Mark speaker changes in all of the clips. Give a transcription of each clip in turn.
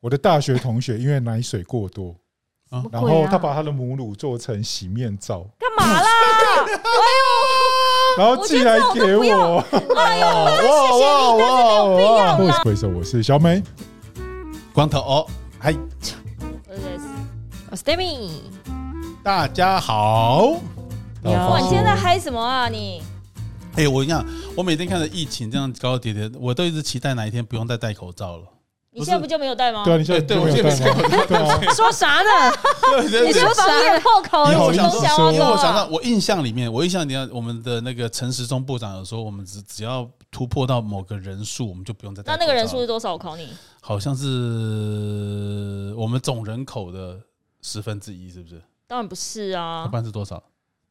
Speaker 1: 我的大学同学因为奶水过多，
Speaker 2: 什么
Speaker 1: 然
Speaker 2: 鬼啊
Speaker 1: 后他把他的母乳做成洗面皂，
Speaker 2: 干嘛 啦？
Speaker 1: 然后寄来给
Speaker 2: 我觉得这种
Speaker 1: 我。啊
Speaker 2: 哎
Speaker 3: 哦
Speaker 1: 哇
Speaker 2: 呦，
Speaker 1: 哇哇哇！哇！回首我是小美，
Speaker 4: 光头哦，嗨，
Speaker 3: 呃
Speaker 2: 我 Stephy，
Speaker 4: 大家好。
Speaker 2: 有
Speaker 4: 哇
Speaker 3: 哇，你现在在嗨什么啊你？
Speaker 4: 哎、我跟你讲，我每天看着疫情这样高高跌跌，我都一直期待哪一天不用再戴口罩了。
Speaker 3: 你现在不就没有戴吗？
Speaker 1: 对啊，你现在
Speaker 4: 对对
Speaker 1: 没有
Speaker 4: 我
Speaker 1: 戴
Speaker 4: 现在
Speaker 1: 吗？对啊，
Speaker 3: 说啥呢？
Speaker 4: 对
Speaker 3: 你说啥
Speaker 2: 防疫
Speaker 3: 呢？破口
Speaker 4: 因为
Speaker 3: 了，
Speaker 4: 我想
Speaker 3: 都
Speaker 4: 说
Speaker 3: 想要
Speaker 4: 因为我想到
Speaker 3: 说，
Speaker 4: 我印象里面，我印象里面我们的那个陈时中部长有说，我们只只要突破到某个人数，我们就不用再戴
Speaker 3: 那
Speaker 4: 口罩。
Speaker 3: 那个人数是多少？我考你，
Speaker 4: 好像是我们总人口的十分之一，是不是？
Speaker 3: 当然不是
Speaker 4: 那
Speaker 3: 啊，
Speaker 4: 半是多少？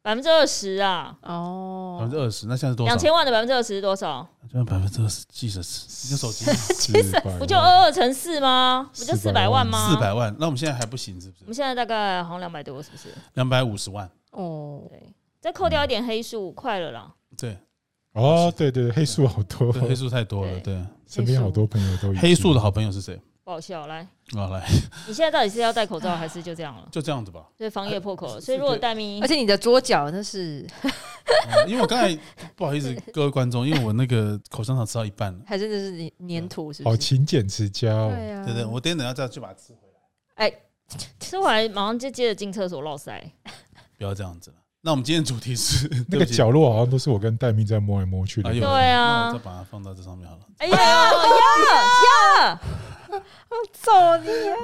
Speaker 3: 百分之二十啊，
Speaker 4: 百分
Speaker 2: 哦
Speaker 4: 之，二十，那现在是多少？
Speaker 3: 两千万的百分之二十是多少？
Speaker 4: 就百分之二十，Jesus，你的手机
Speaker 1: 其实
Speaker 3: 不就二二乘四吗？不就四百万吗？
Speaker 4: 四。百万，那我们现在还不行，是不
Speaker 3: 我们
Speaker 4: 是？
Speaker 3: 现在大概好像两百多，是不是？
Speaker 4: 两百五十万，
Speaker 2: 哦，
Speaker 3: 对，再扣掉一点黑数，快了啦。
Speaker 4: 对，
Speaker 1: 哦，对对，黑素好多
Speaker 4: 对，，黑数太多了，对，
Speaker 1: 身边好多朋友都已经
Speaker 4: 黑数的好朋友是谁？
Speaker 3: 不好笑，来，
Speaker 4: 啊，来，
Speaker 3: 你现在到底是要戴口罩还是就这样了？
Speaker 4: 就这样子吧。
Speaker 3: 所以防疫破口
Speaker 2: 呃
Speaker 3: 了，所以如果戴咪
Speaker 2: 而，且你的桌角那是
Speaker 4: 嗯因为我刚才不好意思，各位观众，因为我那个口香糖吃到一半了，
Speaker 2: 还真的是粘粘土，是不
Speaker 1: 好
Speaker 2: 是？
Speaker 1: 勤俭持家哦。
Speaker 2: 对啊，
Speaker 4: 对对，我等等要再去把它吃回来，
Speaker 3: 吃完马上就接着进厕所落塞。
Speaker 4: 不要这样子了。那我们今天的主题是
Speaker 1: 那
Speaker 4: 对
Speaker 1: 个
Speaker 4: 不起
Speaker 1: 角落好像都是我跟戴明在摸来摸去的
Speaker 4: 哎。呦，
Speaker 3: 对
Speaker 4: 那
Speaker 3: 啊
Speaker 4: 我再把它放到这上面好了。
Speaker 3: 哎呀呀呀！
Speaker 2: 揍你啊！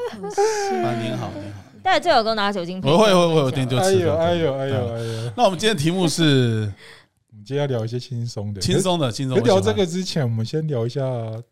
Speaker 4: 啊，您好，您好，
Speaker 3: 大家最好给我拿酒精瓶。
Speaker 4: 我会会会，我点就
Speaker 1: 哎
Speaker 4: 吃
Speaker 1: 呦
Speaker 4: 了。
Speaker 1: 哎呦哎
Speaker 4: 啊
Speaker 1: 呦哎呦！
Speaker 4: 那我们今天的题 目是
Speaker 1: 我们今天要聊一些轻松的，
Speaker 4: 轻。松的，轻
Speaker 1: 可
Speaker 4: 松。
Speaker 1: 是聊
Speaker 4: 我喜
Speaker 1: 这
Speaker 4: 欢
Speaker 1: 个，之前，我们先聊一下，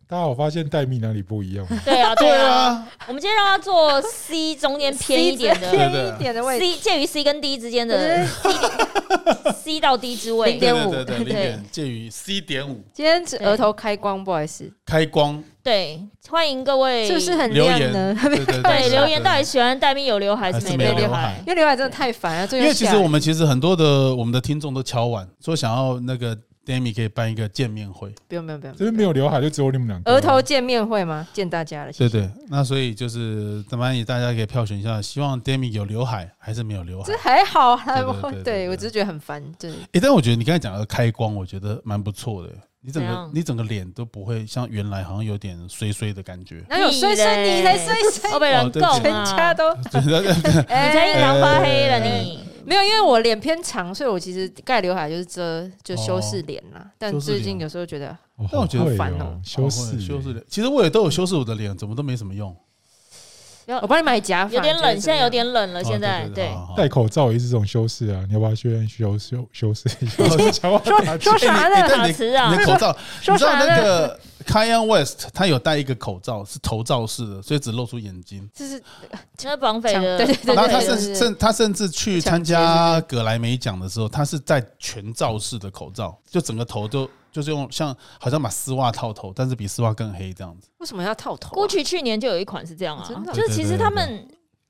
Speaker 1: 大家有发现戴明哪里不一样 吗？
Speaker 3: 对啊，对
Speaker 4: 对
Speaker 3: 啊。
Speaker 4: 啊，
Speaker 3: 我们今天让他做 C 中间偏一点 的
Speaker 4: 对
Speaker 2: 偏一点的位置，
Speaker 3: C，介于 C 跟 D 之间
Speaker 2: 我觉
Speaker 3: 的
Speaker 2: 得
Speaker 3: C 到 D 之位
Speaker 2: 零。点
Speaker 4: 对对对，
Speaker 2: 五
Speaker 4: 零点介于 C 点五
Speaker 2: 今天只额头开光，不好意思，
Speaker 4: 开光
Speaker 3: 对，欢迎各位，
Speaker 2: 是不是很
Speaker 4: 留
Speaker 2: 亮
Speaker 4: 言，
Speaker 2: 呢？
Speaker 4: 对对
Speaker 3: 对留言到底
Speaker 4: 带。
Speaker 3: 喜欢戴咪有刘海还
Speaker 4: 还
Speaker 3: 是
Speaker 4: 是
Speaker 3: 没
Speaker 4: 没
Speaker 3: 刘
Speaker 4: 刘海
Speaker 3: 海
Speaker 2: 因？为刘海真的太烦了，最
Speaker 4: 因
Speaker 2: 近
Speaker 4: 为其
Speaker 2: 下
Speaker 4: 实
Speaker 2: 雨
Speaker 4: 我们其实很多的我们的听众都敲完，说想要那个 Demi 可以办一个见面会，
Speaker 2: 不用不用不用，
Speaker 1: 就是没有刘海，就只有你们两个。
Speaker 2: 额头见面会吗？见大家了，谢
Speaker 4: 对
Speaker 2: 谢
Speaker 4: 对，那所以就是怎么也大家可以票选一下，希望 Demi 有刘海还是没有刘海
Speaker 2: 这？还好，还不
Speaker 4: 对对对对
Speaker 2: 对我
Speaker 4: 对
Speaker 2: 只是觉得很烦，对，，
Speaker 4: 诶，但我觉得你刚才讲的开光，我觉得蛮不错的。你整
Speaker 3: 怎
Speaker 4: 个
Speaker 3: 样
Speaker 4: 你整个脸都不会像原来好像有点衰衰的感觉
Speaker 2: 哪有
Speaker 3: 你
Speaker 2: 睡睡
Speaker 3: 嘞
Speaker 2: 你才睡睡，
Speaker 3: 都被
Speaker 4: 哦
Speaker 3: 人
Speaker 4: 对不
Speaker 3: 供
Speaker 4: 起
Speaker 2: 全家
Speaker 3: 啊！
Speaker 2: 都哎
Speaker 4: 对对对
Speaker 3: 你才印堂发黑了你。
Speaker 2: 没有，因为我脸偏长，所以我其实盖刘海就是遮就修饰脸啦。但
Speaker 4: 修饰脸
Speaker 2: 最近有时候觉得
Speaker 1: 哦，
Speaker 4: 但我觉
Speaker 1: 好
Speaker 4: 得
Speaker 1: 会
Speaker 2: 烦
Speaker 1: 哦
Speaker 2: 哦，
Speaker 1: 修饰
Speaker 4: 修饰脸，其实我也都有修饰我的脸，怎么都没什么用。
Speaker 2: 我帮你买假发，
Speaker 3: 有点冷，
Speaker 2: 你
Speaker 3: 现在有
Speaker 2: 觉得怎么样
Speaker 3: 点冷了，
Speaker 4: 哦
Speaker 3: 现在
Speaker 4: 对
Speaker 3: 对。
Speaker 4: 好好好
Speaker 1: 戴口罩也是种修饰啊，你要不要去修修修饰一下？讲话
Speaker 2: 说说啥
Speaker 4: 诶
Speaker 2: 呢？
Speaker 4: 但
Speaker 3: 好吃啊
Speaker 4: 哎你的口罩，
Speaker 2: 说
Speaker 4: 你知道
Speaker 2: 啥
Speaker 4: 那
Speaker 2: 呢？
Speaker 4: 个 Kanye West 他有戴一个口罩，是头罩式的，所以只露出眼睛。
Speaker 2: 就是
Speaker 3: 那绑匪的，
Speaker 2: 对对对
Speaker 4: 然后
Speaker 2: 对
Speaker 4: 他
Speaker 2: 对对
Speaker 4: 甚
Speaker 2: 对
Speaker 4: 甚他甚至去参
Speaker 2: 抢
Speaker 4: 加葛莱美奖的时候，他是戴全罩式的口罩，就整个头都就是用像好像把丝袜套头，但是比丝袜更黑这样子。
Speaker 2: 为什么要套头啊？
Speaker 3: ，Gucci 去年就有一款是这样啊，
Speaker 2: 真的啊
Speaker 3: 就是其实他们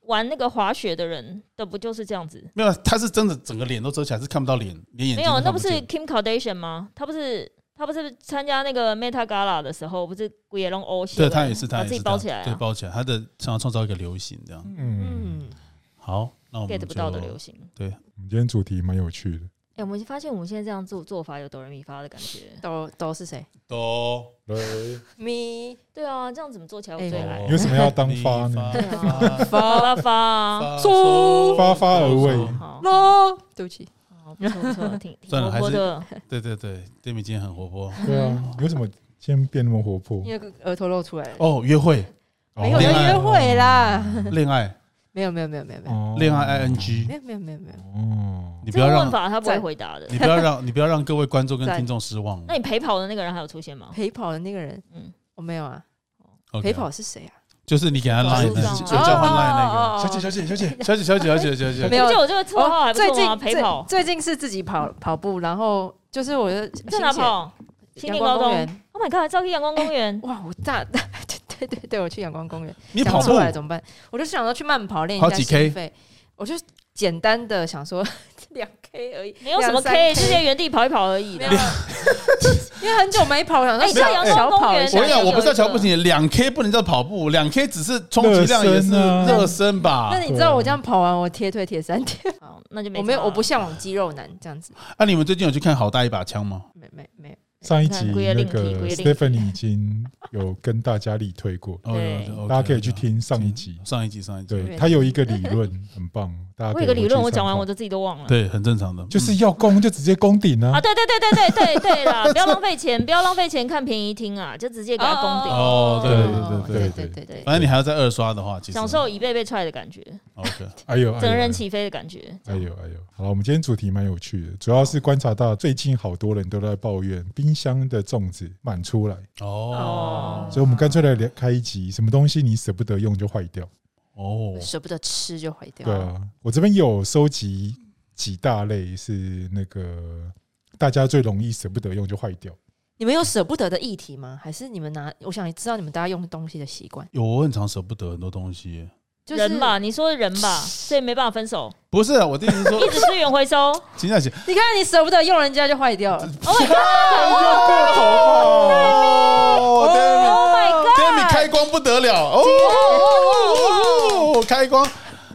Speaker 3: 玩那个滑雪的人的不就是这样子？
Speaker 4: 没有，他是真的整个脸都遮起来，是看不到脸，连眼
Speaker 3: 没
Speaker 4: 睛都
Speaker 3: 有，哎那
Speaker 4: 看
Speaker 3: 不
Speaker 4: 不
Speaker 3: 是
Speaker 4: 见。
Speaker 3: Kim Kardashian 吗？他不是他不是参加那个 Meta Gala 的时候，不是鬼也弄欧西？
Speaker 4: 对他也是，他也
Speaker 3: 把
Speaker 4: 是
Speaker 3: 自己
Speaker 4: 这样
Speaker 3: 包起来啊
Speaker 4: 对，包起来。他的想要创造一个流行这样。
Speaker 1: 嗯，
Speaker 2: 嗯，
Speaker 4: 好，那我们
Speaker 3: get
Speaker 4: 就
Speaker 3: 不到的流行。
Speaker 1: 我们今天主题蛮有趣的，
Speaker 3: 哎、我们发现我们现在这样做做法有哆来咪发的感觉。
Speaker 2: 都都是谁？
Speaker 4: 哆
Speaker 1: 来，
Speaker 2: 咪
Speaker 3: 对啊，这样怎么做起来我
Speaker 4: 哦
Speaker 3: 最来？
Speaker 1: 你为什么要当发
Speaker 4: 咪
Speaker 1: 呢？
Speaker 3: 发
Speaker 4: 发
Speaker 3: 发发 发，
Speaker 2: 嗦
Speaker 1: 发发而为
Speaker 3: 好，
Speaker 2: 喽，对不起，
Speaker 3: 好不错不错，挺挺
Speaker 4: 算了
Speaker 3: 活泼的。
Speaker 4: 对对对，Demi 今天很活泼
Speaker 1: 对啊，你为什么今天变那么活泼？哦
Speaker 2: 因为额头露出来了。
Speaker 4: 哦，约会、
Speaker 2: 没有
Speaker 4: 恋
Speaker 2: 要
Speaker 4: 爱哦
Speaker 2: 约会啦，
Speaker 4: 恋爱、
Speaker 2: 没有没有没有没有没有
Speaker 1: 哦
Speaker 4: 恋爱 ing，
Speaker 2: 没有没有没有没有，
Speaker 1: 哦，
Speaker 4: 你
Speaker 3: 这
Speaker 4: 不
Speaker 3: 个
Speaker 4: 要
Speaker 3: 问
Speaker 4: 让
Speaker 3: 法他不会回答的。
Speaker 4: 你不要让你不要让各位观众跟
Speaker 2: 在
Speaker 4: 听众失望。
Speaker 3: 那你陪跑的那个人还有出现吗？
Speaker 2: 陪跑的那个人，
Speaker 3: 嗯
Speaker 2: 嗯，我没有啊，
Speaker 4: OK
Speaker 2: 陪跑是谁啊？
Speaker 4: 就是你给他
Speaker 3: 陪跑
Speaker 4: line 的
Speaker 3: 路上啊
Speaker 4: 就交换 line
Speaker 2: 哦哦哦哦
Speaker 1: 小姐小姐，
Speaker 4: 那个小姐小姐小姐小姐小
Speaker 2: 没有哦
Speaker 3: 就我这个绰号还不
Speaker 2: 最
Speaker 3: 错
Speaker 2: 近
Speaker 3: 吗？陪跑
Speaker 2: 最最近是自己跑跑步，然后就是我就
Speaker 3: 在哪？跑？新
Speaker 2: 新
Speaker 3: 店
Speaker 2: 店
Speaker 3: 高
Speaker 2: 阳光
Speaker 3: 中
Speaker 2: 公园。
Speaker 3: Oh my god！照去阳光公园，
Speaker 2: 哇，我大 对对对对，我去阳光公园，
Speaker 4: 你
Speaker 2: 讲
Speaker 4: 跑
Speaker 2: 出
Speaker 4: 步
Speaker 2: 来怎么办？我就想说去慢跑练一
Speaker 4: 跑
Speaker 2: 下
Speaker 4: 几
Speaker 2: 心肺，我就简单的想说 两 K 而已，
Speaker 3: 没有什么
Speaker 2: 两三
Speaker 3: K，就是在原地跑一跑而已
Speaker 2: 没
Speaker 3: 的
Speaker 2: 有。啊，因为很久没跑，想
Speaker 3: 哎
Speaker 2: 说
Speaker 3: 像
Speaker 2: 小
Speaker 3: 阳光
Speaker 2: 小
Speaker 3: 公
Speaker 2: 跑一
Speaker 3: 园
Speaker 2: 下
Speaker 4: 我跟你讲，
Speaker 3: 有一
Speaker 4: 我不是在
Speaker 3: 个
Speaker 4: 瞧不起你，两 K 不能叫跑步，两 K 只是充其量也是
Speaker 1: 热身啊
Speaker 4: 热身吧
Speaker 2: 那。你知道我这样跑完，我贴腿贴三天，
Speaker 3: 好，那就没
Speaker 2: 我没有，啊
Speaker 3: 差
Speaker 2: 我不
Speaker 3: 了
Speaker 2: 向往肌肉男这样子，
Speaker 4: 那啊你们最近有去看好大一把枪吗？
Speaker 2: 没没没有。
Speaker 1: 上一
Speaker 3: 看
Speaker 1: 集
Speaker 3: 故意
Speaker 1: 那
Speaker 3: 另提故
Speaker 1: 个
Speaker 3: 意另提
Speaker 1: Stephanie 已经有跟大家力推过，
Speaker 4: 哦
Speaker 3: 对
Speaker 4: 有有
Speaker 1: 大家
Speaker 4: OK，
Speaker 1: 可以去
Speaker 4: 有
Speaker 1: 听上一集。
Speaker 4: 上一集，上一集，
Speaker 1: 对他有一个理论 很棒，大家
Speaker 3: 我
Speaker 1: 可
Speaker 3: 有
Speaker 1: 以
Speaker 3: 个理论，
Speaker 1: 回去
Speaker 3: 我讲完
Speaker 1: 参考
Speaker 3: 我都自己都忘了。
Speaker 4: 对，很正常的，嗯
Speaker 1: 就是要攻就直接攻顶
Speaker 3: 啊，
Speaker 1: 啊，
Speaker 3: 对对对对对对对啦！不要浪费钱，不要浪费钱看便宜厅啊，就直接给他攻顶，
Speaker 4: 哦对
Speaker 1: 对对
Speaker 2: 对
Speaker 1: 对
Speaker 2: 对对
Speaker 4: 反正你还要再二刷的话，其实
Speaker 3: 享受椅背被踹的感觉，
Speaker 4: OK。
Speaker 1: 哎呦，
Speaker 3: 整个人
Speaker 1: 气。
Speaker 3: 起飞的感觉。
Speaker 1: 哎呦哎呦，好了，我们今天主题蛮有趣的，主要是观察到最近好多人都在抱怨冰箱的粽子满出来，
Speaker 3: 哦
Speaker 4: 哦
Speaker 1: 所以我们干脆来聊开一集，什么东西你舍不得用就坏掉。
Speaker 4: 哦
Speaker 2: 对，，舍不得吃就毁掉。
Speaker 1: 对啊，我这边有收集几大类是那个大家最容易舍不得用就坏掉。
Speaker 2: 你们有舍不得的议题吗？还是你们拿？我想知道你们大家用东西的习惯，
Speaker 4: 有我很常舍不得很多东西耶，
Speaker 2: 就是
Speaker 3: 人吧，你说人吧，所以没办法分手，
Speaker 4: 不是啊我的意思是说
Speaker 3: 一直资源回 收。
Speaker 4: 金夏姐，
Speaker 2: 你看你舍不得用人家就坏掉了，
Speaker 3: Oh my god！
Speaker 4: 哦
Speaker 3: Oh my god！
Speaker 4: ，Demi 开光不得了哦哦，哦哦开光。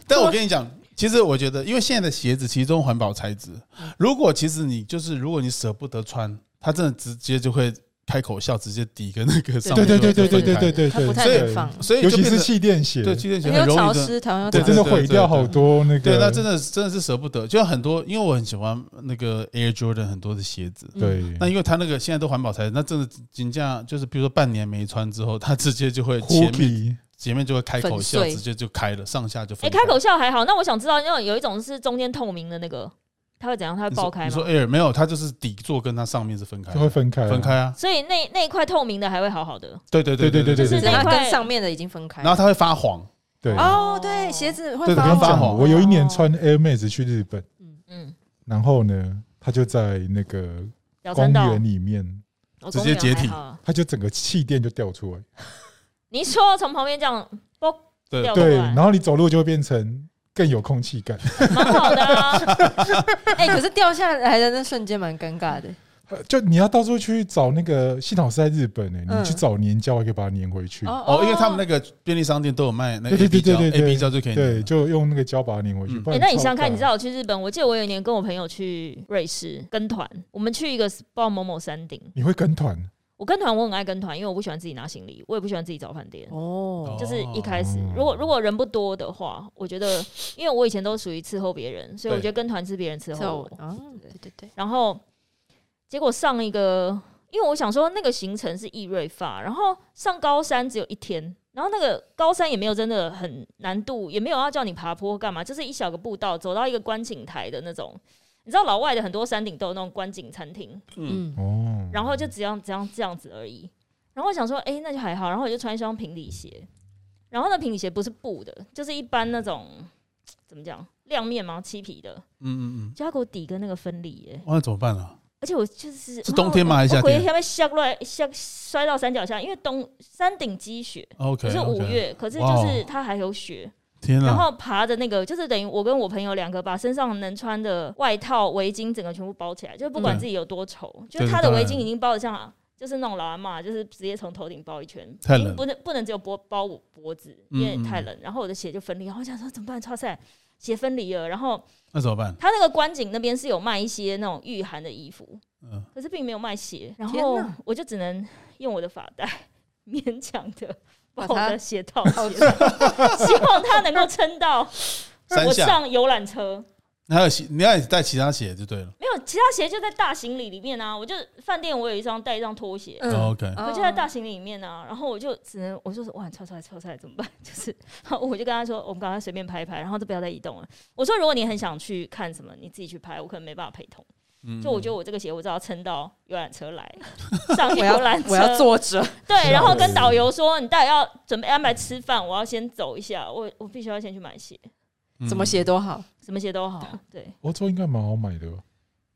Speaker 4: 但我跟你讲，其实我觉得，因为现在的鞋子其实都环保材质，如果其实你就是如果你舍不得穿，它真的直接就会开口笑，直接抵跟那个上
Speaker 1: 对对
Speaker 4: 面
Speaker 1: 对
Speaker 4: 就
Speaker 1: 对
Speaker 4: 会
Speaker 1: 对对对对
Speaker 4: 分开
Speaker 2: 它
Speaker 1: 对，
Speaker 2: 不太
Speaker 1: 所以
Speaker 2: 能放。
Speaker 4: 所以
Speaker 1: 尤
Speaker 4: 就
Speaker 1: 其
Speaker 4: 变
Speaker 1: 是
Speaker 4: 成
Speaker 1: 气垫鞋，
Speaker 4: 对气垫鞋
Speaker 2: 很
Speaker 4: 很容
Speaker 2: 有
Speaker 4: 易
Speaker 2: 潮
Speaker 4: 的。
Speaker 2: 湿，台湾有
Speaker 1: 对，
Speaker 2: 潮
Speaker 1: 真
Speaker 2: 湿
Speaker 1: 的毁掉好多那个。
Speaker 4: 对，那真的真的是舍不得，就像很多，因为我很喜欢那个 Air Jordan 很多的鞋子，
Speaker 1: 对，
Speaker 4: 那因为它那个现在都环保材质，那真的金价就是，比如说半年没穿之后，它直接就会前面
Speaker 1: Hooky
Speaker 4: 前面就会开口笑，
Speaker 2: 粉碎
Speaker 4: 直接就开了，上下就分
Speaker 3: 哎，开口笑还好，那我想知道，那种有一种是中间透明的那个，它会怎样？它会
Speaker 4: 你
Speaker 3: 爆
Speaker 4: 说
Speaker 3: 开
Speaker 4: 你
Speaker 3: 吗
Speaker 4: 说？Air 没有，它就是底座跟它上面是分开的，
Speaker 1: 就会分开啊，
Speaker 4: 哎分开啊，
Speaker 3: 所以那那一块透明的还会好好的，
Speaker 4: 对对
Speaker 1: 对对
Speaker 4: 对
Speaker 1: 对
Speaker 3: 就是
Speaker 1: 对
Speaker 2: 对
Speaker 3: 那
Speaker 2: 它
Speaker 3: 一块
Speaker 2: 跟上面的已经分开
Speaker 4: 然后它会发黄，
Speaker 1: 对。
Speaker 2: 哦，对，鞋子会
Speaker 4: 对
Speaker 1: 我
Speaker 2: 发
Speaker 1: 跟你
Speaker 4: 发
Speaker 2: 黄。
Speaker 1: 讲，
Speaker 4: 黄
Speaker 1: 我有一年穿 Air Max 去日本，
Speaker 3: 嗯，
Speaker 1: 然后呢，他就在那个
Speaker 3: 表
Speaker 1: 公
Speaker 3: 参道
Speaker 1: 园里面，
Speaker 3: 我
Speaker 4: 直
Speaker 3: 公
Speaker 4: 接
Speaker 3: 园
Speaker 4: 解
Speaker 3: 还
Speaker 4: 体
Speaker 3: 好啊
Speaker 1: 他就整个气垫就掉出来，
Speaker 3: 哦你说从旁边这样嘣
Speaker 4: 对
Speaker 3: 掉出
Speaker 1: 对，
Speaker 3: 来
Speaker 1: 然，后你走路就会变成更有空气感，
Speaker 3: 蛮好的 啊。
Speaker 2: 哎，可是掉下来的那瞬间蛮尴尬的。
Speaker 1: 呃就你要到处去找那个，幸好是在日本呢，
Speaker 2: 嗯
Speaker 1: 你去找粘胶还可以把它粘回去，
Speaker 4: 哦，因为他们那个便利商店都有卖那个
Speaker 1: 对
Speaker 4: A
Speaker 1: 对
Speaker 4: B 胶
Speaker 1: 对对
Speaker 4: ，A
Speaker 1: 对
Speaker 4: B 胶就可以拿
Speaker 1: 对，就用那个胶把它粘回去。
Speaker 4: 嗯
Speaker 1: 不
Speaker 3: 哎、
Speaker 1: 然
Speaker 3: 那你
Speaker 1: 超
Speaker 3: 想想看，
Speaker 1: 尬
Speaker 3: 你知道我去日本，我记得我有一年跟我朋友去瑞士跟团，我们去一个不知道某某山顶。
Speaker 1: 你会跟团，
Speaker 3: 我跟团我很爱跟团，因为我不喜欢自己拿行李，我也不喜欢自己找饭店。
Speaker 2: 哦，
Speaker 3: 就是一开始
Speaker 1: 哦，
Speaker 3: 如果如果人不多的话，我觉得，因为我以前都属于伺候别人，所以我
Speaker 4: 对
Speaker 3: 觉得跟团是别人伺候
Speaker 2: 就
Speaker 3: 我。
Speaker 2: 啊，对对对，
Speaker 3: 然后结果上一个，因为我想说那个行程是易瑞发，然后上高山只有一天，然后那个高山也没有真的很难度，也没有要叫你爬坡干嘛，就是一小个步道走到一个观景台的那种。你知道老外的很多山顶都有那种观景餐厅，
Speaker 4: 嗯
Speaker 2: 嗯，
Speaker 1: 哦，
Speaker 3: 然后就只要只要这样子而已。然后我想说，哎、那就还好。然后我就穿一双平底鞋，然后那平底鞋不是布的，就是一般那种怎么讲亮面吗？漆皮的，
Speaker 4: 嗯嗯嗯，
Speaker 3: 结果底跟那个分离耶、
Speaker 4: 哇，那怎么办啊？
Speaker 3: 而且我就是哦
Speaker 4: 是冬天吗还是夏天
Speaker 3: 我下面下来下摔到山脚下，因为冬山顶积雪，
Speaker 4: 哦 OK，
Speaker 3: 可是五
Speaker 4: OK
Speaker 3: 月，可是
Speaker 4: 哇
Speaker 3: 就
Speaker 4: 哦
Speaker 3: 是它还有雪，
Speaker 4: 天
Speaker 3: 然
Speaker 4: 啊，
Speaker 3: 后爬的那个就是等于我跟我朋友两个把身上能穿的外套、围巾整个全部包起来，就是不管
Speaker 4: 嗯
Speaker 3: 自己有多丑，就
Speaker 4: 对
Speaker 3: 是
Speaker 4: 对
Speaker 3: 他的
Speaker 4: 当
Speaker 3: 围
Speaker 4: 然
Speaker 3: 巾已经包的像就是那种老阿妈，就是直接从头顶包一圈，
Speaker 4: 太
Speaker 3: 已经
Speaker 4: 冷
Speaker 3: 不能不能只有脖包我脖子，因
Speaker 4: 嗯
Speaker 3: 为
Speaker 4: 嗯
Speaker 3: 太冷。然后我的鞋就分离，然后我想说怎么办？超晒，鞋分离了，然后
Speaker 4: 那怎么办？
Speaker 3: 他那个观景那边是有卖一些那种御寒的衣服，
Speaker 4: 嗯，
Speaker 3: 可是并没有卖鞋，然
Speaker 2: 天
Speaker 3: 后
Speaker 2: 哪
Speaker 3: 我就只能用我的发带勉强的把
Speaker 2: 把
Speaker 3: 我
Speaker 2: 它
Speaker 3: 的鞋套 起来， 希望它能够 撑到
Speaker 4: 三
Speaker 3: 我
Speaker 4: 下，
Speaker 3: 上游览车。
Speaker 4: 还有其你要带其他鞋就对了。
Speaker 3: 没有，其他鞋就在大行李里面啊。我就饭店我有一双带一双拖鞋，
Speaker 4: 哦 OK，
Speaker 3: 我就在大行李里面啊。然后我就只能我就说哇，超出来超出来怎么办？ 就是好我就跟他说，我们刚才随便拍一拍，然后都不要再移动了。我说如果你很想去看什么，你自己去拍，我可能没办法陪同。
Speaker 4: 嗯
Speaker 3: 就我觉得我这个鞋，我只要撑到游览车来，上
Speaker 2: 我
Speaker 3: 游
Speaker 2: 要
Speaker 3: 览车，
Speaker 2: 我要坐着，
Speaker 3: 对，然后跟导游说，你到底要准备安排吃饭，我要先走一下，我我必须要先去买鞋，
Speaker 4: 嗯
Speaker 2: 怎么写都好，
Speaker 3: 什么鞋都好。对，
Speaker 1: 欧洲应该蛮好买的哦吧？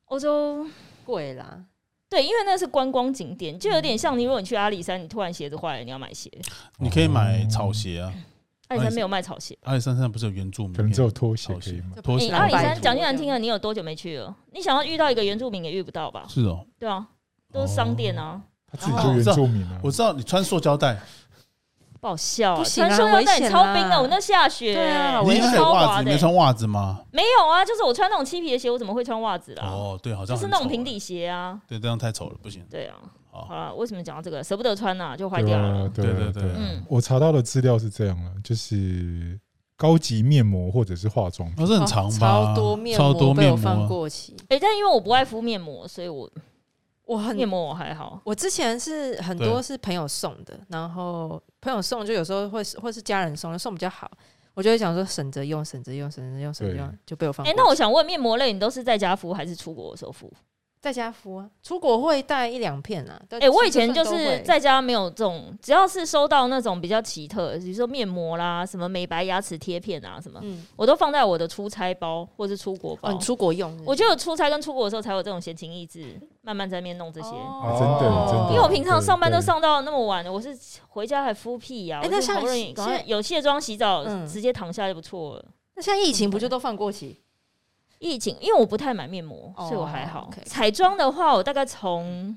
Speaker 3: 欧洲
Speaker 2: 贵啦。
Speaker 3: 对，因为那是观光景点，就有点像你如果你去阿里山，你突然鞋子坏了，你要买鞋，
Speaker 4: 你可以买草鞋啊，
Speaker 3: 阿里山没有卖草鞋。
Speaker 4: 阿里山山上不是有原住民
Speaker 1: 可
Speaker 4: 片？
Speaker 1: 能只有拖鞋可以买。
Speaker 4: 嗯
Speaker 2: 这
Speaker 4: 拖
Speaker 3: 你
Speaker 4: 鞋
Speaker 3: 哎阿里
Speaker 2: 拜
Speaker 3: 山
Speaker 2: 托
Speaker 3: 讲句难听的，你有多久没去了？你想要遇到一个原住民也遇不到吧？
Speaker 4: 是哦，
Speaker 3: 对啊，都是商店啊，
Speaker 1: 他自己就原住民啊，
Speaker 4: 哦我知道你穿塑胶袋，
Speaker 3: 不好笑、啊。
Speaker 2: 不行啊
Speaker 3: 传说要带
Speaker 2: 危
Speaker 3: 你
Speaker 2: 险啊
Speaker 3: 超冰啊！我那下雪，
Speaker 2: 对啊
Speaker 4: 你
Speaker 2: 我
Speaker 4: 应
Speaker 2: 也
Speaker 4: 该
Speaker 2: 是
Speaker 4: 有
Speaker 3: 超
Speaker 4: 袜
Speaker 3: 滑
Speaker 4: 子，你
Speaker 3: 的、欸
Speaker 4: 没穿袜子吗？
Speaker 3: 没有啊，就是我穿那种漆皮的鞋，我怎么会穿袜子啦？
Speaker 4: 哦，对，好像
Speaker 3: 啊就是
Speaker 4: 很
Speaker 3: 那种
Speaker 4: 丑
Speaker 3: 平
Speaker 4: 哎
Speaker 3: 底，鞋啊。
Speaker 4: 对，这样太丑了，不行。
Speaker 3: 对啊，
Speaker 4: 好
Speaker 3: 好了，为什么讲到这个？舍不得穿呐、就坏
Speaker 1: 对
Speaker 3: 掉了。
Speaker 1: 啊，对啊
Speaker 4: 对对对
Speaker 1: 啊
Speaker 3: 嗯
Speaker 1: 我查到的资料是这样了，就是高级面膜或者是化妆品，
Speaker 4: 哦，这很长吧？
Speaker 2: 超多面
Speaker 4: 超多
Speaker 2: 膜被
Speaker 4: 面
Speaker 2: 我
Speaker 4: 膜
Speaker 2: 放
Speaker 4: 啊，
Speaker 2: 过期，
Speaker 3: 哎、但因为我不爱敷面膜，所以我
Speaker 2: 我很
Speaker 3: 面膜我还好。
Speaker 2: 我之前是很多是朋友送的，然后朋友送就有时候会是或是家人送，送比较好，我就会想说省着用，省着用，省着用，省着用，就被我放
Speaker 3: 哎、
Speaker 2: 过期。
Speaker 3: 那我想问，面膜类你都是在家敷还是出国的时候敷？
Speaker 2: 在家敷啊，出国会带一两片啊。哎
Speaker 3: 哎、我以前就是在家没有这种，只要是收到那种比较奇特的，比如说面膜啦、什么美白牙齿贴片啊什么，
Speaker 2: 嗯，
Speaker 3: 我都放在我的出差包或是出国包。
Speaker 2: 哦，你出国用是不是，
Speaker 3: 我觉得有出差跟出国的时候才有这种闲情逸致，慢慢在那边弄这些。
Speaker 1: 啊真的
Speaker 2: 哦
Speaker 1: 真的
Speaker 3: 因为我平常上班都
Speaker 1: 对对
Speaker 3: 上到那么晚了，我是回家还敷屁呀、
Speaker 2: 哎
Speaker 3: 我
Speaker 2: 那
Speaker 3: 就
Speaker 2: 像
Speaker 3: 好不容易
Speaker 2: 现
Speaker 3: 赶快有卸妆、洗澡，
Speaker 2: 嗯
Speaker 3: 直接躺下就不错了。
Speaker 2: 那现在疫情不就都放过期？
Speaker 3: 疫情，因为我不太买面膜，
Speaker 2: 哦
Speaker 3: 所以我还好。
Speaker 2: OK
Speaker 3: 彩妆的话，我大概从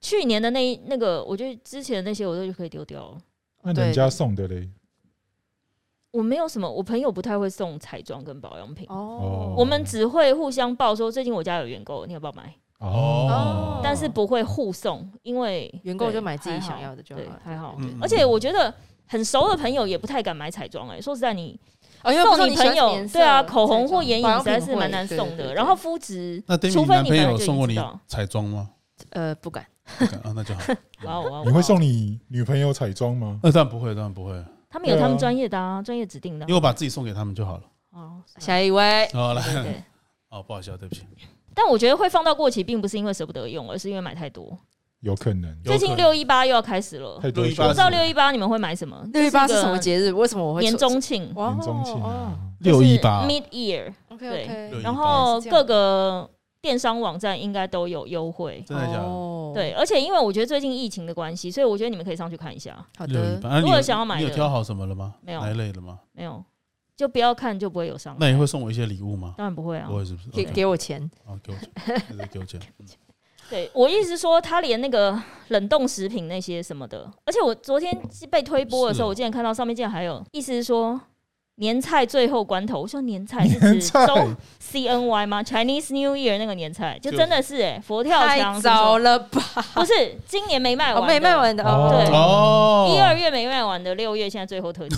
Speaker 3: 去年的那一那个，我觉得之前的那些我都就可以丢掉了。
Speaker 1: 那
Speaker 2: 对
Speaker 1: 人家送的嘞，
Speaker 3: 我没有什么，我朋友不太会送彩妆跟保养品，
Speaker 1: 哦
Speaker 3: 我们只会互相报说最近我家有原购，你要不要买？
Speaker 1: 哦
Speaker 2: 哦，
Speaker 3: 但是不会互送，因为
Speaker 2: 员工
Speaker 3: 对
Speaker 2: 就买自己
Speaker 3: 还好
Speaker 2: 想要的就好
Speaker 3: 对
Speaker 2: 了，
Speaker 3: 还好。
Speaker 4: 嗯
Speaker 3: 而且我觉得很熟的朋友也不太敢买彩妆，哎，说实在你，
Speaker 2: 哦，
Speaker 1: 嗯
Speaker 2: 因为不是
Speaker 3: 送
Speaker 2: 你喜
Speaker 3: 朋
Speaker 2: 欢什么
Speaker 3: 友
Speaker 2: 颜色
Speaker 3: 对啊，口红或
Speaker 2: 彩妆
Speaker 3: 眼
Speaker 2: 保
Speaker 3: 影
Speaker 2: 养
Speaker 3: 实在
Speaker 2: 品
Speaker 3: 是
Speaker 2: 会
Speaker 3: 蛮难
Speaker 2: 对
Speaker 3: 送
Speaker 2: 对
Speaker 3: 的。
Speaker 2: 对
Speaker 3: 然后肤质，
Speaker 4: 那 d a
Speaker 3: 除
Speaker 4: m
Speaker 3: 非
Speaker 4: 男
Speaker 3: 你
Speaker 4: 朋
Speaker 3: 本来
Speaker 4: 友
Speaker 3: 就已
Speaker 4: 送
Speaker 3: 经
Speaker 4: 过
Speaker 3: 知
Speaker 4: 你
Speaker 3: 道，
Speaker 4: 彩妆 吗？
Speaker 2: 呃不敢，
Speaker 4: 不敢啊，那就好。
Speaker 3: 哇哦哇哦，
Speaker 1: 你会
Speaker 3: 哇哦
Speaker 1: 送你女朋友彩妆吗？
Speaker 4: 那当然不会，当然不会，
Speaker 3: 他们有他
Speaker 1: 对
Speaker 3: 们
Speaker 1: 啊
Speaker 3: 专业的啊，专业指定的
Speaker 4: 因为我把自己送给他们就好了。
Speaker 3: 哦，是啊
Speaker 2: 下一位
Speaker 4: 好来，
Speaker 3: 对对。
Speaker 4: 哦，不好笑，对不起。
Speaker 3: 但我觉得会放到过期，并不是因为舍不得用，而是因为买太多。
Speaker 1: 有可能，
Speaker 4: 有
Speaker 3: 最
Speaker 4: 可
Speaker 3: 近
Speaker 4: 能
Speaker 3: 六一八又要开始了，
Speaker 1: 太多
Speaker 4: 哦六一
Speaker 1: 选
Speaker 4: 八
Speaker 1: 择
Speaker 3: 不知道六一八你们会买什么？
Speaker 2: 六一八是
Speaker 3: 这
Speaker 2: 什么节日？为什么我
Speaker 3: 个
Speaker 2: 会
Speaker 3: 年中庆，
Speaker 1: 年中庆
Speaker 2: 哦
Speaker 1: 啊，
Speaker 4: 六一八
Speaker 3: Mid Year，
Speaker 2: ？OK
Speaker 4: 对
Speaker 2: OK，
Speaker 3: 然
Speaker 2: 也
Speaker 3: 后
Speaker 2: 是这样
Speaker 3: 各个电商网站应该都有优惠。
Speaker 4: 真的假
Speaker 3: 哦
Speaker 4: 的？
Speaker 2: 哦
Speaker 3: 对，，而且因为我觉得最近疫情的关系，所以我觉得你们可以上去看一下。
Speaker 2: 好
Speaker 4: 六一
Speaker 2: 的，
Speaker 4: 八，啊
Speaker 3: 如
Speaker 4: 你
Speaker 3: 果
Speaker 4: 有
Speaker 3: 想要买
Speaker 4: 你有
Speaker 3: 的
Speaker 4: 挑好什么了吗？
Speaker 3: 没有
Speaker 4: 哪一类的吗？
Speaker 3: 没有，就不要看就不会有伤害。
Speaker 4: 那你会送我一些礼物吗？
Speaker 3: 当然不会啊
Speaker 4: 不。会是不是？
Speaker 2: 给
Speaker 4: OK，
Speaker 2: 给我钱，
Speaker 4: 好，给我 钱，对对给我钱。嗯
Speaker 3: 对我意思是说，他连那个冷冻食品那些什么的，而且我昨天被推播的时
Speaker 4: 是哦
Speaker 3: 候，我竟然看到上面竟然还有，意思是说年菜最后关头。我说年菜是
Speaker 1: 年
Speaker 3: 指
Speaker 1: 菜
Speaker 3: 中 C N Y 吗？Chinese New Year 那个年菜，就真的是哎、佛跳墙
Speaker 2: 太
Speaker 3: 什么什
Speaker 2: 早
Speaker 3: 么
Speaker 2: 了吧？
Speaker 3: 不是今年没卖
Speaker 2: 哦，
Speaker 3: 完，
Speaker 2: 没卖。完的哦，
Speaker 3: 对
Speaker 4: 哦，
Speaker 3: 一二月没卖完的，六月现在最后特价，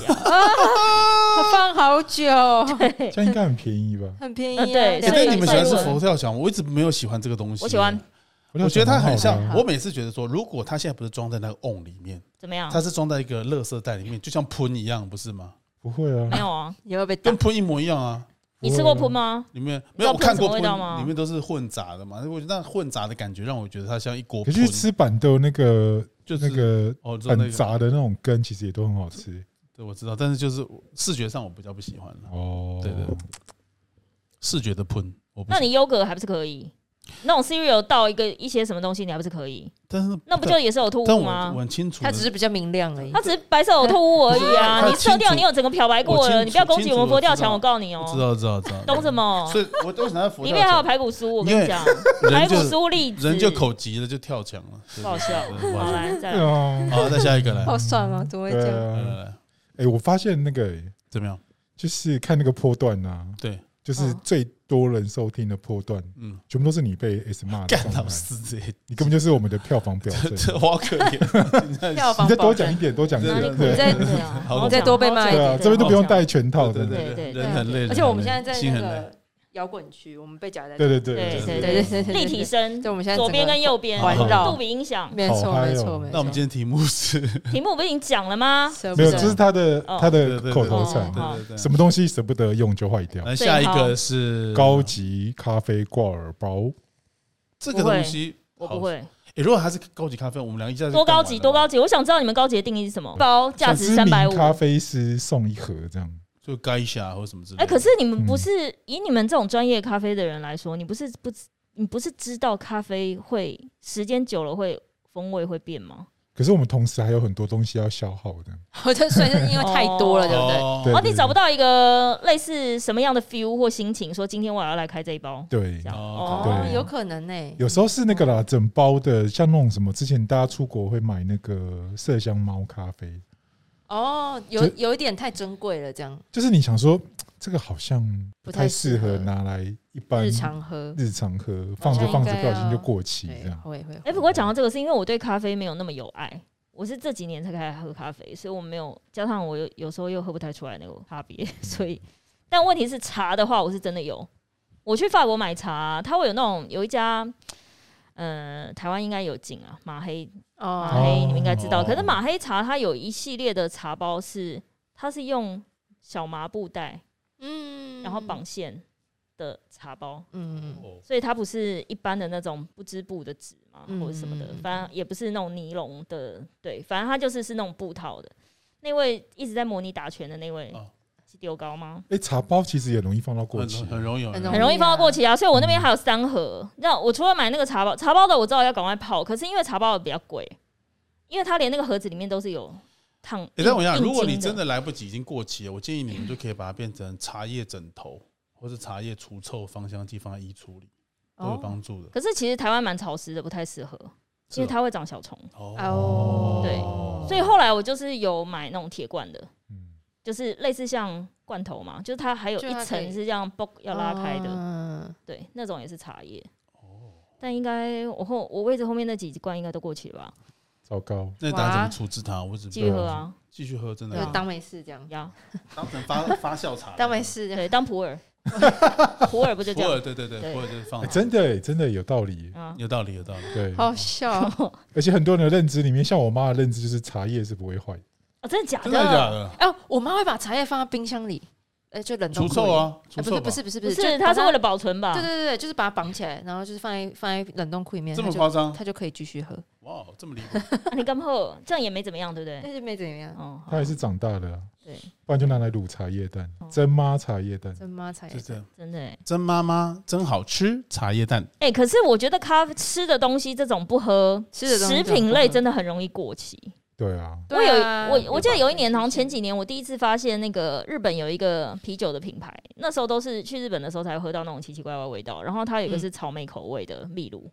Speaker 2: 它放好久，
Speaker 1: 这样应该很便宜吧？
Speaker 2: 很便宜
Speaker 3: 呃
Speaker 2: 啊。
Speaker 3: 对
Speaker 4: 哎
Speaker 2: 两
Speaker 3: 所以
Speaker 4: 对，
Speaker 2: 百
Speaker 4: 你们喜欢
Speaker 2: 多
Speaker 4: 吃
Speaker 3: 所以
Speaker 4: 佛跳墙，我一直没有喜欢这个东西。
Speaker 3: 我喜欢，
Speaker 1: 我
Speaker 4: 我觉得它很
Speaker 1: 好哎
Speaker 4: 像。
Speaker 1: 的
Speaker 4: 我每次觉得说，如果它现在不是装在那个瓮里面，
Speaker 3: 怎么样
Speaker 4: 它？是装在一个垃圾袋里面，就像喷一样，不是吗？
Speaker 1: 不会啊，
Speaker 3: 没有啊，
Speaker 2: 也会被打
Speaker 4: 跟。喷一模一样啊。
Speaker 3: 你吃过铺吗？
Speaker 4: 里面没
Speaker 3: 你
Speaker 4: 有
Speaker 3: 知道
Speaker 4: 我看
Speaker 3: 喷什
Speaker 4: 过
Speaker 3: 么味道吗
Speaker 4: 里面都是混杂的嘛。我觉得那混杂的感觉让我觉得它像一锅
Speaker 1: 可
Speaker 4: 喷，
Speaker 1: 是吃板豆那个
Speaker 4: 就是
Speaker 1: 那个
Speaker 4: 哦，知道那
Speaker 1: 很
Speaker 4: 个，
Speaker 1: 杂的那种根，其实也都很好吃
Speaker 4: 对，我知道，但是就是视觉上我比较不喜欢了，
Speaker 1: 哦。
Speaker 4: 对对对视觉的喷我不喜
Speaker 3: 那
Speaker 4: 欢。
Speaker 3: 你优格还不是可以？那种 cereal 倒一个一些什么东西，你还不是可以？
Speaker 4: 但是
Speaker 3: 那不就也是呕吐
Speaker 4: 但
Speaker 3: 物
Speaker 4: 我
Speaker 3: 吗
Speaker 4: 我？很清楚的，
Speaker 2: 它只是比较明亮而已
Speaker 3: 它。只是白色呕吐物而已
Speaker 4: 不
Speaker 3: 啊！
Speaker 4: 是
Speaker 3: 你色
Speaker 4: 哎清
Speaker 3: 调
Speaker 4: 楚
Speaker 3: 你有整个漂白过
Speaker 4: 我清
Speaker 3: 了，
Speaker 4: 楚
Speaker 3: 你不要攻击我们佛跳墙，
Speaker 4: 我
Speaker 3: 我
Speaker 4: 知道
Speaker 3: 告诉你哦
Speaker 4: 我。知道知道知道，
Speaker 3: 懂什么？
Speaker 4: 所以我都想要佛
Speaker 3: 里
Speaker 4: 跳
Speaker 3: 面还有
Speaker 4: 墙，
Speaker 3: 排骨酥，我跟你讲，排
Speaker 4: 人
Speaker 3: 骨
Speaker 4: 就
Speaker 3: 酥栗子，
Speaker 4: 人就口急了，就跳墙了，对
Speaker 3: 不好笑。
Speaker 4: 对对不
Speaker 3: 好
Speaker 4: 好笑。
Speaker 3: 来，再
Speaker 1: 对
Speaker 3: 来。
Speaker 1: 啊，
Speaker 4: 好，再下一个来，
Speaker 2: 好爽啊！怎么会这
Speaker 1: 对
Speaker 4: 来
Speaker 2: 样？
Speaker 4: 来
Speaker 1: 啊。
Speaker 4: 来，
Speaker 1: 哎，我发现那个
Speaker 4: 怎么样？
Speaker 1: 就是看那个波段啊，
Speaker 4: 对，
Speaker 1: 就是
Speaker 3: 嗯
Speaker 1: 最多人收听的波段，
Speaker 4: 嗯，
Speaker 1: 全部都是你被 S 骂的
Speaker 4: 干
Speaker 1: 状态
Speaker 4: 老，师这
Speaker 1: 你根本就是我们的票房表证。
Speaker 4: 这我好可怜，你看
Speaker 2: 票
Speaker 1: 你
Speaker 2: 房
Speaker 1: 再
Speaker 2: 保
Speaker 1: 多讲一
Speaker 2: 证，
Speaker 1: 点，多讲一
Speaker 4: 对
Speaker 3: 哪
Speaker 1: 点
Speaker 3: 里
Speaker 4: 对，
Speaker 1: 对
Speaker 3: 可以
Speaker 2: 对
Speaker 3: 这样
Speaker 2: 对
Speaker 3: 子啊？
Speaker 4: 好
Speaker 3: 好
Speaker 2: 你再多被骂
Speaker 3: 讲
Speaker 2: 一
Speaker 1: 对
Speaker 2: 点
Speaker 1: 啊，这边都不用
Speaker 3: 好讲
Speaker 1: 带全套的
Speaker 4: 对，
Speaker 3: 对
Speaker 4: 对，
Speaker 3: 对
Speaker 4: 人很累，
Speaker 2: 而且我
Speaker 4: 人
Speaker 2: 们现在
Speaker 4: 很累
Speaker 2: 在
Speaker 4: 心
Speaker 2: 那
Speaker 4: 很累。
Speaker 2: 个摇滚区，我们被夹在
Speaker 1: 对对
Speaker 3: 对
Speaker 1: 对
Speaker 3: 对
Speaker 2: 对对对
Speaker 3: 立体声
Speaker 2: 对，，我们现在
Speaker 3: 左边跟右边
Speaker 2: 环
Speaker 1: 绕
Speaker 3: 杜比音响。
Speaker 2: 没
Speaker 1: 好
Speaker 2: 错
Speaker 1: 嗨哦
Speaker 2: 没错没错。
Speaker 4: 那我们今天题目是，
Speaker 3: 题目我不是已经讲了吗？
Speaker 2: 舍不
Speaker 1: 没有，
Speaker 2: 得
Speaker 1: 这是他的
Speaker 3: 哦
Speaker 1: 他
Speaker 4: 对
Speaker 1: 的
Speaker 4: 对对
Speaker 1: 口头
Speaker 3: 哦
Speaker 1: 禅，
Speaker 3: 好
Speaker 4: 对对
Speaker 1: 什
Speaker 4: 对。
Speaker 1: 么东西舍不得用就坏掉。
Speaker 4: 来
Speaker 3: 最
Speaker 4: 下一
Speaker 3: 好
Speaker 4: 个是
Speaker 1: 高级咖啡挂耳包，
Speaker 4: 这个东西，
Speaker 3: 我不会
Speaker 4: 诶。如果它是高级咖啡，我们俩一下就
Speaker 3: 多
Speaker 4: 干
Speaker 3: 高
Speaker 4: 完
Speaker 3: 级
Speaker 4: 了
Speaker 3: 多，高级，我想知道你们高级的定义是什么？包价值
Speaker 1: 想
Speaker 3: 三
Speaker 1: 知
Speaker 3: 百五
Speaker 1: 名。咖啡师送一盒这样。
Speaker 4: 就该一下或什
Speaker 1: 嗯
Speaker 4: 么之类的。哦
Speaker 3: 哎，可是你们不是以你们这种专业咖啡的人来说，你不是不知你不是知道咖啡会时间久了会风味会变吗？
Speaker 1: 可是我们同时还有很多东西要消耗的，
Speaker 2: 我就所以是因为太多了，对不对？
Speaker 4: 哦
Speaker 1: 对
Speaker 3: 哦，你找不到一个类似什么样的 feel 或心情，说今天我要来开这一包，
Speaker 1: 对
Speaker 3: 这，样
Speaker 4: 哦
Speaker 1: 对
Speaker 3: 哦，
Speaker 2: 有可能呢。
Speaker 1: 有时候是那个啦，整包的，像那种什么，之前大家出国会买那个麝香猫咖啡，
Speaker 2: 哦，有
Speaker 1: 就
Speaker 2: 有一点太珍贵了，这样
Speaker 1: 就是你想说这个好像不
Speaker 2: 不
Speaker 1: 太
Speaker 2: 太
Speaker 1: 适
Speaker 2: 适合
Speaker 1: 合拿来一般
Speaker 2: 日常喝，
Speaker 1: 日常喝，放着
Speaker 2: 好像
Speaker 1: 放着
Speaker 2: 应
Speaker 1: 不
Speaker 2: 该
Speaker 1: 小心就过期这
Speaker 2: 对，
Speaker 1: 样。
Speaker 2: 会会。
Speaker 3: 哎、不过讲到这个，是因为我对咖啡没有那么有爱，我是这几年才开始喝咖啡，所以我没有加上我有有时候又喝不太出来那个差别， 所以但问题是茶的话，我是真的有。我去法国买茶，它会有那种有一家，呃，台湾应该有进啊，马黑马
Speaker 2: 哦，
Speaker 3: 黑你们应该知道，
Speaker 4: 哦
Speaker 3: 可是马黑茶它有一系列的茶包是它是用小麻布袋
Speaker 2: 嗯
Speaker 3: 然后绑，线的茶包，
Speaker 2: 嗯，
Speaker 4: 哦
Speaker 3: 所以它不是一般的那种不织布的纸嘛，
Speaker 2: 嗯
Speaker 3: 或者什么的
Speaker 2: 嗯嗯，
Speaker 3: 反正也不是那种尼龙的，对，反正它就是是那种布套的。那位一直在模拟打拳的那位
Speaker 4: 哦
Speaker 3: 是丢高吗？
Speaker 1: 哎，茶包其实也容易放到过
Speaker 4: 很
Speaker 1: 期，
Speaker 4: 很容易有人，
Speaker 2: 很
Speaker 3: 很容易放到过期啊，所以我那
Speaker 1: 嗯
Speaker 3: 边还有三盒。那我除了买那个茶包，茶包的我知道要赶快泡，可是因为茶包的比较贵，因为它连那个盒子里面都是有烫。
Speaker 4: 欸但我想，
Speaker 3: 硬
Speaker 4: 如果你
Speaker 3: 硬
Speaker 4: 真
Speaker 3: 筋
Speaker 4: 的
Speaker 3: 的
Speaker 4: 来不及，已经过期了，我建议你们就可以把它变成茶叶枕头，或是茶叶除臭芳香剂，放在衣橱里都有
Speaker 2: 哦，
Speaker 4: 帮助的。
Speaker 3: 可是其实台湾蛮潮湿的，不太适合，
Speaker 4: 啊
Speaker 3: 因为它会长小虫。
Speaker 2: 哦
Speaker 3: 对所
Speaker 2: 以
Speaker 3: 以后来我就是有买那种铁罐的，
Speaker 1: 嗯，
Speaker 3: 就是类似像罐头嘛，就是它还有
Speaker 2: 就
Speaker 3: 一
Speaker 2: 它可以
Speaker 3: 层是这样剥要拉开的，
Speaker 2: 嗯，
Speaker 3: 对，那种也是茶叶。
Speaker 4: 哦
Speaker 3: 但应该我后我位置后面那几罐应该都过期了吧？
Speaker 1: 糟糕，
Speaker 4: 那大家怎么处置它？我只
Speaker 3: 继续喝啊，
Speaker 4: 继续喝，真的
Speaker 2: 就当没事这样，
Speaker 3: 呀，
Speaker 4: 当成发发酵茶，
Speaker 2: 当没。事这样。
Speaker 3: 对，当普 洱，普洱不就这
Speaker 4: 普洱
Speaker 3: 样？
Speaker 4: 对对对，
Speaker 3: 对
Speaker 4: 普洱就是放
Speaker 1: 哎真的欸真的有道理，
Speaker 3: 啊，
Speaker 4: 有道理有道理。
Speaker 1: 对。
Speaker 2: 好笑 哦，
Speaker 1: 而且很多人的认知里面，像我妈的认知就是茶叶是不会坏的，
Speaker 3: 哦，真的假
Speaker 4: 真的假？的？
Speaker 2: 哎，我妈会把茶叶放在冰箱里，哎，就冷冻
Speaker 4: 除
Speaker 2: 库
Speaker 4: 臭
Speaker 2: 里，
Speaker 4: 啊，除
Speaker 2: 哎不是
Speaker 4: 臭
Speaker 2: 不
Speaker 4: 吧？
Speaker 2: 是不是
Speaker 3: 不，
Speaker 2: 就是把
Speaker 3: 它是为了保存吧
Speaker 2: 对？对对对，就是把它绑起来，然后就是放在放在冷冻库里面，
Speaker 4: 这
Speaker 2: 它
Speaker 4: 么
Speaker 2: 就
Speaker 4: 夸张？
Speaker 2: 它就可以继续喝，
Speaker 4: 哇，哦这么离谱！
Speaker 3: 啊你干嘛喝？这样也没怎么样，对不对？
Speaker 2: 但是没怎么样。
Speaker 3: 哦，
Speaker 1: 她还是长大了啊，
Speaker 3: 对，
Speaker 1: 不然就拿来卤茶叶蛋
Speaker 3: 哦，
Speaker 1: 蒸妈茶叶蛋，
Speaker 2: 真妈茶叶
Speaker 4: 就这样，
Speaker 3: 真的欸。
Speaker 4: 真妈妈真好吃，茶叶蛋。
Speaker 3: 哎，可是我觉得咖啡吃的东西这种不喝，
Speaker 2: 吃的东西
Speaker 3: 食
Speaker 2: 这种
Speaker 3: 品
Speaker 2: 不
Speaker 3: 类
Speaker 2: 喝
Speaker 3: 真的很容易过期。
Speaker 1: 对啊，
Speaker 3: 我有
Speaker 2: 对啊
Speaker 3: 我我记得有一年，好像前
Speaker 2: 有
Speaker 3: 几年我第一次发现那个日本有一个啤酒的品牌，那时候都是去日本的时候才喝到那种奇奇怪怪的味道。然后它有一个
Speaker 2: 嗯
Speaker 3: 是草莓口味的秘鲁，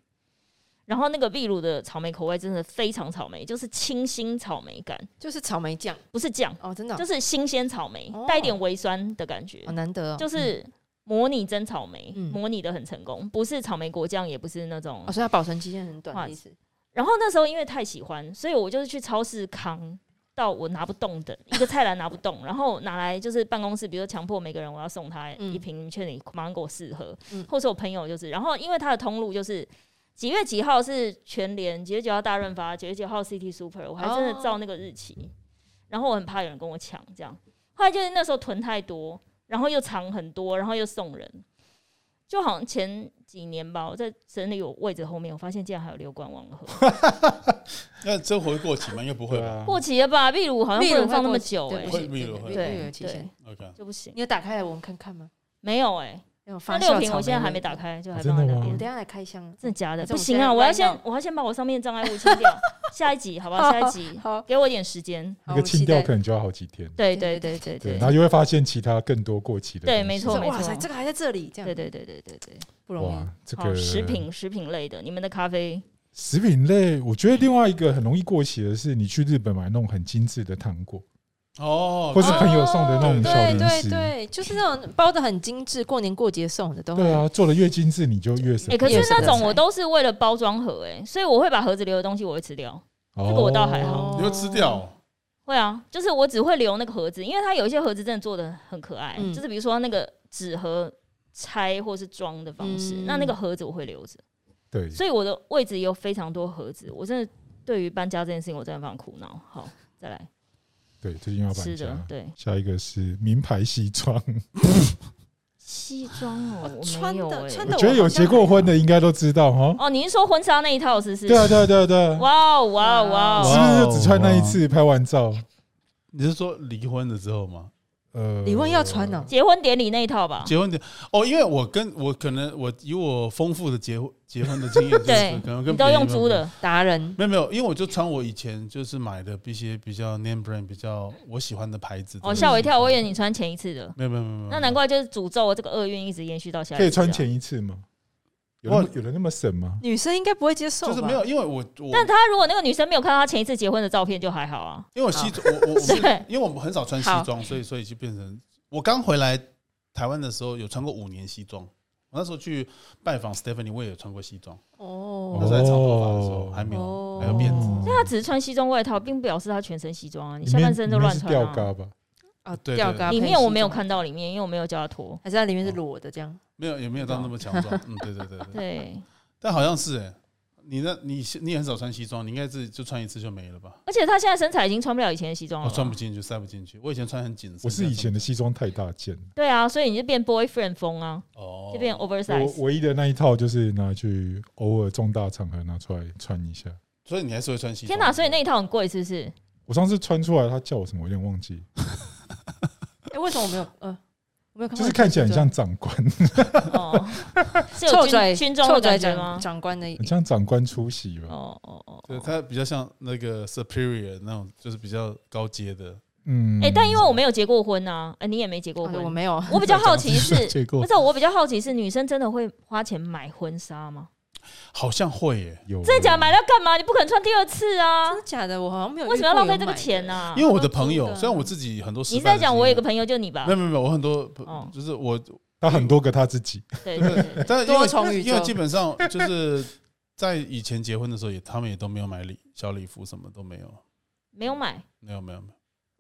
Speaker 3: 然后那个秘鲁的草莓口味真的非常草莓，就是清新草莓感，
Speaker 2: 就是草莓酱
Speaker 3: 不是酱，
Speaker 2: 哦，真的哦
Speaker 3: 就是新鲜草莓
Speaker 2: 哦，
Speaker 3: 带一点微酸的感觉
Speaker 2: 好，难得哦，
Speaker 3: 就是模拟真草莓，
Speaker 2: 嗯
Speaker 3: 模拟的很成功，不是草莓果酱，也不是那种
Speaker 2: 哦，所以它保存期限很短
Speaker 3: 哇
Speaker 2: 的意思。
Speaker 3: 然后那时候因为太喜欢，所以我就是去超市扛到我拿不动的一个菜篮拿不动，然后拿来就是办公室，比如说强迫每个人我要送他
Speaker 2: 嗯
Speaker 3: 一瓶，你确定马上给我试喝，
Speaker 2: 嗯
Speaker 3: 或是我朋友就是，然后因为他的通路就是。几月几号是全联？几月几号大润发？几月几号 City Super？我还真的
Speaker 2: 哦
Speaker 3: 照那个日期，然后我很怕有人跟我抢，这样。后来就是那时候囤太多，然后又藏很多，然后又送人，就好像前几年吧，我在整理我位置后面，我发现竟然还有六罐忘了喝。
Speaker 4: 那这回过期吗？应该不会
Speaker 1: 对
Speaker 4: 吧
Speaker 1: 啊，
Speaker 3: 过期了吧？秘鲁好像
Speaker 2: 秘
Speaker 3: 不
Speaker 2: 鲁
Speaker 3: 能
Speaker 2: 会
Speaker 3: 放那
Speaker 2: 过
Speaker 3: 么
Speaker 2: 期
Speaker 3: 久
Speaker 2: 对
Speaker 3: 哎、
Speaker 2: 不
Speaker 4: 会
Speaker 2: 行
Speaker 4: 秘鲁
Speaker 2: 真的
Speaker 4: 会
Speaker 2: 秘
Speaker 3: 对
Speaker 2: 有期限
Speaker 3: 对。
Speaker 4: ？OK，
Speaker 3: 就不行。
Speaker 2: 你有打开来我们看看吗？
Speaker 3: 没有哎、
Speaker 2: 那种发
Speaker 3: 那
Speaker 2: 酵
Speaker 3: 六瓶
Speaker 2: 草
Speaker 3: 我
Speaker 2: 莓
Speaker 3: 现在还
Speaker 2: 味
Speaker 3: 没打
Speaker 2: 道。
Speaker 3: 开，就还
Speaker 1: 哦真
Speaker 3: 放
Speaker 1: 的
Speaker 3: 在那
Speaker 1: 吗
Speaker 2: 我
Speaker 3: 边。
Speaker 2: 们等一下来开箱。
Speaker 3: 真的假的？
Speaker 2: 还是我
Speaker 3: 不
Speaker 2: 们
Speaker 3: 行
Speaker 2: 现
Speaker 3: 啊！
Speaker 2: 在
Speaker 3: 我要
Speaker 2: right
Speaker 3: 先
Speaker 2: now
Speaker 3: 我要先把我上面的障碍物清掉，下一集好不 好？下一集
Speaker 2: 好，
Speaker 3: 给我一点时间。
Speaker 1: 那
Speaker 2: 好
Speaker 1: 个清掉可
Speaker 2: 可
Speaker 1: 能就要好几天，
Speaker 3: 对对对对
Speaker 1: 对，
Speaker 3: 对
Speaker 1: 然后就会发现其他更多过期的东西，
Speaker 3: 对没错没
Speaker 2: 哇塞，
Speaker 3: 错
Speaker 2: 这个还在这里，这
Speaker 3: 对
Speaker 2: 样
Speaker 3: 对对对对对。
Speaker 2: 不容易
Speaker 1: 哇。，这
Speaker 3: 好，
Speaker 1: 个
Speaker 3: 食品食品类的，你们的咖啡
Speaker 1: 食品类，我觉得另外一个很容易过期的是，你去日本买那种很精致的糖果，
Speaker 4: 哦，
Speaker 1: 或是朋友送的那种小
Speaker 2: 对
Speaker 1: 零
Speaker 3: 哦
Speaker 2: 对
Speaker 1: 食，
Speaker 2: 对，就是那种包的很精致，过年过节送的都会
Speaker 1: 对啊，做的越精致你就越省
Speaker 3: 哎，。可是
Speaker 2: 也是
Speaker 3: 那种
Speaker 2: 菜
Speaker 3: 我都是为了包装盒哎，所以我会把盒子留的东西我会吃掉。
Speaker 1: 这
Speaker 3: 这个我倒还好
Speaker 1: 哦
Speaker 4: 你会吃掉哦
Speaker 3: 会啊，就是我只会留那个盒子，因为它有一些盒子真的做的很可爱，
Speaker 2: 嗯
Speaker 3: 就是比如说那个纸盒拆或是装的方式，
Speaker 2: 嗯
Speaker 3: 那那个盒子我会留着，
Speaker 1: 对，
Speaker 3: 所以我的位置有非常多盒子，我真的对于搬家这件事情我真的非常苦恼。好，再来
Speaker 1: 对，最近要搬
Speaker 3: 吃的
Speaker 1: 家，。
Speaker 3: 对
Speaker 1: 下一个是名牌西装，
Speaker 3: 西装哦，我
Speaker 2: 穿
Speaker 3: 没有
Speaker 2: 的
Speaker 3: 欸
Speaker 2: 穿
Speaker 1: 我
Speaker 2: 的，
Speaker 1: 觉得有结过婚的应该都知道哈。
Speaker 3: 哦，你是说婚纱那一套是不是？
Speaker 1: 对啊，对啊，对啊，对啊，
Speaker 3: 哇哦哇哦哇
Speaker 1: 是
Speaker 3: 哦！
Speaker 1: 不是就只穿那一次拍完照？
Speaker 4: 你是说离婚了之后吗？
Speaker 1: 呃，
Speaker 2: 礼问要穿哦，
Speaker 3: 结婚典礼那一套吧？
Speaker 4: 结婚的哦，因为我跟我可能我以我丰富的结婚结婚的经验，就是
Speaker 3: 对
Speaker 4: 可能，跟
Speaker 3: 你
Speaker 4: 别
Speaker 3: 都
Speaker 4: 人
Speaker 3: 用
Speaker 4: 没有
Speaker 3: 租的，
Speaker 2: 达人
Speaker 4: 没有没有，因为我就穿我以前就是买的一些比较 name brand 比较我喜欢的牌子。
Speaker 3: 哦，吓我一
Speaker 1: 嗯
Speaker 3: 跳，我以为你穿前一次的，
Speaker 4: 没有没有没有没有，
Speaker 3: 那难怪就是诅咒这个厄运一直延续到下一次。
Speaker 1: 可以穿，前一次吗？有那么有人那么省吗？
Speaker 2: 女生应该不会接受吧，
Speaker 4: 就是没有，因为我我
Speaker 3: 但他如果那个女生没有看到他前一次结婚的照片，就还好啊。
Speaker 4: 因为我西装我我我是
Speaker 3: 对
Speaker 4: 因为我们很少穿西装，所以所以就变成我刚回来台湾的时候有穿过五年西装。我那时候去拜访 Stephanie，我也有穿过西装，那时候
Speaker 2: 哦
Speaker 4: 还长头发的时候
Speaker 1: 哦
Speaker 4: 还没有
Speaker 2: 哦
Speaker 4: 还有辫子。
Speaker 3: 那他只是穿西装外套，并不表示他全身西装啊，你
Speaker 1: 里
Speaker 3: 下
Speaker 1: 面
Speaker 3: 半身都
Speaker 1: 里面
Speaker 3: 乱
Speaker 1: 是
Speaker 3: 穿
Speaker 1: 吊
Speaker 3: 啊。
Speaker 1: 嘎吧？
Speaker 2: 啊，
Speaker 4: 对
Speaker 2: 吊
Speaker 4: 对
Speaker 2: 嘎
Speaker 3: 里
Speaker 2: 配
Speaker 3: 面我
Speaker 2: 西
Speaker 3: 没有
Speaker 2: 装，
Speaker 3: 看到里面，因为我没有叫他 脱。
Speaker 2: 还是它里面是裸的这样，
Speaker 4: 没有也没有到那么强壮，嗯，对对对对。
Speaker 3: 啊对，
Speaker 4: 但好像是哎、你那你你也很少穿西装，你应该是就穿一次就没了吧？
Speaker 3: 而且他现在身材已经穿不了以前的西装
Speaker 4: 我
Speaker 3: 了，
Speaker 4: 哦穿不。进去，塞不进去。我以前穿很紧身，
Speaker 1: 我是以前的西装太大件，
Speaker 3: 对啊，所以你就变 boyfriend 风啊，
Speaker 4: 哦，
Speaker 3: 就变
Speaker 1: 我
Speaker 3: oversize。
Speaker 1: 唯一的那一套就是拿去偶尔重大场合拿出来穿一下。
Speaker 4: 所以你还是会穿西装。
Speaker 3: 天哪，所以那一套很贵是不是？
Speaker 1: 我上次穿出来，他叫我什么，我有点忘记，
Speaker 2: 哎，为什么我没有？呃，我没有看到，
Speaker 1: 就是看起来很像长官，
Speaker 3: 哦，是有
Speaker 2: 臭嘴
Speaker 3: 军军装
Speaker 2: 臭
Speaker 3: 的
Speaker 2: 嘴
Speaker 3: 感觉吗
Speaker 2: 长？长官的，
Speaker 1: 很像长官出席吧？
Speaker 3: 哦哦哦
Speaker 4: 对
Speaker 3: 哦。
Speaker 4: 它比较像那个 superior 那种，就是比较高阶的。
Speaker 1: 嗯，
Speaker 3: 哎，但因为我没有结过婚啊，哎，你也没结啊过
Speaker 2: 哦我
Speaker 3: 婚，
Speaker 2: 没有，
Speaker 3: 我比较好奇是，
Speaker 1: 结
Speaker 3: 不
Speaker 1: 果
Speaker 3: 知道我比较好奇是女生真的会花钱买婚纱吗？
Speaker 4: 好像会欸耶、
Speaker 1: 有
Speaker 3: 真的假的买了要干嘛？你不可能穿第二次啊
Speaker 2: 真！的假的？我好像没有遇过有
Speaker 3: 为什
Speaker 2: 买的，
Speaker 3: 么要浪费这个钱呢、
Speaker 4: 因为我的朋友
Speaker 2: 真，的
Speaker 4: 虽然我自己很多失败
Speaker 3: 你是在讲我有一个
Speaker 4: 的
Speaker 3: 朋友就你吧
Speaker 4: 经验，没？有没有没有，我很多
Speaker 3: 哦
Speaker 4: 就是我，
Speaker 1: 他很多个他自己，
Speaker 3: 对对对对，
Speaker 4: 但因为
Speaker 2: 多重宇宙
Speaker 4: 因为基本上就是在以前结婚的时候也，他们也都没有买礼小礼服，什么都没有，
Speaker 3: 没有买。
Speaker 4: 没有没有没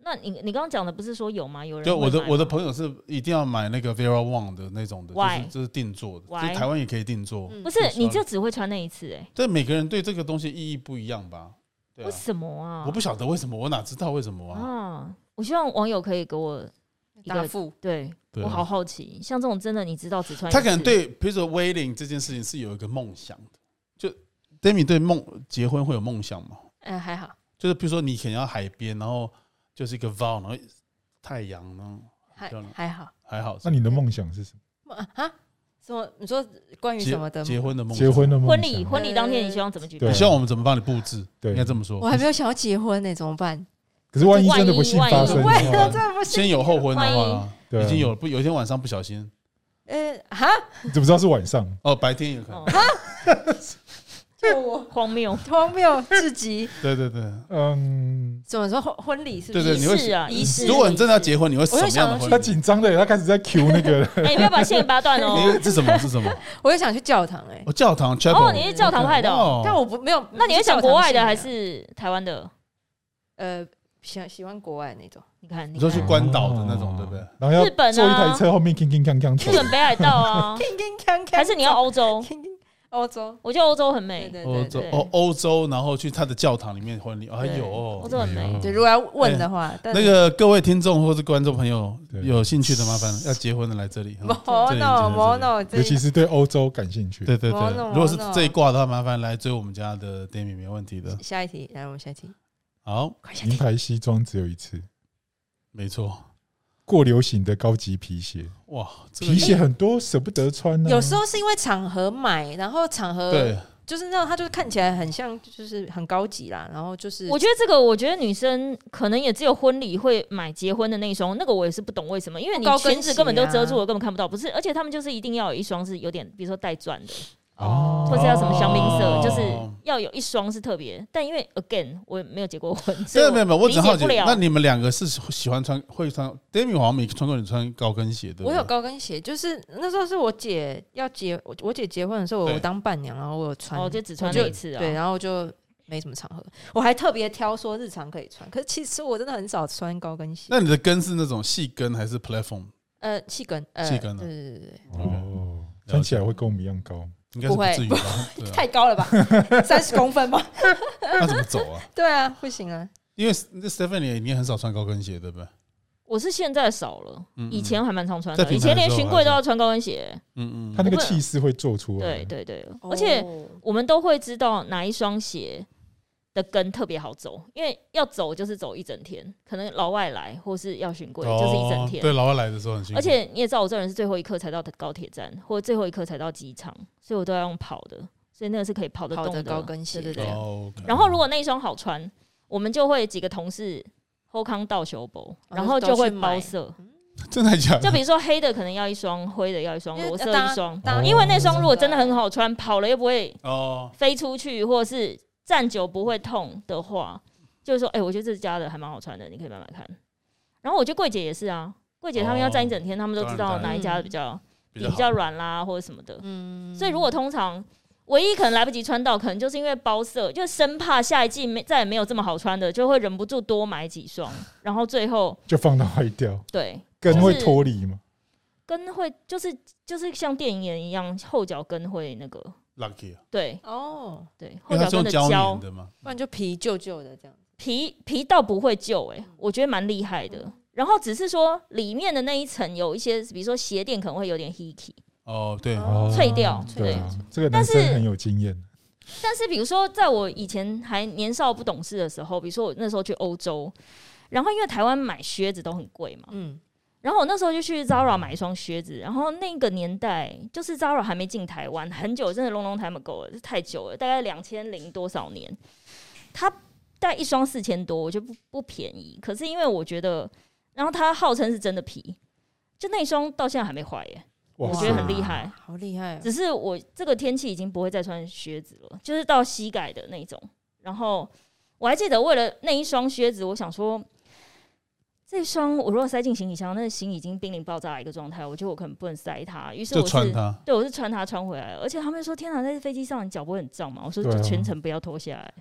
Speaker 3: 那你你刚刚讲的不是说有吗？有
Speaker 4: 有。
Speaker 3: 人
Speaker 4: 就我的我的
Speaker 3: 友
Speaker 4: 朋友是一定要买那个 Vera Wang 的那种的，就
Speaker 3: Why？
Speaker 4: 是就是定做的，就
Speaker 3: Why？
Speaker 4: 是台湾也可以定做。
Speaker 2: 嗯
Speaker 3: 不是你就只会穿那一次哎、
Speaker 4: 但每个人对这个东西意义不一样吧？对啊
Speaker 3: 为，什么啊？
Speaker 4: 我不晓得为什么，我哪知道为什么啊？
Speaker 3: 啊！我希望网友可以给我一
Speaker 2: 答
Speaker 3: 个
Speaker 2: 复，
Speaker 3: 对
Speaker 4: 对
Speaker 3: 我
Speaker 4: 啊
Speaker 3: 好好奇，像这种真的你知道只穿一次
Speaker 4: 他可能对，比如说 waiting 这件事情是有一个梦想的。就 Demi 对梦结婚会有梦想吗？
Speaker 2: 嗯，还好，
Speaker 4: 就是比如说你可能要海边，然后就是一个 vow，然后太阳呢
Speaker 2: 还
Speaker 4: 漂亮
Speaker 2: 还好。
Speaker 4: 还好。
Speaker 1: 那你的梦想是什么？
Speaker 2: 啊哈？什么？你说关于
Speaker 4: 结
Speaker 2: 什么的？
Speaker 4: 结婚的梦想，
Speaker 1: 结婚的梦想
Speaker 3: 婚礼婚礼当天你希望怎么举
Speaker 1: 对
Speaker 3: 办
Speaker 4: 你？希望我们怎么帮你布置？
Speaker 1: 对
Speaker 4: 应该这么说
Speaker 2: 我。还没有想要结婚呢、怎么办？
Speaker 1: 可是万一真的不幸
Speaker 3: 万一
Speaker 1: 发生的
Speaker 3: 万
Speaker 2: 为了
Speaker 1: 话，
Speaker 2: 这 不行，
Speaker 4: 先有后婚的话，
Speaker 1: 对啊
Speaker 4: 已经有了不有一天晚上不小心
Speaker 2: 呃，哈，
Speaker 1: 你怎么知道是晚上？
Speaker 4: 哦，白天有可能
Speaker 3: 哦。
Speaker 2: 就我
Speaker 3: 荒谬，
Speaker 2: 荒谬至极。
Speaker 4: 对对对
Speaker 1: 嗯，
Speaker 2: 怎么说婚婚礼是不
Speaker 4: 对
Speaker 2: 是？
Speaker 4: 对，
Speaker 3: 仪
Speaker 4: 你会
Speaker 3: 式啊
Speaker 2: 仪式
Speaker 4: 如果你真的要结婚，你会什
Speaker 2: 我就
Speaker 4: 么样的
Speaker 2: 想
Speaker 4: 婚
Speaker 1: 他
Speaker 4: 礼？
Speaker 1: 紧张的，他开始在 Q 那 个，
Speaker 3: 哎、你不要把线拔断 哦！
Speaker 4: 你是什么？是什么？
Speaker 2: 我也想去教堂哎、
Speaker 4: 哦，教堂 chapel。
Speaker 3: 哦，你是教堂派的、哦，
Speaker 2: 但
Speaker 4: 哦，
Speaker 2: 我不没有。
Speaker 3: 那你会
Speaker 2: 不是
Speaker 3: 想
Speaker 2: 教堂
Speaker 3: 国外的
Speaker 2: 信
Speaker 3: 还
Speaker 2: 仰
Speaker 3: 是台湾的？
Speaker 2: 呃喜喜欢国外那种？
Speaker 3: 你看，
Speaker 4: 你
Speaker 3: 你
Speaker 4: 说
Speaker 3: 看
Speaker 4: 去关岛的那种，对不对？？
Speaker 1: 然后要
Speaker 3: 日本啊
Speaker 1: 坐一台车，后面铿铿锵锵走。
Speaker 3: 日本北海道 啊，
Speaker 2: 听听看 看，
Speaker 3: 还是你 要欧洲？
Speaker 2: 听听欧洲？
Speaker 3: 我觉得欧洲很美
Speaker 2: 对，对
Speaker 4: 欧
Speaker 2: 对
Speaker 4: 洲
Speaker 2: 对
Speaker 4: 哦，欧洲，然后去他的教堂里面婚礼，哎
Speaker 3: 对
Speaker 4: 呦
Speaker 3: 欧，洲很美。
Speaker 1: 哎
Speaker 2: 对，如果要问的话，但
Speaker 4: 哎那个各位听众或是观众朋友
Speaker 1: 对
Speaker 4: 有兴趣的，麻烦要结婚的来这里。哈
Speaker 2: mono mono，
Speaker 1: 尤其是对欧洲感兴趣。
Speaker 4: 对对
Speaker 2: 哦
Speaker 4: 对，
Speaker 2: 那我
Speaker 4: 如果是
Speaker 2: 那我
Speaker 4: 这一挂的话，麻烦来追我们家的 Demi 没问题的。
Speaker 2: 下一题，来我们下一题，
Speaker 4: 好，
Speaker 2: 快下一
Speaker 1: 名
Speaker 2: 题。
Speaker 1: 牌西装只有一次，
Speaker 4: 没错，
Speaker 1: 过流行的高级皮鞋，
Speaker 4: 哇，这个
Speaker 1: 皮鞋很多舍不得穿啊呢。
Speaker 2: 有时候是因为场合买，然后场合
Speaker 4: 对，
Speaker 2: 就是那种，它就是看起来很像，就是很高级啦。然后就是
Speaker 3: 我觉得这个，我觉得女生可能也只有婚礼会买结婚的那一双，那个我也是不懂为什么，因为你
Speaker 2: 高跟
Speaker 3: 裙子根本都遮住
Speaker 2: 鞋啊
Speaker 3: 了，根本看不到。不是，而且他们就是一定要有一双是有点，比如说带钻的，
Speaker 1: 哦
Speaker 3: 或是要什么香槟色
Speaker 4: 哦，
Speaker 3: 就是要有一双是特别。但因为 again 我也没有结过婚，所
Speaker 4: 这
Speaker 3: 以
Speaker 4: 个没有没有，我
Speaker 3: 理
Speaker 4: 只好
Speaker 3: 解
Speaker 4: 奇
Speaker 3: 不，了。
Speaker 4: 那你们两个是喜欢穿会穿 Demi 好像没穿过你穿高跟鞋的，
Speaker 2: 我有高跟鞋，就是那时候是我姐要结我我姐结婚的时候，
Speaker 4: 对
Speaker 2: 我当伴娘，然后我有穿，
Speaker 3: 哦，就只穿
Speaker 2: 我
Speaker 3: 那一次啊。
Speaker 2: 对，然后就没什么场合，我还特别挑说日常可以穿，可是其实我真的很少穿高跟鞋，
Speaker 4: 那你的跟是那种细跟还是 platform？
Speaker 2: 呃，细跟，呃，
Speaker 4: 细跟啊
Speaker 2: 对对对
Speaker 1: 哦，穿起来会跟我们一样高。
Speaker 4: 应该是
Speaker 2: 不
Speaker 4: 不
Speaker 2: 会
Speaker 4: 至 于吧？对
Speaker 2: 对，
Speaker 4: 啊
Speaker 2: 太高 了吧，三十公分吗？
Speaker 4: 那怎么走啊？
Speaker 2: 对啊，不行啊，
Speaker 4: 因为那 Stephanie 你也很少穿高跟鞋，对不对？
Speaker 3: 我是现在少了
Speaker 4: 嗯，
Speaker 3: 以前还蛮常穿
Speaker 4: 在
Speaker 3: 的，
Speaker 4: 品
Speaker 3: 以
Speaker 4: 牌的
Speaker 3: 前
Speaker 4: 时候
Speaker 3: 连巡柜都要穿高跟鞋。
Speaker 4: 嗯嗯，
Speaker 1: 他那个
Speaker 4: 啊
Speaker 1: 气势会做出来。
Speaker 3: 哦对
Speaker 2: 哦
Speaker 3: 对对，而且我们都会知道哪一双鞋的根特别好走，因为要走就是走一整天，可能老外来或是要巡柜、就是一整
Speaker 4: 哦
Speaker 3: 天。
Speaker 4: 对，老外来的时候很辛苦，哦
Speaker 3: 而且你也知道，我这人是最后一刻才到高铁站，或者最后一刻才到机场，所以我都要用跑的，所以那个是可以跑得动
Speaker 2: 跑
Speaker 3: 的
Speaker 2: 的高跟鞋
Speaker 3: 对对对。
Speaker 4: 哦，OK
Speaker 3: 然后如果那一双好穿，我们就会几个同事后康到修补，然后
Speaker 2: 都
Speaker 3: 就
Speaker 2: 哦去
Speaker 3: 会
Speaker 2: 买
Speaker 3: 包色。
Speaker 4: 真的假
Speaker 3: 就
Speaker 4: 的？
Speaker 3: 比如说黑的可能要一双，灰的要一双，
Speaker 2: 因为
Speaker 3: 裸色
Speaker 2: 大
Speaker 3: 一
Speaker 2: 家
Speaker 3: 双。
Speaker 2: 当
Speaker 3: 因为那双如果
Speaker 2: 哦
Speaker 3: 真的很好穿，跑了又不会
Speaker 4: 哦，
Speaker 3: 飞出去，或者是站久不会痛的话，就是说，哎、我觉得这家的还蛮好穿的，你可以买买看。然后我觉得柜姐也是啊，柜姐他们要站一整天，他们都知
Speaker 4: 哦当
Speaker 3: 道
Speaker 4: 然嗯
Speaker 3: 哪一家比较
Speaker 4: 比
Speaker 3: 比
Speaker 4: 较
Speaker 3: 较
Speaker 4: 好
Speaker 3: 软啦，或者什么的。
Speaker 2: 嗯，
Speaker 3: 所以如果通常唯一可能来不及穿到，可能就是因为包色，就生怕下一季没再也没有这么好穿的，就会忍不住多买几双，然后最后
Speaker 1: 就放到坏掉，
Speaker 3: 对
Speaker 1: 根会
Speaker 3: 就是
Speaker 1: 脱离嘛？
Speaker 3: 跟会就是就是像电影演一样，后脚跟会那个
Speaker 4: lucky，啊
Speaker 3: 对
Speaker 2: 哦，
Speaker 3: 对后
Speaker 4: 因为它是
Speaker 3: 脚跟
Speaker 4: 用
Speaker 3: 的
Speaker 4: 胶
Speaker 3: 胶
Speaker 4: 粘的嘛，
Speaker 2: 不然就皮旧旧的这样。
Speaker 3: 皮皮倒不会旧，哎，我觉得蛮厉害的。然后只是说里面的那一层有一些，比如说鞋垫可能会有点 hicky，
Speaker 4: 哦，对，
Speaker 1: 哦
Speaker 3: 脆掉
Speaker 1: 对啊，这个男
Speaker 3: 但
Speaker 1: 生
Speaker 3: 是
Speaker 1: 很有经验，
Speaker 3: 但是比如说在我以前还年少不懂事的时候，比如说我那时候去欧洲，然后因为台湾买靴子都很贵嘛，
Speaker 2: 嗯，
Speaker 3: 然后我那时候就去 Zara 买一双靴子，然后那个年代就是 Zara 还没进台湾，很久，真的 long long time ago 了，这太久了，大概两千零多少年，它大概一双四千多，我觉得不不便宜。可是因为我觉得，然后它号称是真的皮，就那一双到现在还没坏耶，
Speaker 1: 哇
Speaker 3: 我
Speaker 1: 塞，
Speaker 3: 觉得很厉害。
Speaker 2: 好厉害哦，
Speaker 3: 只是我这个天气已经不会再穿靴子了，就是到膝盖的那种。然后我还记得，为了那一双靴子，我想说，这双我如果塞进行李箱，那行李已经濒临爆炸的一个状态，我觉得我可能不能塞它，于是
Speaker 4: 就
Speaker 3: 我
Speaker 4: 穿
Speaker 3: 是。
Speaker 4: 它。
Speaker 3: 对，我是穿它穿回来了，而且他们说：“天哪，在飞机上你脚不会很胀吗？”我说：“
Speaker 1: 对啊
Speaker 3: 就全程不要脱下来。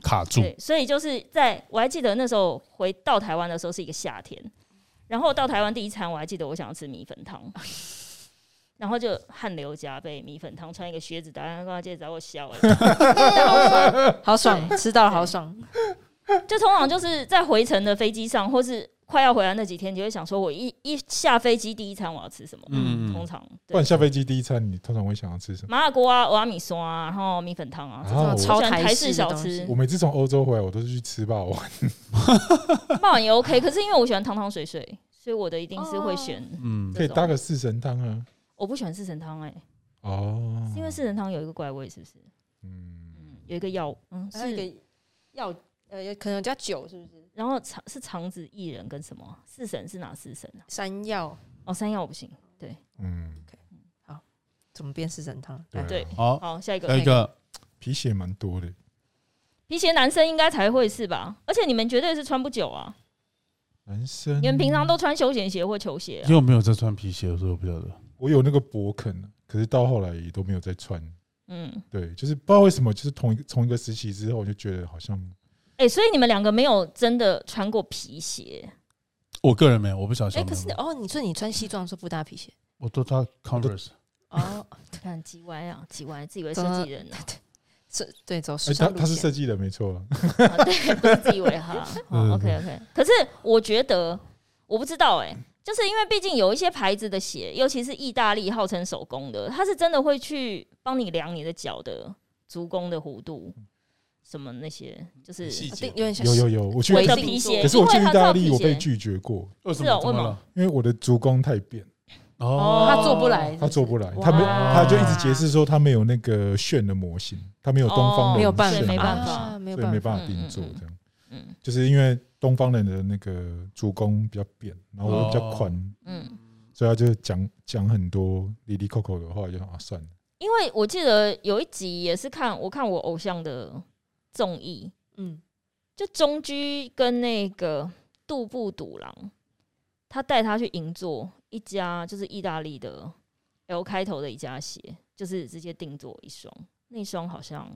Speaker 4: 卡住，
Speaker 3: 对，所以就是在我还记得那时候回到台湾的时候是一个夏天，然后到台湾第一餐我还记得我想要吃米粉汤，然后就汗流浃背，米粉汤穿一个靴子，打算跟他姐找我笑欸，
Speaker 2: 好爽，吃到了好爽。
Speaker 3: 就通常就是在回程的飞机上，或是快要回来那几天，你就会想说我一一下飞机第一餐我要吃什么？
Speaker 4: 嗯
Speaker 3: 嗯，通常
Speaker 1: 不然
Speaker 3: 对。
Speaker 1: 下飞机第一餐你通常会想要吃什么？
Speaker 3: 麻辣锅啊，蚵仔米酸啊，然后米粉汤啊，这
Speaker 1: 啊
Speaker 3: 种
Speaker 1: 我
Speaker 3: 我喜
Speaker 2: 超
Speaker 3: 欢
Speaker 2: 台
Speaker 3: 台
Speaker 2: 式
Speaker 3: 式
Speaker 2: 的
Speaker 3: 小
Speaker 2: 东
Speaker 3: 吃
Speaker 2: 西，
Speaker 1: 我每次从欧洲回来，我都是去吃霸王，
Speaker 3: 饭碗也 OK。可是因为我喜欢汤汤水水，所以我的一定是
Speaker 2: 哦
Speaker 3: 会选。
Speaker 4: 嗯，
Speaker 1: 可以
Speaker 3: 这种
Speaker 1: 搭个四神汤啊。
Speaker 3: 我不喜欢四神汤，哎，
Speaker 1: 哦，
Speaker 3: 是因为四神汤有一个怪味，是不是？
Speaker 1: 嗯，
Speaker 3: 有一个药，嗯，
Speaker 2: 还有一
Speaker 3: 是，
Speaker 2: 个药，呃，可能加酒是不是？
Speaker 3: 然后肠是肠子薏仁跟什么啊四神是哪四神啊？
Speaker 2: 山药
Speaker 3: 哦，山药我不行。
Speaker 1: 嗯，
Speaker 2: 怎么变四神汤？
Speaker 1: 对啊
Speaker 3: 对
Speaker 4: 好，
Speaker 3: 好，下一个
Speaker 4: 还有一个
Speaker 1: 皮鞋蛮多的，
Speaker 3: 皮鞋，男生应该才会是吧？而且你们绝对是穿不久啊，
Speaker 1: 男生
Speaker 3: 你们平常都穿休闲鞋或球鞋啊
Speaker 4: 因为我没有在穿皮鞋，所以我不晓得。
Speaker 1: 我有那个勃肯，可是到后来也都没有再穿。
Speaker 3: 嗯，
Speaker 1: 对，就是不知道为什么，就是同一个从一个时期之后，我就觉得好像
Speaker 3: 哎、所以你们两个没有真的穿过皮鞋，
Speaker 4: 我个人没有，我不晓得。
Speaker 2: 哎，可是哦，你说你穿西装说不搭皮鞋
Speaker 4: 我都穿 Converse，
Speaker 2: 哦，
Speaker 3: 你看几歪啊，几歪，自以为设计人啊呢、
Speaker 2: 是，对，走
Speaker 1: 哎、
Speaker 2: 时
Speaker 1: 他
Speaker 2: 尚路
Speaker 1: 他是设
Speaker 2: 线。
Speaker 1: 计的没错啊，
Speaker 3: 啊，对， 不是自以 为哈。
Speaker 4: 嗯
Speaker 3: 哦 OK OK，可是我觉得我不知道哎、就是因为毕竟有一些牌子的鞋，尤其是意大利号称手工的，它是真的会去帮你量你的脚的足弓的弧度，什么那些就是呃
Speaker 4: 细
Speaker 2: 啊
Speaker 4: 节
Speaker 2: 对，有点像
Speaker 1: 有有有，我去，
Speaker 2: 围
Speaker 3: 的
Speaker 1: 可
Speaker 2: 巾
Speaker 3: 皮鞋，
Speaker 1: 是我去
Speaker 3: 因为
Speaker 1: 意
Speaker 3: 它
Speaker 1: 大
Speaker 3: 靠
Speaker 1: 利，
Speaker 3: 皮
Speaker 1: 我被
Speaker 3: 鞋。
Speaker 1: 拒绝过，
Speaker 4: 为什
Speaker 3: 是
Speaker 4: 么？
Speaker 3: 哦
Speaker 4: 怎
Speaker 3: 为
Speaker 4: 么
Speaker 3: 什
Speaker 4: 了？
Speaker 1: 因为我的足弓太扁，
Speaker 4: 哦，
Speaker 2: 他做不来，
Speaker 1: 他做不来，
Speaker 2: 哇
Speaker 1: 他没，他就一直解
Speaker 2: 哇
Speaker 1: 释说他没有那个炫的模型，他没有东方
Speaker 3: 哦
Speaker 1: 人，
Speaker 2: 没有办
Speaker 3: 所
Speaker 2: 法，
Speaker 3: 以没办法
Speaker 2: 啊没有
Speaker 1: 所以没
Speaker 2: 办法。
Speaker 1: 办法
Speaker 3: 嗯
Speaker 1: 定
Speaker 3: 嗯
Speaker 1: 做
Speaker 3: 嗯
Speaker 1: 这样。
Speaker 3: 嗯
Speaker 1: 就是因为东方人的那个足弓比较扁，然后我比较
Speaker 4: 哦
Speaker 1: 宽，
Speaker 3: 嗯，
Speaker 1: 所以他就讲讲很多里里扣扣的话，就想啊算了。
Speaker 3: 因为我记得有一集也是看我看我偶像的综艺，
Speaker 2: 嗯，
Speaker 3: 就中居跟那个杜布笃郎，他带他去银座一家就是意大利的 L 开头的一家鞋，就是直接定做一双，那双好像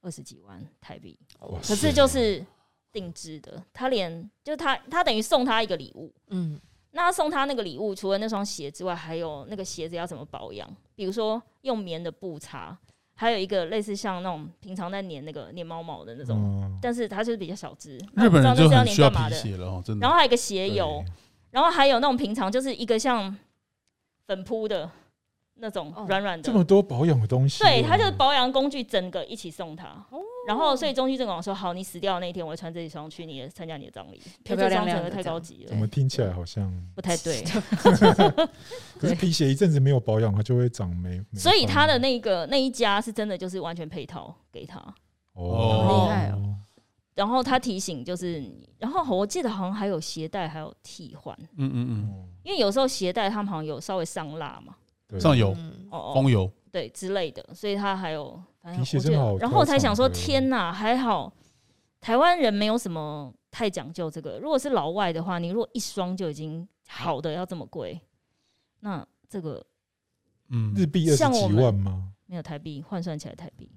Speaker 3: 二十几万台币，
Speaker 1: 哇
Speaker 3: 可是就是定制的，他连就他他等于送他一个礼物，
Speaker 2: 嗯，
Speaker 3: 那他送他那个礼物，除了那双鞋之外，还有那个鞋子要怎么保养，比如说用棉的布擦，还有一个类似像那种平常在粘那个粘毛毛的那种。
Speaker 1: 嗯，
Speaker 3: 但是它就是比较小只，
Speaker 4: 日本人就很
Speaker 3: 你
Speaker 4: 需
Speaker 3: 知道
Speaker 4: 要
Speaker 3: 那是要
Speaker 4: 皮
Speaker 3: 粘干嘛的。
Speaker 4: 鞋了哦，真的
Speaker 3: 然。后还有一个鞋油，
Speaker 1: 对
Speaker 3: 然后还有那种平常就是一个像粉扑的那种
Speaker 2: 哦
Speaker 3: 软软的，
Speaker 1: 这么多保养的东西，
Speaker 4: 啊
Speaker 2: 嗯
Speaker 3: 对，它就是保养工具整个一起送他。然后所以中西正广说好，你死掉的那一天，我会穿这一双去你的参加你的葬礼，
Speaker 2: 漂漂亮亮
Speaker 3: 因为这双整
Speaker 2: 的
Speaker 3: 个太
Speaker 2: 这样
Speaker 3: 高级
Speaker 1: 怎
Speaker 3: 了，
Speaker 1: 么听起来好像？
Speaker 3: 不太 对。
Speaker 1: 可是皮鞋一阵子没有保养，它就会长霉。霉
Speaker 3: 所以
Speaker 1: 斑
Speaker 3: 他的那个那一家是真的就是完全配套给他，
Speaker 1: 哦，
Speaker 2: 好厉害哦
Speaker 3: 然后他提醒就是你，然后我记得好像还有鞋带还有替换，
Speaker 4: 嗯嗯
Speaker 1: 哦，
Speaker 3: 因为有时候鞋带他们好像有稍微上蜡嘛，
Speaker 1: 对
Speaker 4: 嗯，上游
Speaker 2: 嗯
Speaker 3: 哦哦，
Speaker 4: 风油，
Speaker 3: 对之类的，所以他还有反正
Speaker 1: 皮鞋
Speaker 3: 我记
Speaker 1: 真的
Speaker 3: 得
Speaker 1: 好
Speaker 3: 然后我才
Speaker 1: 高
Speaker 3: 想说，
Speaker 1: 尚的
Speaker 3: 天哪，还好台湾人没有什么太讲究这个，如果是老外的话，你如果一双就已经好的要这么贵，那这个
Speaker 4: 嗯，
Speaker 1: 日币二十
Speaker 3: 像
Speaker 1: 几
Speaker 3: 我们
Speaker 1: 万吗？
Speaker 3: 没有台币换算起来台币，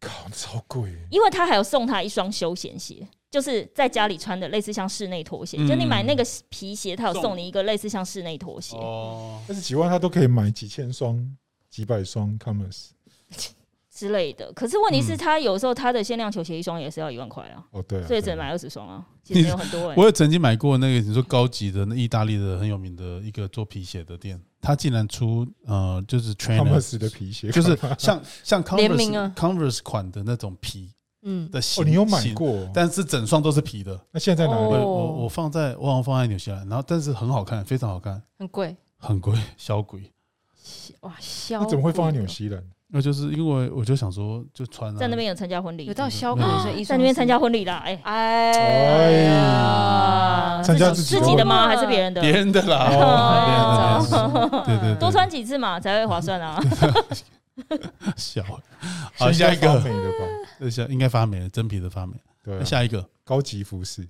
Speaker 1: 靠，超贵耶！
Speaker 3: 因为他还有送他一双休闲鞋，就是在家里穿的类似像室内拖鞋，
Speaker 4: 嗯
Speaker 3: 就你买那个皮鞋，他有
Speaker 4: 送
Speaker 3: 送你一个类似像室内拖鞋。
Speaker 4: 哦，
Speaker 1: 二十几万他都可以买几千双、几百双 Converse。
Speaker 3: 之类的，可是问题是，
Speaker 4: 嗯
Speaker 3: 他有时候他的限量球鞋一双也是要一万块啊，
Speaker 1: 哦，对啊，
Speaker 3: 所以只
Speaker 1: 对啊
Speaker 3: 能买二十双啊，其实没有 很多哎、
Speaker 4: 我也曾经买过那个你说高级的那意大利的很有名的一个做皮鞋的店，他竟然出呃就是 trainer，
Speaker 1: Converse 的皮鞋，
Speaker 4: 就是像像
Speaker 2: 联名
Speaker 4: Converse
Speaker 2: 啊
Speaker 4: Converse 款的那种皮
Speaker 2: 嗯，
Speaker 4: 的
Speaker 1: 哦，
Speaker 4: 型，
Speaker 1: 你有买
Speaker 4: 型？
Speaker 1: 过？
Speaker 4: 但是整双都是皮的，
Speaker 1: 那现在在哪
Speaker 4: 我
Speaker 1: 里？
Speaker 2: 哦
Speaker 4: 我我放在我好像放在纽西兰，然后但是很好看，非常好看，
Speaker 2: 很贵，
Speaker 4: 很贵，小鬼。
Speaker 2: 哇，销
Speaker 1: 那怎么会放在
Speaker 2: 鬼
Speaker 1: 纽
Speaker 2: 哦？
Speaker 1: 西兰？
Speaker 4: 那就是因为我就想说就穿、啊、
Speaker 3: 在那边有参加婚礼，
Speaker 2: 有到销
Speaker 4: 那
Speaker 2: 鬼
Speaker 4: 个，
Speaker 2: 所以一
Speaker 3: 在
Speaker 2: 双
Speaker 3: 那边
Speaker 2: 是
Speaker 3: 参加，婚礼啦，哎、
Speaker 2: 哎
Speaker 1: 呀
Speaker 2: 啊
Speaker 1: 参加自
Speaker 3: 自
Speaker 1: 己
Speaker 3: 己
Speaker 1: 的
Speaker 3: 的吗？还是别人的？
Speaker 4: 别人的啦，哎
Speaker 1: 哦
Speaker 4: 别人的别人的对对对
Speaker 3: 多穿几次嘛，才会划算啊！
Speaker 4: 小。好，
Speaker 1: 现
Speaker 4: 下
Speaker 1: 在
Speaker 4: 一
Speaker 1: 发
Speaker 4: 个，
Speaker 1: 霉了吧？
Speaker 4: 那下应该发霉了，真皮的发霉。
Speaker 1: 对
Speaker 4: 那
Speaker 1: 啊，
Speaker 4: 下一个，
Speaker 1: 高级服饰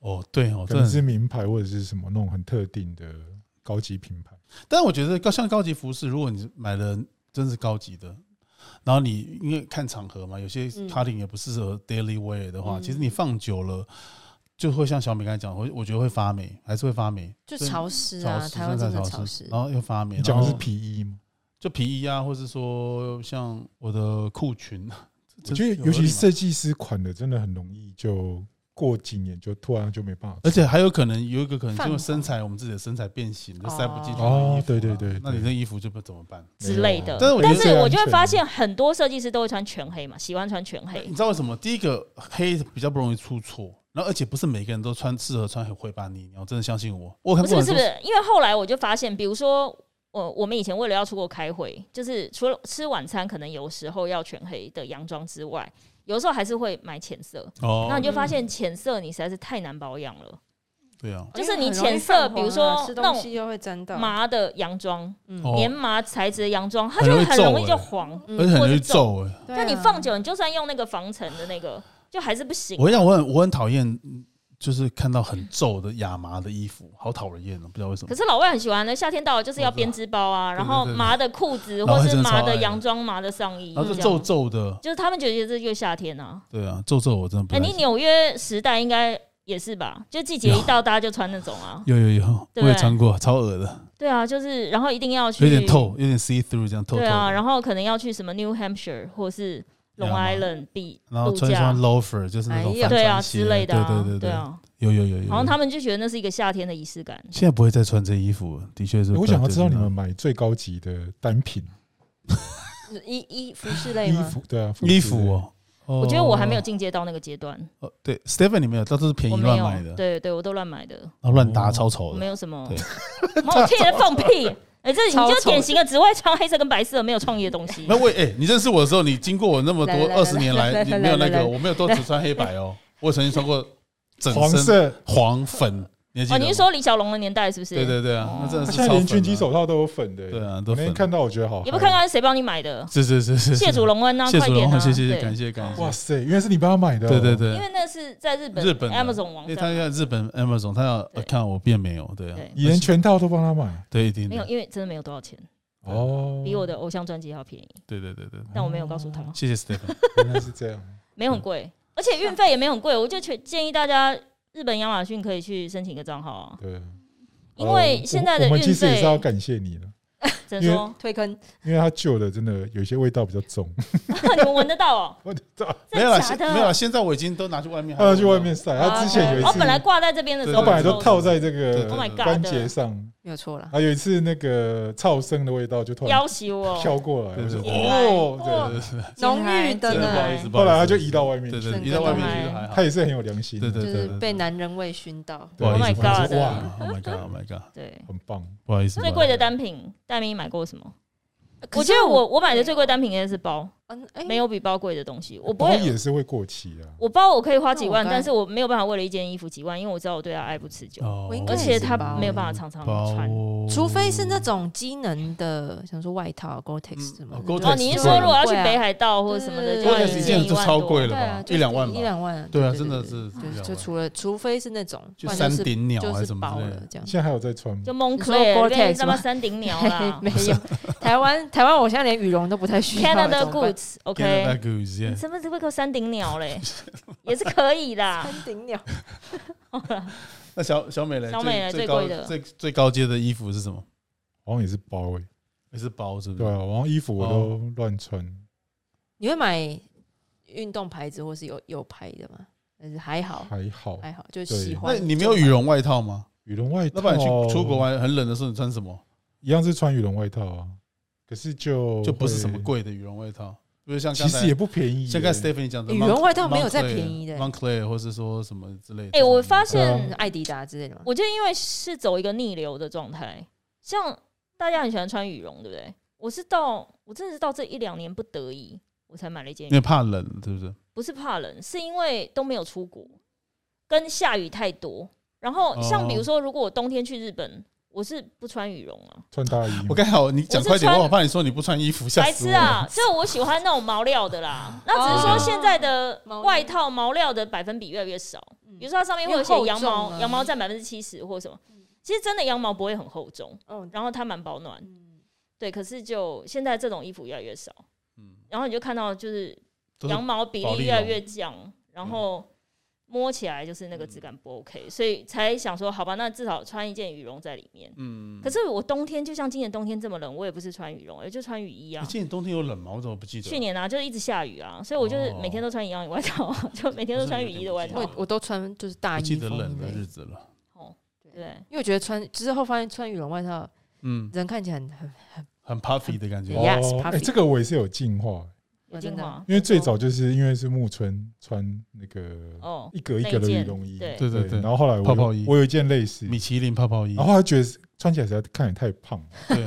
Speaker 4: 哦，对哦，
Speaker 1: 可
Speaker 4: 真的
Speaker 1: 能
Speaker 4: 是
Speaker 1: 是。名牌或者是什么那种很特定的高级品牌。
Speaker 4: 但我觉得高像高级服饰，如果你买了真是高级的，然后你因为看场合嘛，有些
Speaker 2: 嗯
Speaker 4: cutting 也不适合 daily wear 的话，
Speaker 2: 嗯
Speaker 4: 其实你放久了。就会像小美刚才讲，我我觉得会发霉，还是会发霉，
Speaker 2: 就
Speaker 4: 所以
Speaker 2: 潮湿
Speaker 4: 潮
Speaker 2: 啊，
Speaker 4: 湿，哦
Speaker 2: 台湾
Speaker 4: 真
Speaker 2: 真的
Speaker 4: 潮
Speaker 2: 潮湿
Speaker 4: 然，后又发霉。
Speaker 1: 你讲的
Speaker 4: 然
Speaker 1: 是
Speaker 4: 后
Speaker 1: 皮衣吗？
Speaker 4: 就皮衣啊，或是说像我的裤裙，啊
Speaker 1: 我觉得
Speaker 4: 这
Speaker 1: 尤其是
Speaker 4: 有合理吗
Speaker 1: 设计师款的，真的很容易就过几年就突然就没办法穿。
Speaker 4: 而且还有可能有一个可能
Speaker 2: 泛
Speaker 4: 就
Speaker 2: 黄
Speaker 4: 是身材，我们自己的身材变形，就塞不进去
Speaker 1: 哦
Speaker 4: 那个衣服啊
Speaker 1: 对对对对
Speaker 4: 那你那衣服就不怎么办？
Speaker 1: 啊
Speaker 3: 之类的
Speaker 4: 但是我觉
Speaker 3: 但
Speaker 4: 得
Speaker 3: 是我就会发
Speaker 1: 最
Speaker 3: 现，很多设计师都会穿全黑嘛，喜欢穿全黑
Speaker 4: 你。知道为什么？第一个黑比较不容易出错，然后而且不是每个人都穿适合穿很灰吧泥，你要真的相信我，我看
Speaker 3: 不是
Speaker 4: 过很
Speaker 3: 不是
Speaker 4: 多
Speaker 3: 不是，因为后来我就发现，比如说我我们以前为了要出国开会，就是除了吃晚餐，可能有时候要全黑的洋装之外，有时候还是会买浅色。那
Speaker 4: 哦，
Speaker 3: 你就发现浅色你实在是太难保养了，
Speaker 4: 对啊，
Speaker 3: 就是你
Speaker 2: 很容易
Speaker 3: 浅色
Speaker 2: 泛
Speaker 3: 比如
Speaker 2: 黄啊
Speaker 3: 说
Speaker 2: 吃
Speaker 3: 那
Speaker 2: 东
Speaker 3: 种
Speaker 2: 西又会沾到，
Speaker 3: 麻的洋装，
Speaker 4: 哦
Speaker 3: 棉麻材质的洋装，它
Speaker 4: 很
Speaker 3: 就
Speaker 4: 容易
Speaker 3: 很
Speaker 4: 皱
Speaker 3: 容易
Speaker 4: 欸
Speaker 3: 就黄。
Speaker 2: 嗯
Speaker 4: 而且很容易
Speaker 3: 或是皱
Speaker 4: 皱哎。
Speaker 2: 对
Speaker 3: 那
Speaker 2: 啊
Speaker 3: 你放久，你就算用那个防尘的 那个，就还是不行
Speaker 4: 我。跟你讲，我很我很讨厌，嗯就是看到很皱的亚麻的衣服，好讨人厌哦，不知道为什么
Speaker 3: 可。是老外很喜欢的，夏天到了就是要
Speaker 4: 我知道
Speaker 3: 编织包啊，然后
Speaker 4: 嗯对对对
Speaker 3: 麻的裤子，
Speaker 4: 老外
Speaker 3: 或是
Speaker 4: 真的超
Speaker 3: 麻
Speaker 4: 爱
Speaker 3: 的
Speaker 4: 的
Speaker 3: 洋装、麻的上衣，
Speaker 4: 然后就
Speaker 3: 这
Speaker 4: 啊皱
Speaker 3: 样
Speaker 4: 皱的，
Speaker 3: 就是他们觉得这就是夏天啊。
Speaker 4: 对啊，皱皱我真的不
Speaker 3: 哎，
Speaker 4: 太
Speaker 3: 你
Speaker 4: 行。
Speaker 3: 纽约时代应该也是吧？就季节一到，大家就穿那种 啊。
Speaker 4: 有有有，我
Speaker 3: 对不对
Speaker 4: 也穿过，超恶的，
Speaker 3: 对啊，就是然后一定要去
Speaker 4: 有点透，有点 see through 这样透透
Speaker 3: 对
Speaker 4: 的。
Speaker 3: 啊，然后可能要去什么 New Hampshire 或是 Long
Speaker 4: 亚麻
Speaker 3: Island 比
Speaker 4: 然后
Speaker 3: 度
Speaker 4: 穿一双
Speaker 3: 假，
Speaker 4: loafer，就是那种
Speaker 2: 哎
Speaker 4: 帆
Speaker 2: 呀
Speaker 3: 对啊
Speaker 4: 船鞋
Speaker 3: 之类的啊，
Speaker 4: 对对对
Speaker 3: 啊。
Speaker 4: 有有有有。
Speaker 3: 然后他们就觉得那是一个夏天的仪式感。
Speaker 4: 现在不会再穿这衣服了，的确是。
Speaker 1: 我想要知道你们买最高级的单品
Speaker 2: 衣衣服饰类
Speaker 1: 衣
Speaker 2: 吗？
Speaker 1: 服，对啊，
Speaker 4: 衣
Speaker 1: 饰类
Speaker 4: 服哦。
Speaker 3: 我
Speaker 4: 我
Speaker 3: 觉得我还没有进阶到那个阶段，
Speaker 4: 对 Stephen，你没有，到都是便宜
Speaker 3: 我没
Speaker 4: 乱
Speaker 3: 有
Speaker 4: 买的，，
Speaker 3: 对对，我都乱买的，
Speaker 4: 然后乱搭
Speaker 1: 哦
Speaker 4: 超
Speaker 3: 我
Speaker 4: 丑
Speaker 3: 没
Speaker 4: 的。
Speaker 3: 有什么
Speaker 4: 对，
Speaker 3: 我天天 放屁，哎，这你
Speaker 2: 超丑
Speaker 3: 就
Speaker 2: 的
Speaker 3: 典型的只会穿黑色跟白色，没有创意的东西 哦
Speaker 4: 没。有我哎，你认识我的时候，你经过我那么多
Speaker 2: 来来来
Speaker 4: 二十年
Speaker 2: 来
Speaker 4: 来，
Speaker 2: 来
Speaker 4: 你没有那
Speaker 2: 来
Speaker 4: 个，
Speaker 2: 来
Speaker 4: 我没有都只穿黑白哦，我曾经穿过整
Speaker 1: 黄
Speaker 4: 身
Speaker 1: 色，
Speaker 4: 黄粉，你还记
Speaker 3: 哦，
Speaker 4: 得
Speaker 3: 你
Speaker 4: 吗
Speaker 3: 是？说李小龙的年代是不是？
Speaker 4: 对对对
Speaker 3: 哦
Speaker 4: 啊，那真的
Speaker 1: 他
Speaker 4: 是
Speaker 1: 现在
Speaker 4: 超
Speaker 1: 连
Speaker 4: 粉
Speaker 1: 拳
Speaker 4: 啊
Speaker 1: 击手套都有粉的欸。
Speaker 4: 对啊，都
Speaker 1: 我那天
Speaker 4: 粉。
Speaker 1: 看到我觉得好，
Speaker 3: 也不看，看谁帮你买的，
Speaker 4: 是是是是，
Speaker 3: 谢祖隆恩啊，
Speaker 4: 谢
Speaker 3: 快
Speaker 4: 祖
Speaker 3: 点
Speaker 4: 龙，
Speaker 3: 啊！
Speaker 4: 谢谢
Speaker 3: 对
Speaker 4: 感谢感谢，
Speaker 1: 哇塞，原来是你帮他买的哦，
Speaker 4: 对对对
Speaker 3: 因，为那是在日本
Speaker 4: 日本的
Speaker 3: Amazon 网
Speaker 4: 因为
Speaker 3: 站
Speaker 4: 他
Speaker 3: 买
Speaker 4: 要日本 Amazon，他要
Speaker 3: 对
Speaker 4: account 我变没有，对啊
Speaker 3: 对，
Speaker 1: 你连全套都帮他买
Speaker 4: 对一定
Speaker 3: 的，没有，
Speaker 4: 的，
Speaker 3: 因为真的没有多少钱，
Speaker 1: 哦，
Speaker 3: 比我的偶像专辑还要便宜，
Speaker 4: 对对对对，对
Speaker 3: 但我没有告诉他，
Speaker 4: 谢谢 Stephen，
Speaker 1: 原来是这样，
Speaker 3: 没有很贵，而且运费也没有很贵，我就全建议大家日本亚马逊可以去申请一个账号啊，
Speaker 1: 对。哦
Speaker 3: 因
Speaker 4: 哦
Speaker 3: 为现在的
Speaker 1: 我我们
Speaker 3: 运
Speaker 1: 其实也
Speaker 3: 费
Speaker 1: 是要感谢你了，
Speaker 3: 怎么
Speaker 1: 因为
Speaker 3: 说？
Speaker 2: 推坑
Speaker 1: 因为它旧的真的有一些味道比较重，
Speaker 3: 你们闻得到哦？
Speaker 1: 我知道。
Speaker 4: 没有啦，
Speaker 3: 真
Speaker 4: 现
Speaker 3: 的假
Speaker 4: 没有啦，
Speaker 3: 的？
Speaker 4: 现在我已经都呃拿去外 面，
Speaker 1: 他要去外面晒，
Speaker 2: 啊
Speaker 1: 他之前有一
Speaker 3: 我
Speaker 1: 次，
Speaker 3: 哦本来挂在这边的时
Speaker 1: 他
Speaker 3: 候，
Speaker 4: 对对
Speaker 1: 本来
Speaker 4: 对
Speaker 1: 都套在这个
Speaker 3: Oh my God
Speaker 1: 关节上，
Speaker 2: 没有错啦。
Speaker 1: 啊，有一次那个噪声的味道就突然
Speaker 3: 要挟我，
Speaker 1: 飘过来，
Speaker 4: 对
Speaker 1: 我
Speaker 4: 对
Speaker 1: 就
Speaker 4: 对
Speaker 1: 哦
Speaker 4: 哦，对对对，
Speaker 2: 浓郁的
Speaker 3: 哎
Speaker 4: 真的不好
Speaker 2: 呢
Speaker 4: 意，思，不
Speaker 1: 后
Speaker 4: 好意思
Speaker 1: 来他就移到外面
Speaker 4: 对
Speaker 1: 去，
Speaker 4: 对，移到外面去就还好
Speaker 1: 他。也是很有良心
Speaker 4: 对
Speaker 1: 的，
Speaker 4: 对
Speaker 2: 就
Speaker 4: 对
Speaker 2: 是
Speaker 4: 对，对
Speaker 2: 被男人味熏到。
Speaker 1: 对
Speaker 4: 不
Speaker 3: Oh
Speaker 4: 好
Speaker 3: my
Speaker 4: 意思不好意
Speaker 3: god！
Speaker 4: 思哇，Oh my god，Oh my god，
Speaker 3: 对，
Speaker 1: 很棒。
Speaker 4: 不好意思，
Speaker 3: 最
Speaker 4: 不好
Speaker 3: 贵
Speaker 4: 意
Speaker 3: 的
Speaker 4: 思
Speaker 3: 单品，戴明买过什么？
Speaker 2: 可
Speaker 3: 我
Speaker 2: 是
Speaker 3: 觉得我我买的最贵的单品应该是包，
Speaker 2: 嗯，哎
Speaker 3: 没有比包贵的东西。我不
Speaker 1: 包
Speaker 3: 会，
Speaker 1: 也是会过期啊，
Speaker 3: 我包我可以花几万，
Speaker 2: 那我该
Speaker 3: 但是我没有办法为了一件衣服几万，因为我知道我对它爱不持久，
Speaker 4: 哦
Speaker 2: 我应该
Speaker 3: 而且它
Speaker 2: 包
Speaker 3: 没有办法常常穿。
Speaker 4: 包
Speaker 2: 除非是那种机能的，像说外套、Gore-Tex
Speaker 4: 嗯
Speaker 2: 什么
Speaker 4: 哦
Speaker 2: 的。
Speaker 4: Gore-Tex
Speaker 3: 哦，你是说如果要去
Speaker 2: 对啊
Speaker 3: 北海道或者什么的，
Speaker 2: 对
Speaker 3: 就
Speaker 2: 对
Speaker 3: 要
Speaker 2: 对
Speaker 3: 一
Speaker 2: 对
Speaker 3: 件
Speaker 4: 这超贵
Speaker 3: 一万多
Speaker 4: 了
Speaker 2: 对啊，
Speaker 4: 吧
Speaker 2: 就是
Speaker 4: 一两万吧
Speaker 2: 一两万。
Speaker 4: 对啊，
Speaker 2: 对
Speaker 4: 真的
Speaker 2: 对
Speaker 4: 是
Speaker 2: 就
Speaker 4: 一
Speaker 2: 是
Speaker 4: 两
Speaker 2: 就
Speaker 4: 万
Speaker 2: 除了，除非是那种，
Speaker 4: 就
Speaker 2: 不然
Speaker 4: 三
Speaker 2: 是
Speaker 4: 顶鸟还
Speaker 2: 就是是
Speaker 4: 什么
Speaker 2: 包
Speaker 4: 之类
Speaker 2: 了
Speaker 4: 的，
Speaker 2: 这样。
Speaker 1: 现在还有在穿吗
Speaker 3: 就？蒙
Speaker 2: 说
Speaker 3: 克雷
Speaker 2: Gore-Tex
Speaker 3: 跟他妈
Speaker 2: 吗
Speaker 3: 三顶鸟啦
Speaker 2: 没有，台湾台湾，我现在连羽绒都不太需要。
Speaker 3: ，Canada
Speaker 2: 怎么办
Speaker 3: Goods，OK，
Speaker 4: Canada Goose，
Speaker 3: 你
Speaker 4: yeah
Speaker 3: 什么时候个三顶鸟嘞？也是可以啦。
Speaker 2: 三顶鸟，
Speaker 4: 那小小美嘞，
Speaker 3: 小美嘞
Speaker 4: 最
Speaker 3: 最
Speaker 4: 高
Speaker 3: 贵的
Speaker 4: 最最高阶的衣服是什么？
Speaker 1: 好像也是包诶，
Speaker 4: 也是包，是不
Speaker 1: 对
Speaker 4: 是？
Speaker 1: 啊，然后衣服我都
Speaker 4: 哦
Speaker 1: 乱穿，
Speaker 2: 你会买运动牌子或是有有牌的吗？但是还好，
Speaker 1: 还好。
Speaker 2: 还好，
Speaker 1: 对
Speaker 2: 就喜
Speaker 4: 那
Speaker 2: 欢。
Speaker 4: 你没有羽绒外套吗？
Speaker 1: 羽绒外套，
Speaker 4: 那不然你去出国玩很冷的时候，你穿什么？
Speaker 1: 一样是穿羽绒外套啊，可是就
Speaker 4: 就不是什么
Speaker 1: 会，
Speaker 4: 贵的羽绒外套，比如像
Speaker 1: 其
Speaker 4: 刚
Speaker 1: 实也
Speaker 4: 才
Speaker 1: 不便宜耶。
Speaker 4: 像刚才 Stephanie 讲的
Speaker 2: 羽绒外套没有再便宜的
Speaker 4: Moncler 或是说什么之类的。
Speaker 3: 哎，我发
Speaker 1: 对
Speaker 3: 现
Speaker 2: 嗯
Speaker 4: 啊
Speaker 2: 艾迪达之类的吗？
Speaker 3: 我觉得因为是走一个逆流的状态，像大家很喜欢穿羽绒，对不对？我是到我真的是到这一两年不得已，我才买了一件羽
Speaker 4: 因为怕冷，对不对？
Speaker 1: 嗯
Speaker 3: 不是怕冷，是因为都没有出国，跟下雨太多。然
Speaker 4: 哦
Speaker 3: 后像比如说，如果我冬天去日本，我是不穿羽绒啊，
Speaker 1: 穿大衣嘛，
Speaker 4: 我刚好你讲快点，
Speaker 3: 我是穿
Speaker 4: 我好怕你说你不穿衣服，吓
Speaker 3: 白
Speaker 4: 死
Speaker 3: 痴
Speaker 4: 我！哦
Speaker 3: 啊！就我喜欢那种毛料 的啦。那只是说现在的
Speaker 2: 毛料
Speaker 3: 外套毛料的百分比越来越少，
Speaker 2: 嗯
Speaker 3: 比如说它上面会有写羊
Speaker 2: 因为
Speaker 3: 毛
Speaker 2: 厚重，啊嗯
Speaker 3: 羊毛占百分之七十或什么。其实真的羊毛不会很厚重，
Speaker 2: 哦，
Speaker 3: 然后它蛮保暖。
Speaker 2: 嗯，
Speaker 3: 对，可是就现在这种衣服越来越少，
Speaker 4: 嗯，
Speaker 3: 然后你就看到就是
Speaker 4: 都是
Speaker 3: 羊毛比
Speaker 4: 保利嗯
Speaker 3: 例越来
Speaker 4: 龙
Speaker 3: 越降，然后摸起来就是那个
Speaker 4: 嗯
Speaker 3: 质感不 OK，、所以才想说，好吧，那至少穿一件羽绒在里面。
Speaker 4: 嗯
Speaker 3: 可是我冬天就像今年冬天这么冷，我也不是穿羽绒，我就穿雨衣啊
Speaker 4: 你。今年冬天有冷吗？我怎么不记得？
Speaker 3: 去年啊，就是一直下雨啊，所以我就是
Speaker 4: 哦
Speaker 3: 每天都穿一样的外套 啊，就每天都穿雨衣的外套
Speaker 2: 我
Speaker 4: 好
Speaker 2: 也。我都穿就是大
Speaker 4: 不
Speaker 2: 衣
Speaker 4: 记得
Speaker 2: 风之
Speaker 4: 冷的
Speaker 2: 类
Speaker 4: 日
Speaker 2: 的，
Speaker 4: 子了。
Speaker 3: 哦，对，
Speaker 2: 因为我觉得穿之后发现穿羽绒外套，
Speaker 4: 嗯，
Speaker 2: 人看起来很很
Speaker 4: 很 puffy 的感觉。
Speaker 2: Yes，
Speaker 1: 哦哎，
Speaker 2: puffy
Speaker 1: 这个我也是有进化，
Speaker 3: 哦有进化
Speaker 1: 因为最早就是因为是木村穿那个
Speaker 3: 哦，
Speaker 1: 一格一格的
Speaker 3: 那一件
Speaker 1: 羽绒衣，
Speaker 3: 对
Speaker 4: 对对对
Speaker 1: 然，后后来我有
Speaker 4: 泡泡衣
Speaker 1: 我有一件类似，
Speaker 4: 米其林泡泡衣
Speaker 1: 然。后后来觉得穿起来实在看起来太胖了，
Speaker 4: 对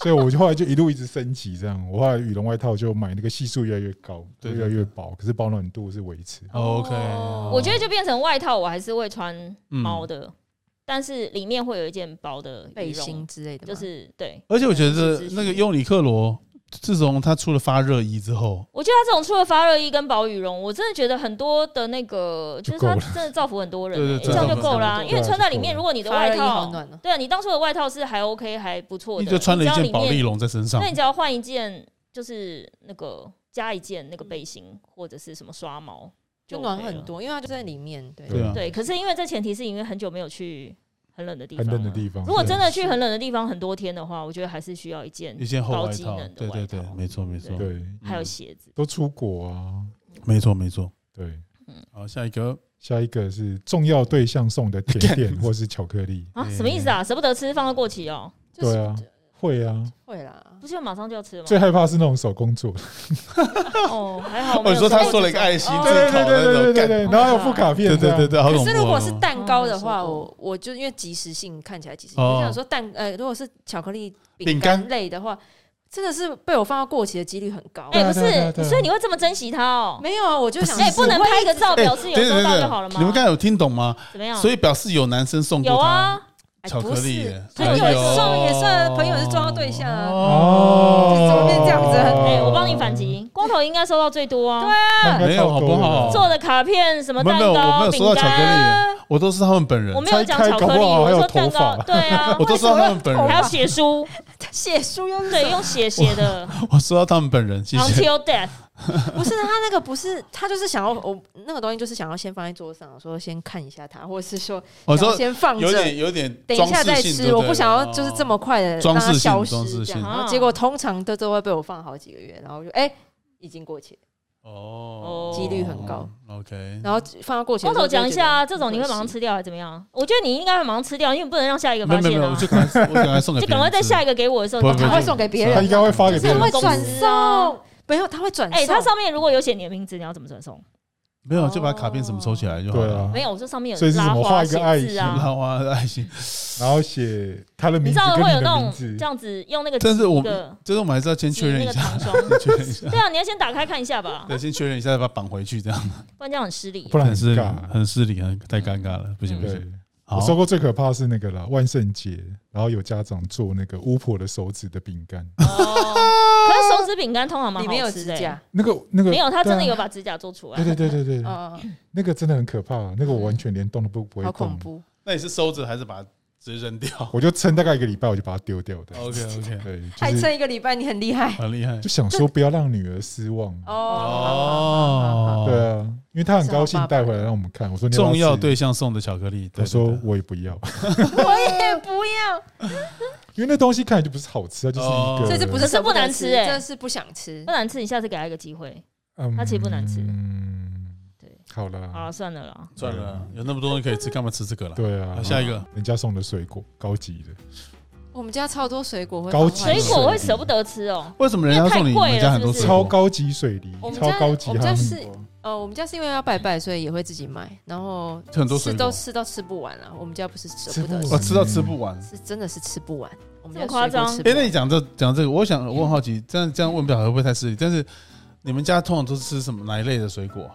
Speaker 1: 所以我就后来就一路一直升级这样，我后来羽绒外套就买那个系数越来越高，就
Speaker 4: 对
Speaker 1: 越来越薄，可是保暖度是维持。
Speaker 4: ，OK，
Speaker 2: 哦
Speaker 3: 我觉得就变成外套，我还是会穿
Speaker 4: 嗯
Speaker 3: 毛的，但是里面会有一件薄的羽
Speaker 2: 背
Speaker 3: 绒
Speaker 2: 心之类的嘛，
Speaker 3: 就是对。
Speaker 4: 而且我觉得
Speaker 3: 对是
Speaker 4: 那个优尼克罗，自从他出了发热衣之后，
Speaker 3: 我觉得他这种除了发热衣跟薄羽绒，我真的觉得很多的那个就是
Speaker 1: 就够
Speaker 3: 他
Speaker 1: 了
Speaker 3: 真的造福很多人、
Speaker 4: 对对
Speaker 3: 欸，
Speaker 4: 对
Speaker 3: 这样就
Speaker 4: 对
Speaker 3: 够啦。
Speaker 1: 对
Speaker 3: 因为穿在里面，
Speaker 1: 对
Speaker 3: 如果你的
Speaker 2: 发热
Speaker 3: 外
Speaker 2: 衣好
Speaker 3: 套，
Speaker 2: 暖哦。
Speaker 3: 对啊，你当初的外套是还 OK 还不错
Speaker 4: 你
Speaker 3: 的，
Speaker 4: 就穿了一
Speaker 3: 你只要
Speaker 4: 件
Speaker 3: 里
Speaker 4: 宝丽
Speaker 3: 面，
Speaker 4: 龙在身上
Speaker 3: 那。你只要换一件就是那个加一件那个背心或者是什么刷毛，
Speaker 2: 就
Speaker 3: OK 了
Speaker 2: 暖很。多，因为它就在里面。对，
Speaker 1: 对
Speaker 4: 啊，
Speaker 3: 对，可是因为这前提是因为很久没有去很冷的地方，
Speaker 1: 很冷的地。
Speaker 4: 哦
Speaker 1: 方，
Speaker 3: 如果
Speaker 1: 对
Speaker 3: 真的去很冷的地方很多天的话，我觉得还是需要一件
Speaker 4: 一件厚
Speaker 3: 高
Speaker 4: 外
Speaker 3: 机
Speaker 4: 套
Speaker 3: 能。的
Speaker 4: 对对
Speaker 3: 外
Speaker 4: 对
Speaker 3: 套，，
Speaker 4: 没错没错，
Speaker 1: 对
Speaker 4: 嗯
Speaker 3: 还有鞋子。
Speaker 1: 都出国啊，
Speaker 4: 没错没错。
Speaker 1: 对。
Speaker 4: 好，下一个
Speaker 1: 下一个是重要对象送的甜点或是巧克力，
Speaker 3: 啊，什么意思啊？舍不得吃，放到过期哦、
Speaker 2: 就是
Speaker 1: 对啊会啊，
Speaker 2: 会啦
Speaker 3: 不。是马上就要吃 了吗？
Speaker 4: 啊
Speaker 1: 最害怕是那种手工做的，
Speaker 3: 哦，还好。
Speaker 4: 哦，你说他说了一个
Speaker 3: 哎
Speaker 4: 爱心，
Speaker 2: 哦
Speaker 4: 自己烤的那种干
Speaker 1: 然后要附卡片，
Speaker 4: 对对对，对，好
Speaker 2: 可
Speaker 4: 恐怖
Speaker 2: 是
Speaker 4: 哦。
Speaker 2: 如果是蛋糕的话，
Speaker 3: 哦
Speaker 2: 我我就因为即时性看起来即时，
Speaker 4: 哦
Speaker 2: 我想说蛋呃，如果是巧克力
Speaker 4: 饼
Speaker 2: 饼
Speaker 4: 干
Speaker 2: 干类的话，真的是被我放到过期的几率很高。
Speaker 3: 哎、
Speaker 1: 对啊
Speaker 3: 不
Speaker 1: 对啊对啊对啊
Speaker 3: 是，所以你会这么珍惜它哦、
Speaker 2: 没有啊，我就想
Speaker 3: 哎、不能拍个照
Speaker 4: 哎
Speaker 3: 表示有
Speaker 4: 等等
Speaker 3: 收到
Speaker 4: 等
Speaker 3: 就
Speaker 4: 等
Speaker 3: 好了吗？
Speaker 4: 你们刚才有听懂吗？
Speaker 3: 怎么样？
Speaker 4: 所以表示有男生送过
Speaker 3: 有
Speaker 4: 他
Speaker 3: 啊，
Speaker 2: 哎
Speaker 4: 巧克
Speaker 2: 不是
Speaker 4: 力耶
Speaker 2: 朋友
Speaker 4: 哎
Speaker 2: 也
Speaker 4: 呦
Speaker 2: 算也算朋友是重要对象
Speaker 4: 哦
Speaker 2: 啊。
Speaker 1: 哦
Speaker 2: 就是怎么变这样子
Speaker 3: 哎、我帮你反击，光头应该收到最多 啊。对，
Speaker 1: 他们
Speaker 4: 哦没
Speaker 1: 家
Speaker 4: 有
Speaker 1: 超
Speaker 4: 好不
Speaker 1: 多的
Speaker 4: 好
Speaker 3: 做的卡片什么蛋
Speaker 4: 没有没有我没
Speaker 3: 糕、
Speaker 4: 有
Speaker 3: 饼
Speaker 4: 收到巧克力
Speaker 3: 干，
Speaker 4: 我都是他们本人
Speaker 3: 我，没有讲巧
Speaker 1: 拆
Speaker 3: 克
Speaker 1: 开
Speaker 3: 力，
Speaker 1: 搞不好
Speaker 3: 我
Speaker 1: 还有
Speaker 3: 说蛋糕
Speaker 1: 头发，
Speaker 3: 对啊
Speaker 4: 我，都是他们本
Speaker 3: 还要
Speaker 4: 人，
Speaker 3: 写书，
Speaker 2: 写书又是
Speaker 3: 对，用写写的
Speaker 4: 我收到他们本人，谢谢。
Speaker 3: ，until death。
Speaker 2: 不是他那个不是他就是想要我那个东西就是想要先放在桌上，说先看一下它，或者是说
Speaker 4: 我
Speaker 2: 想要
Speaker 4: 哦说
Speaker 2: 先放
Speaker 4: 有
Speaker 2: 着
Speaker 4: 点，有点
Speaker 2: 等一
Speaker 4: 装
Speaker 2: 下
Speaker 4: 饰
Speaker 2: 再
Speaker 4: 性
Speaker 2: 吃，
Speaker 4: 对
Speaker 2: 我
Speaker 4: 对
Speaker 2: 不想要就是这么快的
Speaker 4: 装
Speaker 2: 让它
Speaker 4: 饰性
Speaker 2: 消
Speaker 4: 装饰
Speaker 2: 失这样。
Speaker 4: 性
Speaker 2: 然
Speaker 3: 啊
Speaker 2: 后结果通常都都会被我放好几个月，然后就哎已经过期了，
Speaker 4: 哦，
Speaker 2: 几率很高。
Speaker 4: OK，
Speaker 2: 然后放到过期的
Speaker 3: 空
Speaker 2: 时候
Speaker 3: 头
Speaker 2: 就
Speaker 3: 讲
Speaker 2: 会觉得很可
Speaker 3: 一
Speaker 2: 惜，
Speaker 3: 下啊，这种你会马上吃掉还是怎么样？我觉得你应该会马上吃掉，因为不能让下一个
Speaker 4: 没有
Speaker 3: 发
Speaker 4: 没有
Speaker 3: 现
Speaker 4: 没有，我
Speaker 3: 啊。
Speaker 4: 就赶快我赶快送给
Speaker 3: 就赶快在下一个给我的时候，
Speaker 4: 不
Speaker 3: 你
Speaker 4: 不
Speaker 3: 赶
Speaker 2: 他
Speaker 4: 不
Speaker 3: 快
Speaker 2: 会
Speaker 4: 不
Speaker 2: 送给别
Speaker 1: 他
Speaker 2: 人
Speaker 1: 应，该会发给别
Speaker 2: 这
Speaker 1: 人
Speaker 2: 会
Speaker 3: 公司
Speaker 2: 转
Speaker 3: 啊
Speaker 2: 送，没有，他会转
Speaker 3: 哎，它
Speaker 2: 送。
Speaker 3: 上面如果有写你的名字，你要怎么转送？
Speaker 4: 没有就把卡片什么收起来就好
Speaker 1: 对
Speaker 4: 了
Speaker 1: 啊。
Speaker 3: 没有，我说上面
Speaker 1: 所以
Speaker 3: 有
Speaker 1: 是什
Speaker 3: 拉
Speaker 1: 么
Speaker 3: 花
Speaker 1: 画一
Speaker 3: 写
Speaker 1: 个爱
Speaker 3: 字
Speaker 1: 心
Speaker 3: 啊，
Speaker 4: 浪花的爱心，
Speaker 1: 然后写他的
Speaker 3: 你
Speaker 1: 名
Speaker 3: 知
Speaker 1: 字
Speaker 3: 道
Speaker 1: 跟
Speaker 3: 会有
Speaker 1: 你
Speaker 3: 那
Speaker 1: 的名
Speaker 3: 种
Speaker 1: 字
Speaker 3: 这，样子用那个
Speaker 4: 但是我
Speaker 3: 挤的
Speaker 4: 就是我们还是要先确认
Speaker 3: 挤
Speaker 4: 一
Speaker 3: 那个
Speaker 4: 下，
Speaker 3: 糖霜。
Speaker 4: 确认一下，
Speaker 3: 对啊，你要先打开看一下吧，
Speaker 4: 对，先确认一下，再把它绑回去，这样
Speaker 3: 不然这样很失礼啊
Speaker 1: 不。然很
Speaker 4: 很失礼，
Speaker 1: 尬。
Speaker 4: 很失礼，很太尴尬了，不行不行。
Speaker 1: 对，
Speaker 4: 好
Speaker 1: 我，收过最可怕的是那个啦，万圣节，然后有家长做那个巫婆的手指的饼 干，
Speaker 3: 哦，可是手指饼干通常蛮
Speaker 2: 里面有
Speaker 3: 好吃
Speaker 2: 指
Speaker 3: 的欸，
Speaker 2: 甲，
Speaker 1: 那个那个
Speaker 3: 没有，他真的。有
Speaker 1: 对啊
Speaker 3: 把指甲做出来
Speaker 1: 对。对对对对，
Speaker 2: 嗯，
Speaker 1: 那个真的很可怕，那个我完全连动都不不会
Speaker 2: 好
Speaker 1: 动，
Speaker 2: 恐怖。
Speaker 4: 那你是收着还是把它直接扔掉
Speaker 1: 我就撑大概一个礼拜，我就把它丢掉的。
Speaker 4: ？OK OK，
Speaker 1: 对，
Speaker 2: 还
Speaker 1: 就是
Speaker 2: 撑一个礼拜，你很厉害
Speaker 4: 很厉害
Speaker 1: 就想说不要让女儿失望。
Speaker 2: 哦。
Speaker 1: 对啊，因为她很高兴
Speaker 2: 是好爸爸
Speaker 1: 带回来让我们看。我说你不
Speaker 4: 重要
Speaker 1: 吃
Speaker 4: 对，象送的巧克力，
Speaker 1: 我
Speaker 4: 对
Speaker 1: 说我也不要，
Speaker 2: 我也不要，
Speaker 1: 因为那东西看起来就不是好吃，它就是一
Speaker 4: 哦
Speaker 1: 个。
Speaker 2: 这只不是
Speaker 3: 可是不难吃
Speaker 2: 吃，
Speaker 3: 欸
Speaker 2: 这是不想吃
Speaker 3: 不。难吃，你下次给他一个机会。
Speaker 1: 嗯
Speaker 3: 它其实不难吃
Speaker 1: 嗯，
Speaker 3: 对，
Speaker 1: 好
Speaker 3: 好
Speaker 1: 啦
Speaker 3: 了，，算了啦。
Speaker 4: 算了，有那么多东西可以吃，干嘛吃这个了？
Speaker 1: 对啊
Speaker 4: 好，，下一个
Speaker 1: 人家送的水果，高级的，
Speaker 2: 我们家超多水果会
Speaker 1: 高
Speaker 2: 放
Speaker 1: 级
Speaker 2: 外
Speaker 3: 水
Speaker 2: 面
Speaker 3: 果我会舍不得吃哦、
Speaker 4: 为什么人家送你
Speaker 3: 因为太贵了
Speaker 4: 们家很多水
Speaker 3: 是不是
Speaker 1: 超
Speaker 4: 果？
Speaker 1: 高级水梨
Speaker 2: 我，们
Speaker 1: 超
Speaker 2: 家
Speaker 1: 高级
Speaker 2: 我们
Speaker 1: 哈
Speaker 2: 家
Speaker 1: 密
Speaker 2: 是
Speaker 1: 瓜。
Speaker 2: 呃，我们家是因为要拜拜，所以也会自己买，然后
Speaker 4: 就很多水
Speaker 2: 吃
Speaker 4: 果
Speaker 2: 都吃到吃不完了。我们家不是舍不得
Speaker 1: 吃不
Speaker 4: 我
Speaker 1: 完
Speaker 2: 吃，
Speaker 4: 吃到吃不完。
Speaker 2: 是真的是吃不完。我们
Speaker 3: 这么
Speaker 2: 家
Speaker 3: 夸张
Speaker 2: 水
Speaker 4: 哎、
Speaker 2: 果吃不
Speaker 4: 那
Speaker 2: 完
Speaker 4: 你讲这讲这个，我想我很好奇，这样这样问表会不会太失礼？但是你们家通常都是吃什么哪一类的水果？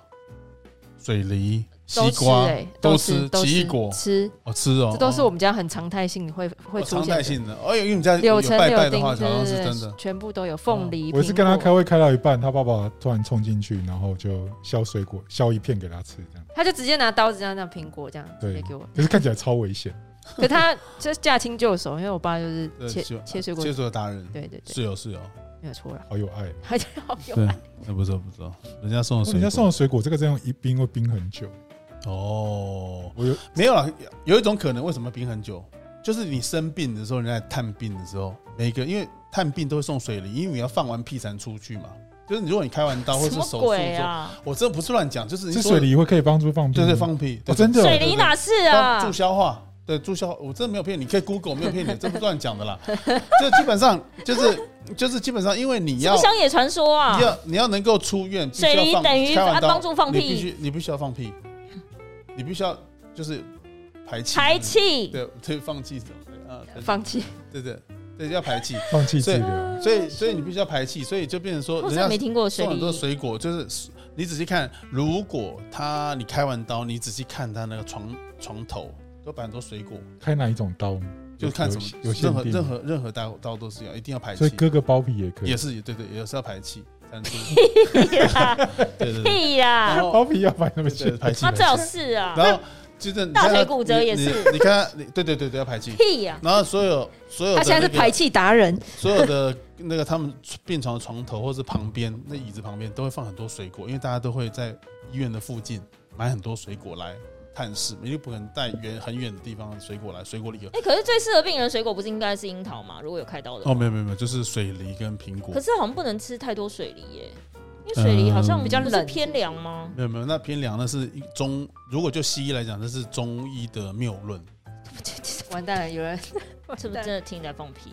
Speaker 4: 水梨、哎西
Speaker 2: 都吃
Speaker 4: 瓜
Speaker 2: 欸
Speaker 4: 都
Speaker 2: 都
Speaker 4: 吃，
Speaker 2: 都
Speaker 4: 奇异
Speaker 2: 吃
Speaker 4: 果
Speaker 2: 吃，
Speaker 4: 哦，吃哦，
Speaker 2: 这都是我们家很常态性会会
Speaker 4: 哦
Speaker 2: 出
Speaker 4: 常
Speaker 2: 现
Speaker 4: 态
Speaker 2: 的。
Speaker 4: 性的。哦，因为你们家有
Speaker 2: 柳橙、
Speaker 4: 拜拜
Speaker 2: 柳
Speaker 4: 的
Speaker 2: 丁
Speaker 4: 话，，
Speaker 2: 对
Speaker 4: 好像是
Speaker 2: 对
Speaker 4: 真的哦
Speaker 2: 对，。全部都有。凤梨，
Speaker 1: 我是跟他
Speaker 2: 苹
Speaker 1: 开
Speaker 2: 果，
Speaker 1: 会开到一半，他爸爸突然冲进去，然后就削水果，削一片给他吃，这样。
Speaker 2: 他就直接拿刀子这样这样苹果这样直接
Speaker 1: 对
Speaker 2: 给我，
Speaker 1: 可是看起来超危险。
Speaker 2: 可他 就是驾轻就熟，因为我爸就是
Speaker 4: 对
Speaker 2: 切
Speaker 4: 喜欢啊
Speaker 2: 切水果
Speaker 4: 接，触的达人
Speaker 2: 对对对，
Speaker 4: 是有哦是有，
Speaker 2: 没有错了，
Speaker 1: 好有爱。
Speaker 2: 还好有
Speaker 4: 对，那不错不错，哦人家送的水果，
Speaker 1: 人家送的水果，这个这样一冰会冰很久。
Speaker 4: 哦，
Speaker 1: 我有
Speaker 4: 没有了。有一种可能，为什么冰很久？就是你生病的时候，人家在探病的时候，每个因为探病都会送水梨，因为你要放完屁才能出去嘛。就是你如果你开完啊刀或
Speaker 3: 什
Speaker 4: 是
Speaker 3: 么
Speaker 4: 手术
Speaker 3: 鬼
Speaker 4: 之后，
Speaker 3: 啊？
Speaker 4: 我真的不是乱讲，就是你
Speaker 1: 这
Speaker 4: 说
Speaker 1: 水
Speaker 4: 的
Speaker 1: 梨会可以帮助放屁
Speaker 4: 对
Speaker 1: 吗，
Speaker 4: 对放屁，
Speaker 1: 哦
Speaker 4: 对
Speaker 1: 真的
Speaker 3: 水梨哪是
Speaker 4: 帮
Speaker 3: 啊
Speaker 4: 助？消化，对助消，我真的没有骗你，可以 Google 没有骗你，这不是乱讲的啦。 就基本上就是就是基本上，因为你
Speaker 3: 什
Speaker 4: 要
Speaker 3: 么乡野传说啊
Speaker 4: 你？要你要能够出院，必须要
Speaker 3: 水梨
Speaker 4: 放
Speaker 3: 等于
Speaker 4: 开完刀
Speaker 3: 帮助放屁
Speaker 4: 你必须你必须要放屁，你必须要就是排气
Speaker 3: 财气，
Speaker 4: 对对放气啊，对
Speaker 2: 放弃，
Speaker 4: 对对对要排气，
Speaker 1: 放弃治疗。
Speaker 4: 所以所以你必须要排气，所以就变成说
Speaker 3: 我
Speaker 4: 人
Speaker 3: 真的
Speaker 4: 家
Speaker 3: 没听过水
Speaker 4: 送很多
Speaker 3: 梨。
Speaker 4: 水果，就是你仔细看，如果他你开完刀，你仔细看他那个床床头都摆很多水果，
Speaker 1: 开哪一种刀？
Speaker 4: 就看什么
Speaker 1: 有有限
Speaker 4: 任何
Speaker 1: 定
Speaker 4: 任何任何刀刀都是要一定要排
Speaker 1: 所以
Speaker 4: 气，
Speaker 1: 割个包皮也可以
Speaker 4: 也。是对对，也是要排气才能出，
Speaker 3: 屁啦，
Speaker 4: 对对对，
Speaker 3: 啊屁啦
Speaker 4: 然，
Speaker 1: 包
Speaker 4: 后
Speaker 1: 皮要摆那么
Speaker 4: 对对
Speaker 1: 细
Speaker 4: 对，排气
Speaker 3: 他
Speaker 4: 排气
Speaker 3: 最，好是啊，
Speaker 4: 然后就是你
Speaker 3: 大腿
Speaker 4: 看他
Speaker 3: 骨折也
Speaker 4: 你
Speaker 3: 是
Speaker 4: 你你看他，你对对对对要排气，
Speaker 3: 屁呀！
Speaker 4: 然后所有所有
Speaker 2: 他
Speaker 4: 的
Speaker 2: 现在是
Speaker 4: 那个
Speaker 2: 排气达人，
Speaker 4: 所有的那个他们病床的床头或是旁边那椅子旁边都会放很多水果，因为大家都会在医院的附近买很多水果来探视，因为不可能带远很远的地方的水果来，水果里有
Speaker 3: 哎，可是最适合病人的水果不是应该是樱桃吗？如果有开刀的话
Speaker 4: 哦，没有没有没有，就是水梨跟苹果
Speaker 3: 可，是好像不能吃太多水梨耶，因为水梨好像
Speaker 4: 嗯
Speaker 3: 比较
Speaker 2: 比较冷
Speaker 3: 偏凉吗？
Speaker 4: 没有没有，那偏凉那是一中，如果就西医来讲，那是中医的谬论。
Speaker 2: 完蛋了，有人
Speaker 3: 是不是真的听你在放屁？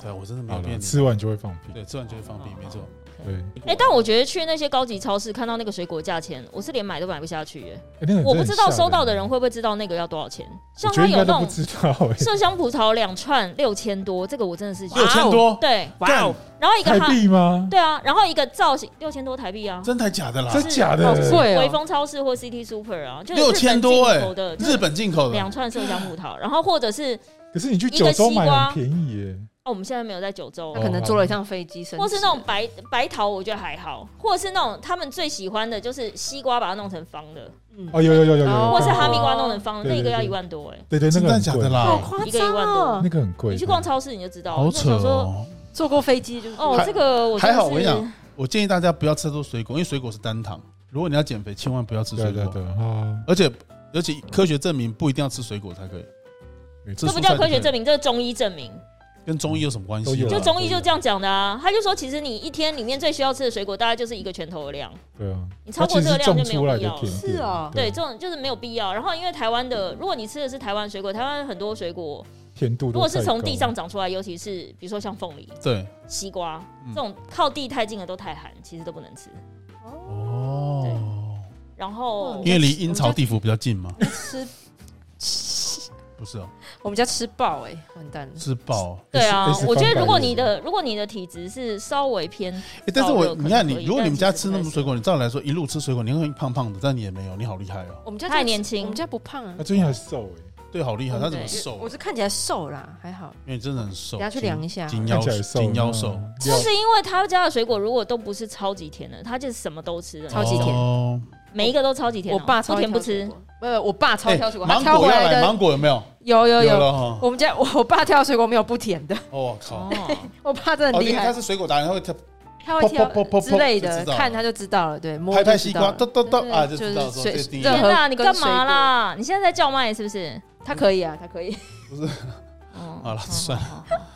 Speaker 4: 对，啊我真的没有
Speaker 1: 好
Speaker 4: 骗
Speaker 1: 了，
Speaker 4: 你，
Speaker 1: 吃完就会放屁。
Speaker 4: 对，吃完就会放屁，没错。
Speaker 1: 对，哎，
Speaker 3: 哎、但我觉得去那些高级超市看到那个水果价钱，我是连买都买不下去 耶。
Speaker 1: 那个很
Speaker 3: 我不知道
Speaker 1: 真很吓
Speaker 3: 收到的人会不会知道那个要多少钱。
Speaker 1: 我
Speaker 3: 像
Speaker 1: 觉
Speaker 3: 他
Speaker 1: 得应
Speaker 3: 有
Speaker 1: 该
Speaker 3: 那
Speaker 1: 都不
Speaker 3: 种
Speaker 1: 知道。 哎
Speaker 3: 麝香葡萄两串六千多，这个我真的是觉得
Speaker 4: 六千多，哦
Speaker 3: 对，
Speaker 4: 干，
Speaker 3: 然后一个
Speaker 1: 台
Speaker 3: 哈
Speaker 1: 币吗？
Speaker 3: 对啊，然后一个造型六千多台币啊，
Speaker 4: 真的假的啦？
Speaker 1: 真假的
Speaker 2: 好贵
Speaker 3: 微
Speaker 2: 哦，
Speaker 3: 风超市或 City Super 啊，就是
Speaker 4: 六千多哎
Speaker 3: 日本进口的，就是
Speaker 4: 日本进口的
Speaker 3: 两串麝香葡萄，然后或者是
Speaker 1: 可是你去九州买很便宜耶。
Speaker 3: 哦，我们现在没有在九州
Speaker 2: 他。可能坐了一趟飞机，甚
Speaker 3: 或
Speaker 2: 至
Speaker 3: 哦是那种白白桃，我觉得还好；或者是那种他们最喜欢的就是西瓜，把它弄成方的，
Speaker 2: 嗯
Speaker 1: 哦，有有有有有有。
Speaker 3: 或是哈密
Speaker 1: 看过
Speaker 3: 瓜弄成方的，
Speaker 1: 对对
Speaker 3: 那个要
Speaker 1: 对
Speaker 3: 一万多哎、
Speaker 1: 对对，那
Speaker 4: 真
Speaker 1: 个
Speaker 4: 的
Speaker 1: 很
Speaker 4: 假
Speaker 1: 贵
Speaker 4: 的？啦？
Speaker 2: 夸
Speaker 3: 一个一万多
Speaker 1: 那个很贵。
Speaker 3: 你去逛超市你就知道了。
Speaker 4: 好
Speaker 3: 那
Speaker 4: 扯
Speaker 3: 想说，
Speaker 4: 哦！
Speaker 2: 坐过飞机就是
Speaker 3: 哦，
Speaker 4: 还
Speaker 3: 这个我真
Speaker 4: 还
Speaker 3: 的
Speaker 4: 好，我跟你
Speaker 3: 是
Speaker 4: 讲，我建议大家不要吃多水果，因为水果是单糖。如果你要减肥，千万不要吃水
Speaker 1: 对对
Speaker 4: 果，
Speaker 1: 对啊，
Speaker 4: 而且而且科学证明不一定要吃水果才可以。
Speaker 1: 没错
Speaker 4: 吃
Speaker 3: 这不
Speaker 4: 蔬
Speaker 3: 叫
Speaker 4: 菜
Speaker 3: 科
Speaker 4: 就可以
Speaker 3: 学证明，这是中医证明。
Speaker 4: 跟中医有什么关系？
Speaker 1: 都有啊
Speaker 3: 就中医就这样讲的啊，他就说其实你一天里面最需要吃的水果大概就是一个拳头的量，
Speaker 1: 对啊，
Speaker 3: 你超过这个量
Speaker 1: 它
Speaker 3: 就
Speaker 1: 其实是啊种
Speaker 3: 没
Speaker 1: 出来
Speaker 3: 有
Speaker 1: 的
Speaker 3: 必要了
Speaker 1: 甜。点
Speaker 2: 是哦
Speaker 3: 对，这种就是没有必要。然后因为台湾的，如果你吃的是台湾水果，台湾很多水果，
Speaker 1: 甜度
Speaker 3: 如
Speaker 1: 都
Speaker 3: 果是
Speaker 1: 太
Speaker 3: 从
Speaker 1: 高
Speaker 3: 地上长出来，尤其是比如说像凤梨、
Speaker 4: 对，
Speaker 3: 西瓜
Speaker 4: 嗯
Speaker 3: 这种靠地太近的都太寒，其实都不能吃。
Speaker 4: 哦，
Speaker 3: 然后
Speaker 2: 嗯
Speaker 4: 因为离阴曹地府比较近嘛，
Speaker 2: 吃，
Speaker 4: 不是哦，
Speaker 2: 我们家吃爆哎、完蛋了。
Speaker 4: 吃爆。哦
Speaker 3: 对啊
Speaker 1: S- S，
Speaker 3: 我觉得如果
Speaker 1: 方法
Speaker 3: 你的如果你的体质是稍微偏
Speaker 4: 诶但是
Speaker 3: 爆
Speaker 4: 我
Speaker 3: 肉可
Speaker 4: 你
Speaker 3: 能
Speaker 4: 看
Speaker 3: 可
Speaker 4: 你，
Speaker 3: 以
Speaker 4: 如果你们家
Speaker 3: 但是
Speaker 4: 吃那么多
Speaker 3: 不
Speaker 4: 水果，你照理来说一路吃水果，你会胖胖的，但你也没有，你好厉害哦，
Speaker 2: 我们家
Speaker 3: 太年轻
Speaker 2: 我们家不胖啊
Speaker 1: 他，最近还瘦哎、
Speaker 4: 对，好厉害，
Speaker 3: 嗯
Speaker 4: 他怎么
Speaker 3: 对
Speaker 4: 瘦
Speaker 2: 我
Speaker 4: 啊？
Speaker 2: 是看起来瘦啦，还好。
Speaker 4: 因为你真的很瘦，
Speaker 2: 等下去量一下。啊
Speaker 4: 紧
Speaker 1: 看
Speaker 4: 腰
Speaker 1: 起来瘦，
Speaker 4: 紧腰瘦，
Speaker 1: 嗯
Speaker 3: 就是因为他家的水果如果都不是超级甜的，他就是什么都吃的，
Speaker 2: 超级甜
Speaker 4: 哦
Speaker 3: 每一个都超级甜
Speaker 2: 我
Speaker 3: 哦。
Speaker 2: 爸
Speaker 3: 不
Speaker 2: 超
Speaker 3: 甜不
Speaker 2: 挑水
Speaker 3: 吃，
Speaker 2: 果，不是我爸超
Speaker 4: 哎
Speaker 2: 挑水果，他
Speaker 4: 芒
Speaker 2: 挑
Speaker 4: 果
Speaker 2: 回
Speaker 4: 要来，
Speaker 2: 来的
Speaker 4: 芒果有没有？
Speaker 2: 有有有。
Speaker 4: 了哈。
Speaker 2: 我们家我我爸挑的水果没有不甜的，
Speaker 4: 哦靠！
Speaker 2: 我爸真的
Speaker 4: 哦，
Speaker 2: 很
Speaker 4: 因为
Speaker 2: 厉害
Speaker 4: 他，是水果达人，他会跳
Speaker 2: 他会挑
Speaker 4: 噗噗噗噗噗
Speaker 2: 之类
Speaker 4: 就
Speaker 2: 的
Speaker 4: 知道，了
Speaker 2: 看他就知道了，对，摸
Speaker 4: 拍
Speaker 2: 就
Speaker 4: 拍
Speaker 2: 知
Speaker 4: 西
Speaker 2: 道
Speaker 4: 瓜，
Speaker 2: 了
Speaker 4: 咚咚咚
Speaker 2: 对
Speaker 4: 啊，就
Speaker 2: 对就
Speaker 4: 知
Speaker 2: 是
Speaker 4: 道说
Speaker 2: 水
Speaker 4: 这是第一
Speaker 2: 任
Speaker 3: 天
Speaker 2: 何
Speaker 3: 啊哪，你
Speaker 2: 跟
Speaker 3: 干
Speaker 2: 水
Speaker 3: 嘛
Speaker 2: 果
Speaker 3: 啦？你现在在叫卖是不是？
Speaker 2: 他可以啊，他可以。
Speaker 3: 哦
Speaker 4: 好了算
Speaker 3: 了。好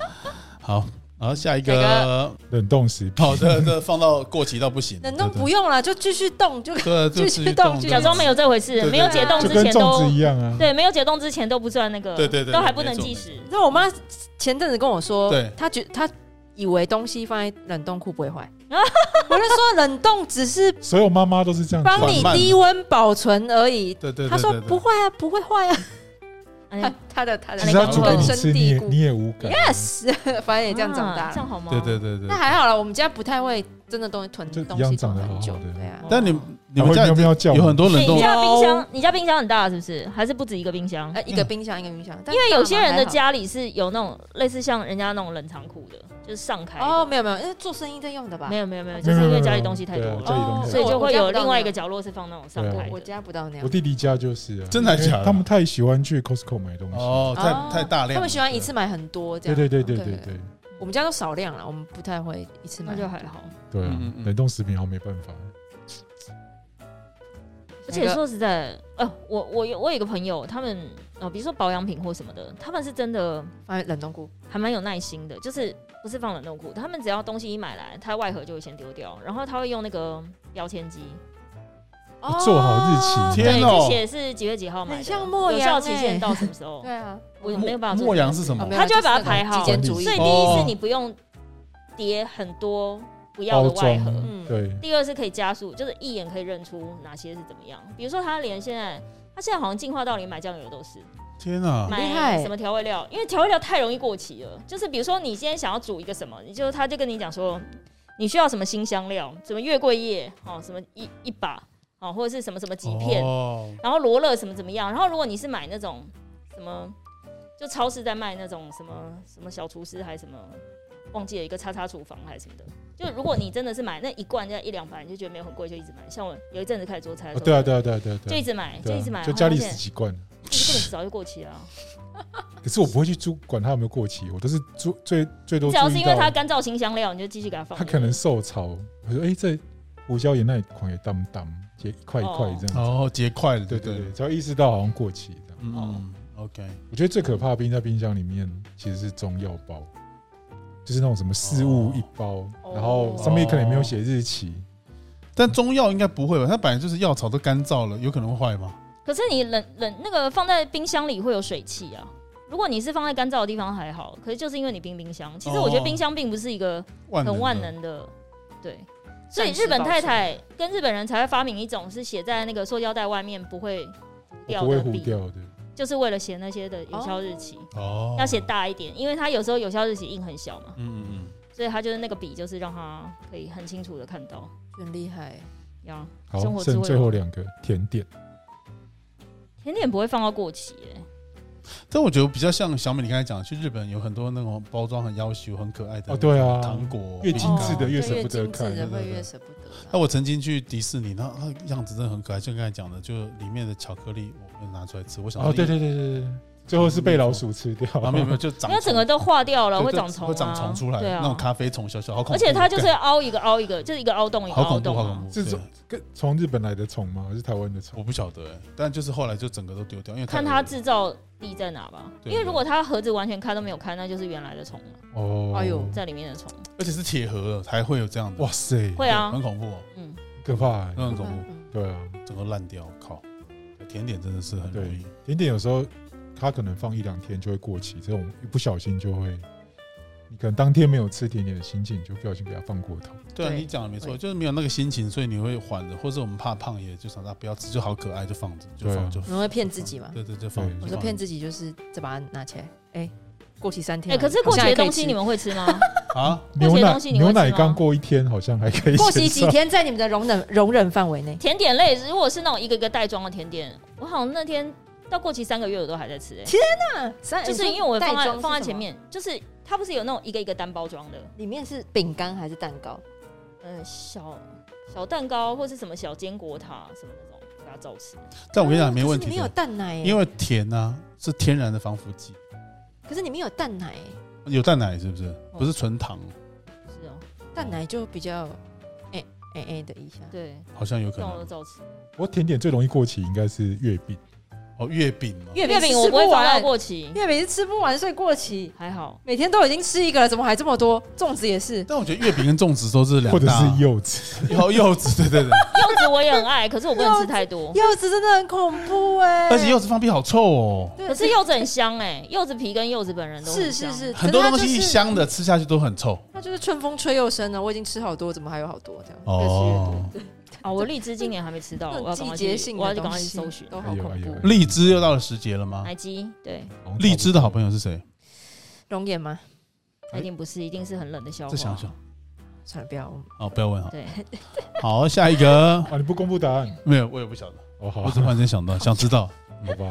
Speaker 3: 好
Speaker 4: 好，然后下一
Speaker 2: 下一
Speaker 4: 个
Speaker 1: 冷冻食品，
Speaker 4: 好的，这放到过期到不 行，
Speaker 2: 冷冻不用了，就继续冻就。
Speaker 4: 对，对
Speaker 2: 继续动继续
Speaker 3: 假装没有这
Speaker 4: 对
Speaker 3: 回事，
Speaker 4: 对
Speaker 3: 没有解冻
Speaker 1: 就
Speaker 3: 之
Speaker 1: 跟
Speaker 3: 前
Speaker 1: 粽
Speaker 3: 都
Speaker 1: 子一样啊。
Speaker 3: 对，没有解冻之前都不算那个，
Speaker 4: 对对对
Speaker 3: 都还
Speaker 4: 对
Speaker 3: 不
Speaker 4: 没
Speaker 3: 能
Speaker 4: 错
Speaker 3: 计
Speaker 4: 没
Speaker 3: 时。
Speaker 2: 你知道我妈前阵子跟我说
Speaker 4: 对，
Speaker 2: 她觉她以为东西放在冷冻库不会坏，我就说冷冻只是
Speaker 1: 所有妈妈都是这样子，
Speaker 2: 帮
Speaker 4: 缓
Speaker 2: 你
Speaker 4: 慢
Speaker 2: 低温保存而已。
Speaker 4: 对对，
Speaker 2: 她说不会啊，不会坏啊。她
Speaker 3: 哎
Speaker 2: 她的她的
Speaker 1: 只是要
Speaker 3: 那个
Speaker 1: 煮给
Speaker 2: 根
Speaker 1: 你
Speaker 2: 深
Speaker 1: 吃，你也
Speaker 2: 蒂固。
Speaker 1: 你也无感。
Speaker 2: Yes，反正 也这样长
Speaker 3: 啊
Speaker 2: 大
Speaker 3: 这样
Speaker 2: 了。
Speaker 3: 好吗？
Speaker 4: 对对对对
Speaker 2: 那。还好了，我们家不太会真的东西囤
Speaker 1: 就一样
Speaker 2: 东西囤
Speaker 1: 长得
Speaker 2: 很久
Speaker 1: 好好的，
Speaker 2: 对啊。
Speaker 4: 但你你
Speaker 1: 还
Speaker 4: 们
Speaker 1: 会
Speaker 4: 家
Speaker 1: 喵喵叫吗
Speaker 4: 有很多冷
Speaker 3: 哎你
Speaker 4: 冻
Speaker 3: 家冰
Speaker 2: 有
Speaker 3: 箱，你家冰箱很大是不是？还是不止一个冰箱？
Speaker 2: 呃，一个冰箱一个冰箱，因
Speaker 3: 因为有些人的家里是有那种类似像人家那种冷藏库的，就是上开的。
Speaker 2: 哦，没有没有，因为做生意在用的吧？
Speaker 3: 没有没有没有，哦就是因为家里东西太多
Speaker 1: 没有没有没有对啊家
Speaker 3: 了，
Speaker 1: 里东西
Speaker 3: 所以就会有另外一个
Speaker 2: 家。
Speaker 3: 角落是放那种上
Speaker 1: 对
Speaker 3: 开
Speaker 1: 啊
Speaker 2: 我
Speaker 3: 的。
Speaker 2: 家不到那样
Speaker 1: 我，弟弟家就是啊，
Speaker 4: 真的
Speaker 1: 因为
Speaker 4: 假的
Speaker 1: 他们太喜欢去 Costco 买东西。
Speaker 4: 哦，
Speaker 2: 哦
Speaker 4: 太太大量了，
Speaker 2: 他们喜欢一次买很多这
Speaker 1: 对
Speaker 2: 样。哦
Speaker 1: 对对对对对
Speaker 2: 我们家都少量了，我们不太会一次买。
Speaker 3: 那就还好，
Speaker 1: 对啊
Speaker 4: 嗯嗯！嗯
Speaker 1: 冷冻食品好像没办法，
Speaker 3: 而且说实在，呃，我我有我有一个朋友，他们呃，比如说保养品或什么的，他们是真的
Speaker 2: 放在冷冻库，
Speaker 3: 还蛮有耐心的，就是不是放冷冻库，他们只要东西一买来，他外盒就会先丢掉，然后他会用那个标签机，
Speaker 1: 做好日期
Speaker 2: 哦
Speaker 4: 天
Speaker 3: 对，
Speaker 4: 哦
Speaker 3: 就写是几月几号买的，
Speaker 2: 很像莫
Speaker 3: 有
Speaker 2: 阳
Speaker 3: 效期限
Speaker 2: 欸
Speaker 3: 到什么时候
Speaker 2: 对，啊，
Speaker 3: 我
Speaker 4: 莫
Speaker 3: 没有办法做
Speaker 4: 莫
Speaker 3: 这件
Speaker 4: 阳是
Speaker 3: 事
Speaker 4: 什么
Speaker 2: 啊没有
Speaker 3: 他就会
Speaker 2: 是
Speaker 3: 把它
Speaker 2: 那种
Speaker 3: 排好
Speaker 2: 极简主义
Speaker 3: 所以
Speaker 1: 哦
Speaker 3: 第一是你不用叠很多不要
Speaker 1: 包
Speaker 3: 的外盒，
Speaker 1: 装，
Speaker 2: 嗯
Speaker 1: 对，
Speaker 3: 第二是可以加速，就是一眼可以认出哪些是怎么样。比如说他连现在，他现在好像进化到连买酱油都是
Speaker 4: 天啊，
Speaker 2: 厉害
Speaker 3: 买什么调味料，因为调味料太容易过期了。就是比如说你今天想要煮一个什么，你就他就跟你讲说你需要什么新香料，什么月桂叶哦，什么一一把哦，或者是什么什么几片，
Speaker 4: 哦
Speaker 3: 然后罗勒什么怎么样？然后如果你是买那种什么，就超市在卖那种什么什么小厨师还是什么，忘记了一个叉叉厨房还是什么的。就如果你真的是买那一罐要一两百，你就觉得没有很贵，就一直买。像我有一阵子开始做菜的时
Speaker 1: 哦
Speaker 3: 候，
Speaker 1: 对啊，对啊，对啊，对啊，
Speaker 3: 就
Speaker 1: 对
Speaker 3: 一
Speaker 1: 啊，
Speaker 3: 直买，就
Speaker 1: 对
Speaker 3: 一
Speaker 1: 啊
Speaker 3: 直买，
Speaker 1: 就家里十
Speaker 3: 然后发现
Speaker 1: 几罐。
Speaker 3: 这个根本早就过期了啊。
Speaker 1: 可是我不会去注管它有没有过期，我都是注最最多
Speaker 3: 只要是
Speaker 1: 注意
Speaker 3: 因为它嗯
Speaker 1: 到
Speaker 3: 干燥新香料，你就继续给它放。
Speaker 1: 它可能受潮。我说哎，这胡椒盐那里狂也当当，结一块一块这样子。
Speaker 4: 哦，结块了，
Speaker 1: 对对
Speaker 4: 对对
Speaker 1: 对，哦
Speaker 4: 对，
Speaker 1: 只要意识到好像过期这样。
Speaker 4: 嗯嗯，OK，
Speaker 1: 我觉得最可怕的冰在冰箱里面其实是中药包，就是那种什么事物一包，
Speaker 2: 哦
Speaker 1: 然后上面可能也没有写日期，
Speaker 4: 但中药应该不会吧？它本来就是药草都干燥了，有可能会坏吗？
Speaker 3: 可是你冷冷那个放在冰箱里会有水汽啊。如果你是放在干燥的地方还好，可是就是因为你冰冰箱，其实我觉得
Speaker 4: 哦
Speaker 3: 冰箱并不是一个
Speaker 4: 万
Speaker 3: 很
Speaker 4: 的
Speaker 3: 万能的，对。所以
Speaker 2: 膳食
Speaker 3: 日本太
Speaker 2: 保
Speaker 3: 太跟日本人才会发明一种是写在那个塑胶袋外面不会糊
Speaker 1: 我
Speaker 3: 掉
Speaker 1: 不会
Speaker 3: 的
Speaker 1: 糊
Speaker 3: 笔，
Speaker 1: 掉的。
Speaker 3: 就是为了写那些的有效日期，
Speaker 4: 哦，
Speaker 3: 要写大一点，因为它有时候有效日期印很小嘛，
Speaker 4: 嗯，嗯嗯
Speaker 3: 所以它就是那个笔就是让它可以很清楚的看到。
Speaker 2: 很厉害。
Speaker 3: 呀，
Speaker 1: 好
Speaker 3: 生，活智慧
Speaker 1: 剩最后两个甜点，
Speaker 3: 甜点不会放到过期、欸，
Speaker 4: 嗯，但我觉得比较像小美你刚才讲，去日本有很多那种包装很要求、很可爱的
Speaker 1: 哦对啊
Speaker 4: 糖果
Speaker 1: 越精致的
Speaker 2: 哦
Speaker 1: 越
Speaker 2: 就
Speaker 1: 舍不得
Speaker 2: 精致
Speaker 1: 看对
Speaker 2: 的
Speaker 1: 对
Speaker 2: 会
Speaker 1: 对
Speaker 2: 越舍不得啦。
Speaker 4: 那我曾经去迪士尼，那那样子真的很可爱，就刚才讲的，就里面的巧克力我没有拿出来吃，我想
Speaker 1: 哦，
Speaker 4: 说
Speaker 1: 对对对对对，最后是被老鼠吃掉。
Speaker 4: 啊，没有没有，就长
Speaker 3: 因为整个都化掉了，
Speaker 4: 对
Speaker 3: 会
Speaker 4: 就
Speaker 3: 长虫、啊，
Speaker 4: 会长虫出来，
Speaker 3: 对啊，
Speaker 4: 那种咖啡虫小小，好恐怖。
Speaker 3: 而且它就是要凹一个凹一个，就是一个凹洞一个
Speaker 4: 好
Speaker 3: 凹
Speaker 4: 恐怖，
Speaker 3: 洞
Speaker 4: 好
Speaker 3: 啊
Speaker 4: 恐。怖。
Speaker 1: 是
Speaker 4: 对
Speaker 1: 从 跟从日本来的虫吗？还是台湾的虫？
Speaker 4: 我不晓得欸，但就是后来就整个都丢掉，因为
Speaker 3: 看它
Speaker 4: 它
Speaker 3: 制造地在哪吧，
Speaker 4: 对
Speaker 3: 因为如果它盒子完全开都没有开，那就是原来的虫了，
Speaker 4: 哦，
Speaker 2: 哎呦
Speaker 3: 在里面的虫。
Speaker 4: 而且是铁盒了才会有这样的，
Speaker 1: 哇塞，
Speaker 3: 会啊
Speaker 4: 很恐怖哦，
Speaker 3: 嗯，
Speaker 1: 可怕欸！
Speaker 4: 那很恐怖，
Speaker 2: 嗯
Speaker 1: 对啊，
Speaker 4: 整个烂掉，靠！甜点真的是很容易，
Speaker 1: 甜点有时候它可能放一两天就会过期，这种一不小心就会，你可能当天没有吃甜点的心情，你就不小心给它放过头。
Speaker 4: 对啊，
Speaker 3: 对
Speaker 4: 你讲的没错，
Speaker 3: 会
Speaker 4: 就是没有那个心情，所以你会缓着，或是我们怕胖也就想到不要吃，就好可爱就放着，就
Speaker 1: 对啊
Speaker 4: 放就
Speaker 2: 你们会骗自己吗？
Speaker 4: 对对就放
Speaker 1: 对。
Speaker 2: 我说骗自己就是再把它拿起来，哎、过期三
Speaker 3: 哎、
Speaker 2: 天了。
Speaker 3: 可是过期
Speaker 2: 好像
Speaker 3: 的
Speaker 2: 还可以
Speaker 3: 东西
Speaker 2: 吃
Speaker 3: 你们会吃吗？
Speaker 4: 啊，
Speaker 3: 过
Speaker 1: 牛
Speaker 3: 期的
Speaker 1: 奶
Speaker 3: 东西你会
Speaker 1: 牛
Speaker 3: 吃吗
Speaker 1: 奶刚过一天，好像还可以
Speaker 2: 过期
Speaker 1: 接
Speaker 2: 几
Speaker 1: 受
Speaker 2: 天在你们的 容忍容忍范围内。
Speaker 3: 甜点类如果是那种一个一个袋装的甜点，我好像那天到过期三个月我都还在吃、哎，
Speaker 2: 那三
Speaker 3: 就是因为我放
Speaker 2: 袋装
Speaker 3: 在
Speaker 2: 是
Speaker 3: 放在
Speaker 2: 什
Speaker 3: 前
Speaker 2: 么，
Speaker 3: 面，就是它不是有那种一个一个单包装的，
Speaker 2: 里面是饼干还是蛋糕？嗯
Speaker 3: 呃，小小蛋糕或是什么小坚果塔什么那种，给它照吃。
Speaker 4: 但我跟你讲
Speaker 2: 哦
Speaker 4: 没问
Speaker 2: 可是里
Speaker 4: 题
Speaker 2: 面
Speaker 4: 的，
Speaker 2: 有蛋奶耶，
Speaker 4: 因为甜啊是天然的防腐剂，
Speaker 2: 可是里面有蛋奶耶，
Speaker 4: 有蛋奶是不是？
Speaker 2: 哦
Speaker 4: 不是纯糖，
Speaker 3: 是哦，
Speaker 2: 蛋奶就比较哎哎哎的一下。
Speaker 3: 对，
Speaker 4: 好像有可
Speaker 3: 那我都
Speaker 4: 能。
Speaker 3: 照吃。
Speaker 1: 不过甜点最容易过期应该是月饼，
Speaker 4: 哦，月饼哦，
Speaker 2: 月
Speaker 3: 月饼我不会放到过期，
Speaker 2: 因为每次吃不完，所以过期。
Speaker 3: 还好。
Speaker 2: 每天都已经吃一个了，怎么还这么多？粽子也是，
Speaker 4: 但我觉得月饼跟粽子都是两大，
Speaker 1: 或者是柚子。
Speaker 4: 柚柚子，对对 对，
Speaker 3: 柚子我也很爱，可是我不能吃太多。
Speaker 2: 柚子真的很恐怖哎、
Speaker 4: 而且柚子放屁好臭哦。
Speaker 2: 对
Speaker 3: 可是柚子很香哎、柚子皮跟柚子本人都
Speaker 2: 是
Speaker 3: 很
Speaker 2: 是
Speaker 3: 香
Speaker 2: 是，
Speaker 4: 很多
Speaker 2: 可是它
Speaker 4: 东西
Speaker 2: 就
Speaker 4: 一
Speaker 2: 是，
Speaker 4: 香的吃下去都很臭
Speaker 2: 它就是春风吹又生了。我已经吃好多，怎么还有好多这样？
Speaker 4: 哦。
Speaker 3: 啊！我荔枝今年还没吃到，
Speaker 2: 那
Speaker 3: 我要赶
Speaker 2: 种季
Speaker 3: 快去
Speaker 2: 节性
Speaker 3: 我要
Speaker 2: 的
Speaker 3: 去赶
Speaker 2: 东
Speaker 3: 快去
Speaker 2: 西
Speaker 3: 搜寻。
Speaker 2: 都好
Speaker 1: 哎呦哎
Speaker 2: 恐
Speaker 1: 呦
Speaker 2: 怖
Speaker 1: 哎。
Speaker 4: 荔枝又到了时节了吗？
Speaker 2: 哎
Speaker 3: 奶鸡对，
Speaker 4: 荔枝的好朋友是谁？
Speaker 2: 龙眼吗？
Speaker 3: 它一定不是，一定是很冷的消
Speaker 4: 再想
Speaker 3: 化。
Speaker 4: 想
Speaker 2: 算了，不要。
Speaker 4: 哦，不要问哈。
Speaker 3: 对，
Speaker 4: 好，下一个
Speaker 1: 啊，你不公布答案
Speaker 4: 没有，我也不晓得，
Speaker 1: 哦，好
Speaker 4: 我只忽然间 想到，想知道
Speaker 1: 好吧。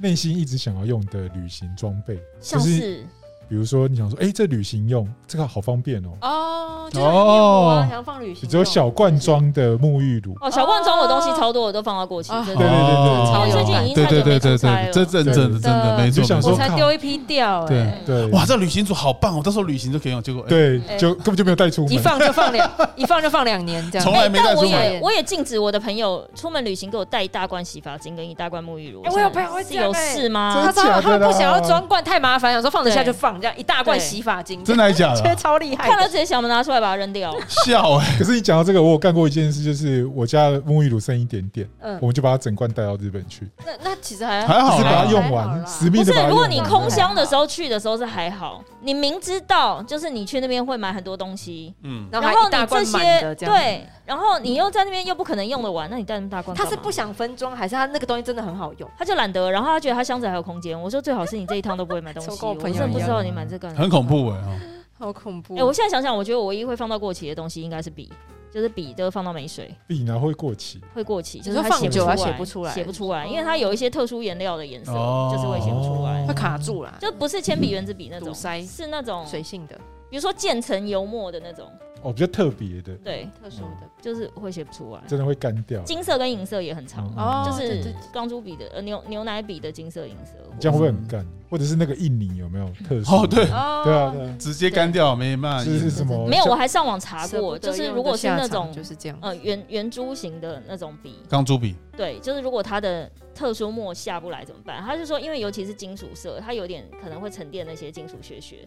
Speaker 1: 内心一直想要用的旅行装备，
Speaker 3: 像
Speaker 1: 就是
Speaker 3: 是
Speaker 1: 比如说你想说，哎，这旅行用这个好方便哦，
Speaker 2: 哦，
Speaker 4: 就是很哦妙啊
Speaker 2: 想放旅行
Speaker 1: 只有小罐装的沐浴乳，
Speaker 3: 哦，小罐装我东西超多，我都放到过期，
Speaker 2: 啊
Speaker 3: 真
Speaker 1: 对
Speaker 3: 的
Speaker 1: 对。
Speaker 4: 哦
Speaker 1: 对
Speaker 2: 超
Speaker 1: 对，
Speaker 2: 有
Speaker 1: 对
Speaker 2: 感
Speaker 3: 最近已经
Speaker 4: 对对对对
Speaker 3: 太久没
Speaker 4: 对，这
Speaker 3: 出差
Speaker 4: 真
Speaker 3: 了
Speaker 4: 真的真的没
Speaker 1: 你就
Speaker 4: 错
Speaker 1: 想
Speaker 4: 没
Speaker 1: 说
Speaker 4: 错。
Speaker 2: 我才丢一批掉哎、
Speaker 4: 对
Speaker 1: 对
Speaker 4: 哇，这旅行组好棒哦！到时候旅行就可以用，结果哎
Speaker 1: 对，就根本就没有带出
Speaker 2: 一
Speaker 1: 门。
Speaker 2: 放就 放两，一放就放两年这样。
Speaker 4: 从
Speaker 3: 哎
Speaker 4: 来没带
Speaker 3: 但
Speaker 4: 出
Speaker 3: 我
Speaker 4: 门。
Speaker 3: 也我也禁止我的朋友出门旅行给我带一大罐洗发精跟一大罐沐浴乳。
Speaker 2: 哎我有朋友会
Speaker 3: 是
Speaker 2: 这样
Speaker 3: 有
Speaker 2: 哎
Speaker 3: 事吗
Speaker 1: 真
Speaker 2: 他？
Speaker 1: 的假
Speaker 2: 他
Speaker 1: 的啦
Speaker 2: 他不想要装罐太麻烦，想说放得下
Speaker 3: 对
Speaker 2: 就放，这样一大罐
Speaker 3: 对
Speaker 2: 洗发精，
Speaker 4: 真的还假
Speaker 2: 觉得
Speaker 4: 的？
Speaker 2: 超厉害的。
Speaker 3: 看了直接想把它拿出来把它扔掉。
Speaker 4: 笑哎！
Speaker 1: 可是你讲到这个，我有干过一件事，就是我家的沐浴乳剩一点点，
Speaker 2: 嗯
Speaker 1: 我，们就把它整罐带到日本去，
Speaker 2: 那那其实还
Speaker 4: 还好
Speaker 1: 就是
Speaker 4: 啦
Speaker 1: 把它用
Speaker 2: 还好
Speaker 1: 完，
Speaker 2: 啦
Speaker 1: 死
Speaker 3: 不
Speaker 1: 命
Speaker 3: 是
Speaker 1: 的把，它
Speaker 3: 如
Speaker 1: 用
Speaker 3: 果
Speaker 1: 完。
Speaker 3: 你空箱的时候去的时候是还好，你明知道就是你去那边会买很多东西，
Speaker 4: 嗯，
Speaker 2: 然后
Speaker 3: 然
Speaker 2: 还
Speaker 3: 后
Speaker 2: 一大
Speaker 3: 你这
Speaker 2: 罐满的
Speaker 3: 些
Speaker 2: 这样。，
Speaker 3: 对，然后你又在那边又不可能用得完，那你带那么大罐干嘛，
Speaker 2: 他是不想分装，还是他那个东西真的很好用？
Speaker 3: 他就懒得，然后他觉得他箱子还有空间。我说最好是你这一趟都不会买东 西，
Speaker 2: 怎么跟我
Speaker 3: 我
Speaker 2: 朋友
Speaker 3: 真的不知
Speaker 1: 一
Speaker 3: 道
Speaker 1: 样
Speaker 3: 你买这干嘛。
Speaker 4: 很恐。怖哎哦
Speaker 2: 好恐怖
Speaker 3: 哎、我现在想想，我觉得我唯一会放到过期的东西应该是笔，就是笔都放到没水
Speaker 1: 笔呢会过期，
Speaker 3: 会过期，就是
Speaker 2: 说
Speaker 3: 它
Speaker 2: 放
Speaker 3: 写
Speaker 2: 久
Speaker 3: 不
Speaker 2: 它
Speaker 3: 出
Speaker 2: 写
Speaker 3: 来
Speaker 2: 不出来
Speaker 3: 写不出来，因为它有一些特殊颜料的颜色，
Speaker 4: 哦
Speaker 3: 就是会写不出来
Speaker 1: 哦
Speaker 2: 会。卡住啦，
Speaker 3: 就不是铅笔原子笔那
Speaker 2: 堵
Speaker 3: 种，
Speaker 2: 塞
Speaker 3: 是那种
Speaker 2: 水性的、
Speaker 3: 比如说渐层油墨的那种，
Speaker 1: 哦，比较特别的，
Speaker 3: 对，
Speaker 2: 特殊的
Speaker 3: 就是会写不出来。
Speaker 1: 真的会干掉。
Speaker 3: 金色跟银色也很长，啊
Speaker 1: 嗯
Speaker 2: 哦
Speaker 3: 就
Speaker 2: 对对
Speaker 3: 是
Speaker 2: 对
Speaker 3: 钢珠笔的呃牛牛奶笔的金色银色，
Speaker 1: 你这样会不会很干？或者是那个印尼有没有特殊？
Speaker 4: 哦，对，
Speaker 2: 哦
Speaker 1: 对啊，对啊，
Speaker 4: 直接干掉没办法。
Speaker 1: 是是什么？
Speaker 3: 哦没有，我还上网查
Speaker 2: 舍
Speaker 3: 过，
Speaker 2: 不得
Speaker 3: 就是
Speaker 2: 用
Speaker 3: 如果
Speaker 2: 的
Speaker 3: 是
Speaker 2: 下
Speaker 3: 那
Speaker 2: 场
Speaker 3: 种
Speaker 2: 就是这样，
Speaker 3: 呃圆圆珠型的那种笔，
Speaker 4: 钢珠笔
Speaker 3: 对，就是如果它的特殊墨下不来怎么办？他就说，因为尤其是金属色，它有点可能会沉淀那些金属屑屑，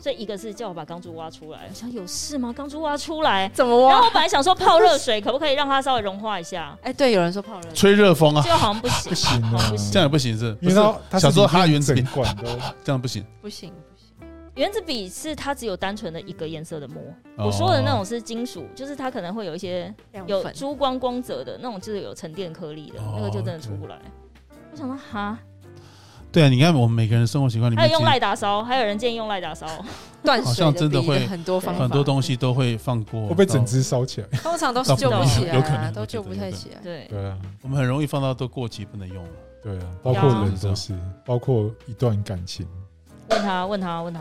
Speaker 3: 所以一个是叫我把钢珠挖出来，我想有事吗？钢珠挖出来，
Speaker 2: 怎么
Speaker 3: 然
Speaker 2: 挖
Speaker 3: 后？我本来想说泡热水可不可以让它稍微融化一下，
Speaker 2: 哎，对，有人说泡热水，
Speaker 4: 吹热风啊
Speaker 3: 结，果好像不行，
Speaker 1: 不行
Speaker 3: 好像
Speaker 1: 啊
Speaker 3: 不，行
Speaker 4: 这样也不行是？
Speaker 1: 因
Speaker 4: 不
Speaker 1: 为
Speaker 4: 是
Speaker 1: 它它是
Speaker 4: 小时候哈原子
Speaker 1: 整
Speaker 4: 笔
Speaker 1: 罐 的，
Speaker 4: 这样不行。
Speaker 2: 不行不行，
Speaker 3: 原子笔是它只有单纯的一个颜色的墨，
Speaker 4: 哦
Speaker 3: 我说的那种是金属，就是它可能会有一些
Speaker 2: 亮
Speaker 3: 有
Speaker 2: 粉
Speaker 3: 珠光光泽的那种，就是有沉淀颗粒的，
Speaker 4: 哦
Speaker 3: 那个就真的出不来。我想说哈，
Speaker 4: 对啊，你看我们每个人生活习惯里
Speaker 3: 还
Speaker 4: 面，
Speaker 3: 有用赖打烧，还有人建议用赖打烧，
Speaker 2: 断
Speaker 4: 好
Speaker 2: 水
Speaker 4: 像真的
Speaker 2: 的
Speaker 4: 会
Speaker 2: 笔很多方法，
Speaker 4: 很多东西都会放过，
Speaker 1: 会不会整只烧 起来？
Speaker 2: 通常都
Speaker 4: 到
Speaker 2: 救不
Speaker 3: 不
Speaker 2: 起
Speaker 3: 了
Speaker 2: 来
Speaker 4: 有可能
Speaker 2: 啊，
Speaker 4: 我
Speaker 2: 都
Speaker 4: 觉
Speaker 2: 救
Speaker 4: 得
Speaker 2: 不
Speaker 4: 有
Speaker 2: 太
Speaker 4: 可
Speaker 2: 起来。
Speaker 3: 对，
Speaker 1: 对啊，
Speaker 4: 哦我们很容易放到都过期不能用了。
Speaker 1: 对啊，包括人
Speaker 4: 对
Speaker 1: 都
Speaker 4: 啊
Speaker 1: 是，包括一段感情，
Speaker 3: 问他问他问他，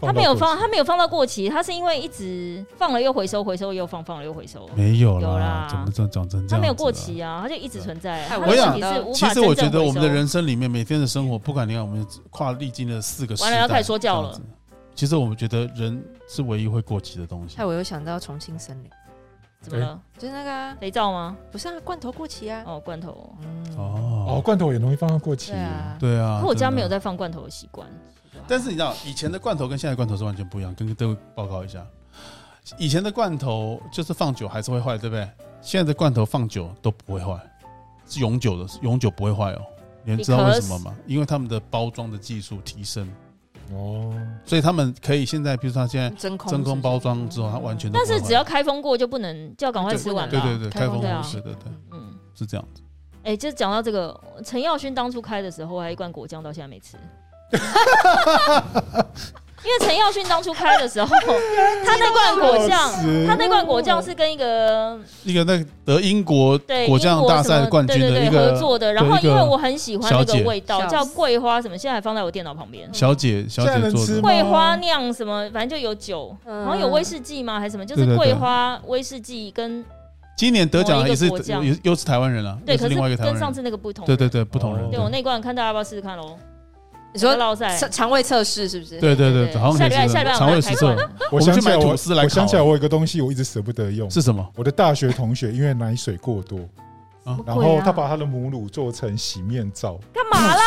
Speaker 1: 放
Speaker 3: 它
Speaker 1: 到
Speaker 3: 没有
Speaker 1: 柜
Speaker 3: 放，
Speaker 1: 子
Speaker 3: 它没有放到过期，它是因为一直放了又回收，回收又放，放了又回收，
Speaker 4: 没有
Speaker 3: 有
Speaker 4: 啦
Speaker 3: 啦，
Speaker 4: 怎么这讲成这样？
Speaker 3: 它没有过。期啊，它就一直存在。它
Speaker 2: 哎
Speaker 3: 的
Speaker 2: 我
Speaker 3: 问
Speaker 4: 想
Speaker 3: 题是无
Speaker 4: 其
Speaker 3: 法
Speaker 4: 实
Speaker 3: 真
Speaker 4: 啊我
Speaker 3: 正
Speaker 4: 觉得
Speaker 3: 回
Speaker 4: 我们的
Speaker 3: 收
Speaker 4: 人生里面每天的生活，不管你看我们跨历经了四个时代，
Speaker 3: 完了要开始说教了
Speaker 4: 这样子。其实我们觉得人是唯一会过期的东西
Speaker 2: 害。我又想到重庆森林，
Speaker 3: 怎么了？
Speaker 4: 哎
Speaker 2: 就是那个、啊、
Speaker 3: 肥皂吗？
Speaker 2: 不是啊，罐头过期啊。
Speaker 3: 哦，罐头。
Speaker 2: 嗯，
Speaker 1: 哦，
Speaker 4: 哦，
Speaker 1: 罐头也容易放到过期
Speaker 2: 对。啊，
Speaker 4: 对啊
Speaker 3: 可，我家
Speaker 4: 真的
Speaker 3: 没有在放罐头的习惯。
Speaker 4: 但是你知道，以前的罐头跟现在的罐头是完全不一样，跟各位报告一下，以前的罐头就是放久还是会坏，对不对？现在的罐头放久都不会坏，是永久的，是永久不会坏哦。你们知道为什么吗？因为他们的包装的技术提升，
Speaker 1: 哦，
Speaker 4: 所以他们可以现在，比如说他现在
Speaker 2: 啊真空
Speaker 4: 真空包
Speaker 2: 是
Speaker 4: 装
Speaker 2: 不是
Speaker 4: 之后，它完全都不
Speaker 3: 嗯但
Speaker 4: 会坏
Speaker 3: 是只要开封过就不能，就要赶快吃完
Speaker 4: 对
Speaker 3: 吧。
Speaker 4: 对对，开封
Speaker 3: 对啊
Speaker 4: 模式，对对
Speaker 3: 嗯，
Speaker 4: 是这样子。
Speaker 3: 哎、就讲到这个，陈耀勋当初开的时候，我还有一罐果酱到现在 没吃。因为陈耀勋当初开的 时候，他那罐果酱，他那罐果酱是跟一个
Speaker 4: 一个那个得英国
Speaker 3: 对
Speaker 4: 哦果酱大赛冠军
Speaker 3: 英国
Speaker 4: 的
Speaker 3: 什
Speaker 4: 一
Speaker 3: 么对对对合
Speaker 4: 个
Speaker 3: 作的，然后
Speaker 4: 一个
Speaker 3: 因为我很喜欢那
Speaker 4: 小姐
Speaker 3: 个味道，
Speaker 2: 笑死
Speaker 3: 叫桂花什么，现在还放在我电脑旁边。
Speaker 4: 小姐小
Speaker 1: 现在
Speaker 4: 姐
Speaker 1: 能
Speaker 4: 做
Speaker 1: 吃
Speaker 4: 的
Speaker 1: 吗
Speaker 3: 桂花酿什么，反正就有酒，
Speaker 2: 嗯
Speaker 3: 好像有威士忌吗？还是什么？就
Speaker 4: 对对
Speaker 3: 是
Speaker 4: 对
Speaker 3: 桂花威士忌跟
Speaker 4: 今年得奖的也是
Speaker 3: 某一个果酱
Speaker 4: 也是又是台湾人了，
Speaker 3: 对，
Speaker 4: 又
Speaker 3: 可
Speaker 4: 是另外一个台湾
Speaker 3: 跟
Speaker 4: 人。
Speaker 3: 上次那个不同。
Speaker 4: 对对对，不同
Speaker 1: 哦
Speaker 4: 人。
Speaker 3: 对我那罐看大家要不要试试看喽？
Speaker 2: 你说
Speaker 3: 老塞
Speaker 2: 肠肠胃测试是不是？
Speaker 4: 对对对对，好像
Speaker 3: 下
Speaker 4: 可
Speaker 3: 礼
Speaker 4: 以
Speaker 3: 拜
Speaker 4: 吃
Speaker 3: 下礼拜
Speaker 4: 肠胃实
Speaker 3: 开
Speaker 4: 测
Speaker 3: 罐。
Speaker 4: 我
Speaker 1: 我
Speaker 4: 们
Speaker 1: 想
Speaker 4: 去
Speaker 1: 起
Speaker 4: 买
Speaker 1: 来我
Speaker 4: 吐司来
Speaker 1: 我想
Speaker 4: 烤啊
Speaker 1: 起来我有一个东西我一直舍不得用。
Speaker 4: 是啊什么？
Speaker 1: 我的大学同学因为奶水过多，然
Speaker 2: 啊
Speaker 1: 后他把他的母乳做成洗面皂，
Speaker 4: 啊
Speaker 3: 干嘛 啦？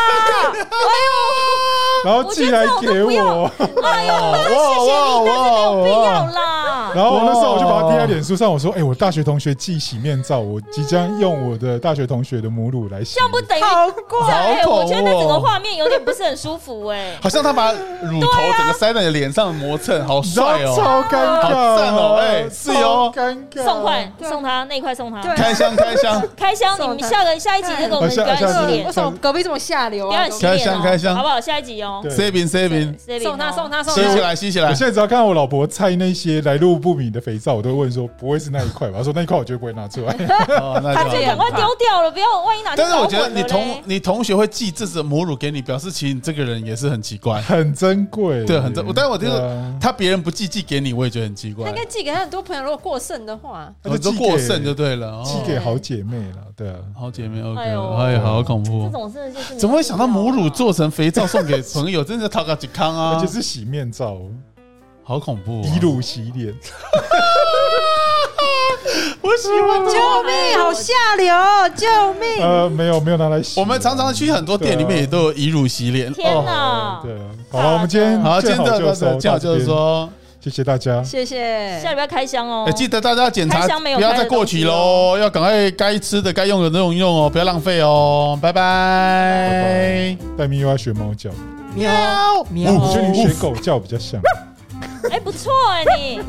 Speaker 1: 然后寄来给
Speaker 3: 我觉得这种
Speaker 1: 我。
Speaker 3: 哎呦，
Speaker 4: 哇哇哇
Speaker 3: 不要！啦！
Speaker 1: 然后我那时候我就把它贴在脸书上，我说：“哎、我大学同学寄洗面皂，我即将用我的大学同学的母乳来洗。”
Speaker 3: 这样不等于
Speaker 4: 好
Speaker 3: 哎，
Speaker 4: 丑
Speaker 3: 我觉得那整个
Speaker 4: 哦！
Speaker 3: 画面有点不是很舒服哎。
Speaker 4: 好像他把乳头整个塞在你的脸上磨蹭，好
Speaker 1: 你知道
Speaker 4: 帅哦！
Speaker 1: 超尴尬，
Speaker 4: 好赞哦哎是
Speaker 1: 超
Speaker 4: 哦
Speaker 1: 尴尬，
Speaker 3: 送款送他那一块送他，
Speaker 2: 对
Speaker 4: 开箱开 箱
Speaker 3: 开箱你
Speaker 2: 送
Speaker 3: 们
Speaker 2: 他
Speaker 3: 下个下一集这个我们
Speaker 1: 下
Speaker 3: 表演
Speaker 1: 下次
Speaker 3: 洗脸
Speaker 2: 为，什么隔壁这么下流
Speaker 3: 表
Speaker 2: 啊
Speaker 3: 演？洗
Speaker 4: 开
Speaker 3: 脸
Speaker 4: 箱
Speaker 3: 哦，
Speaker 4: 开箱
Speaker 3: 好不好？下一集哦，
Speaker 1: 对
Speaker 4: ，saving saving，
Speaker 3: Saving
Speaker 2: 送他
Speaker 3: 哦
Speaker 2: 送他送
Speaker 4: 吸起
Speaker 2: 他，
Speaker 4: 来吸起
Speaker 1: 我
Speaker 4: 来。
Speaker 1: 现在只要看到我老婆拆那些来路不明的肥皂，我都会问说：“不会是那一块吧？”她说：“那一块我绝对不会拿出来。
Speaker 4: 哦那就
Speaker 2: 他
Speaker 4: 好
Speaker 2: 自己
Speaker 3: 赶快丢掉了，不要万一哪天
Speaker 4: 但是我觉
Speaker 3: 搞
Speaker 4: 得
Speaker 3: 啊混
Speaker 4: 你
Speaker 3: 了
Speaker 4: 同
Speaker 3: 嘞
Speaker 4: 你同学会寄这种母乳给你，表示其实你这个人也是很奇怪”。
Speaker 1: 很珍贵，
Speaker 4: 对很珍但我听说
Speaker 1: 对啊
Speaker 4: 他别人不寄寄给你，我也觉得很奇
Speaker 2: 他
Speaker 4: 怪
Speaker 2: 应。该寄给他很多朋友，如果过剩的话，
Speaker 1: 她
Speaker 4: 我
Speaker 1: 寄给
Speaker 4: 就过剩就对了。哦
Speaker 1: 寄给好姐妹了，对啊。
Speaker 4: 好姐妹，OK，
Speaker 3: 哎呦
Speaker 4: 哎，好恐
Speaker 3: 这
Speaker 4: 怖。
Speaker 3: 种真的就是
Speaker 4: 怎么会想到母乳
Speaker 3: 做？
Speaker 4: 做成肥皂送给朋友？真的讨个健 康
Speaker 1: 而
Speaker 4: 啊
Speaker 1: 且！是洗面皂，
Speaker 4: 好恐怖、啊
Speaker 1: 以乳洗脸，
Speaker 4: 我喜欢
Speaker 1: 啊
Speaker 3: 救命好
Speaker 2: 下流！救命
Speaker 1: 呃，没有没有拿来洗。啊
Speaker 4: 我们常常去很多店里面也都有以乳洗脸。
Speaker 3: 天
Speaker 4: 哦！
Speaker 3: 哪！
Speaker 1: 对啊，好了，我们今天
Speaker 4: 好，今
Speaker 1: 见
Speaker 4: 天
Speaker 1: 好就
Speaker 4: 的
Speaker 1: 收，
Speaker 4: 教就是
Speaker 1: 到
Speaker 4: 说，
Speaker 1: 这边，谢谢大家。
Speaker 2: 谢谢，
Speaker 3: 下礼拜开箱哦
Speaker 4: 哎，，记得大家要检查
Speaker 3: 开，箱
Speaker 4: 不
Speaker 3: 没有
Speaker 4: 要
Speaker 3: 开
Speaker 4: 再
Speaker 3: 的
Speaker 4: 过
Speaker 3: 东西
Speaker 4: 期
Speaker 3: 哦
Speaker 4: 喽，要赶快该吃的、该用的都用一用哦，不要浪费哦，拜拜。
Speaker 1: 戴咪又要学猫叫，
Speaker 4: 喵
Speaker 2: 喵
Speaker 1: 哦我觉得你学狗叫比较像。
Speaker 3: 哎，不错哎你。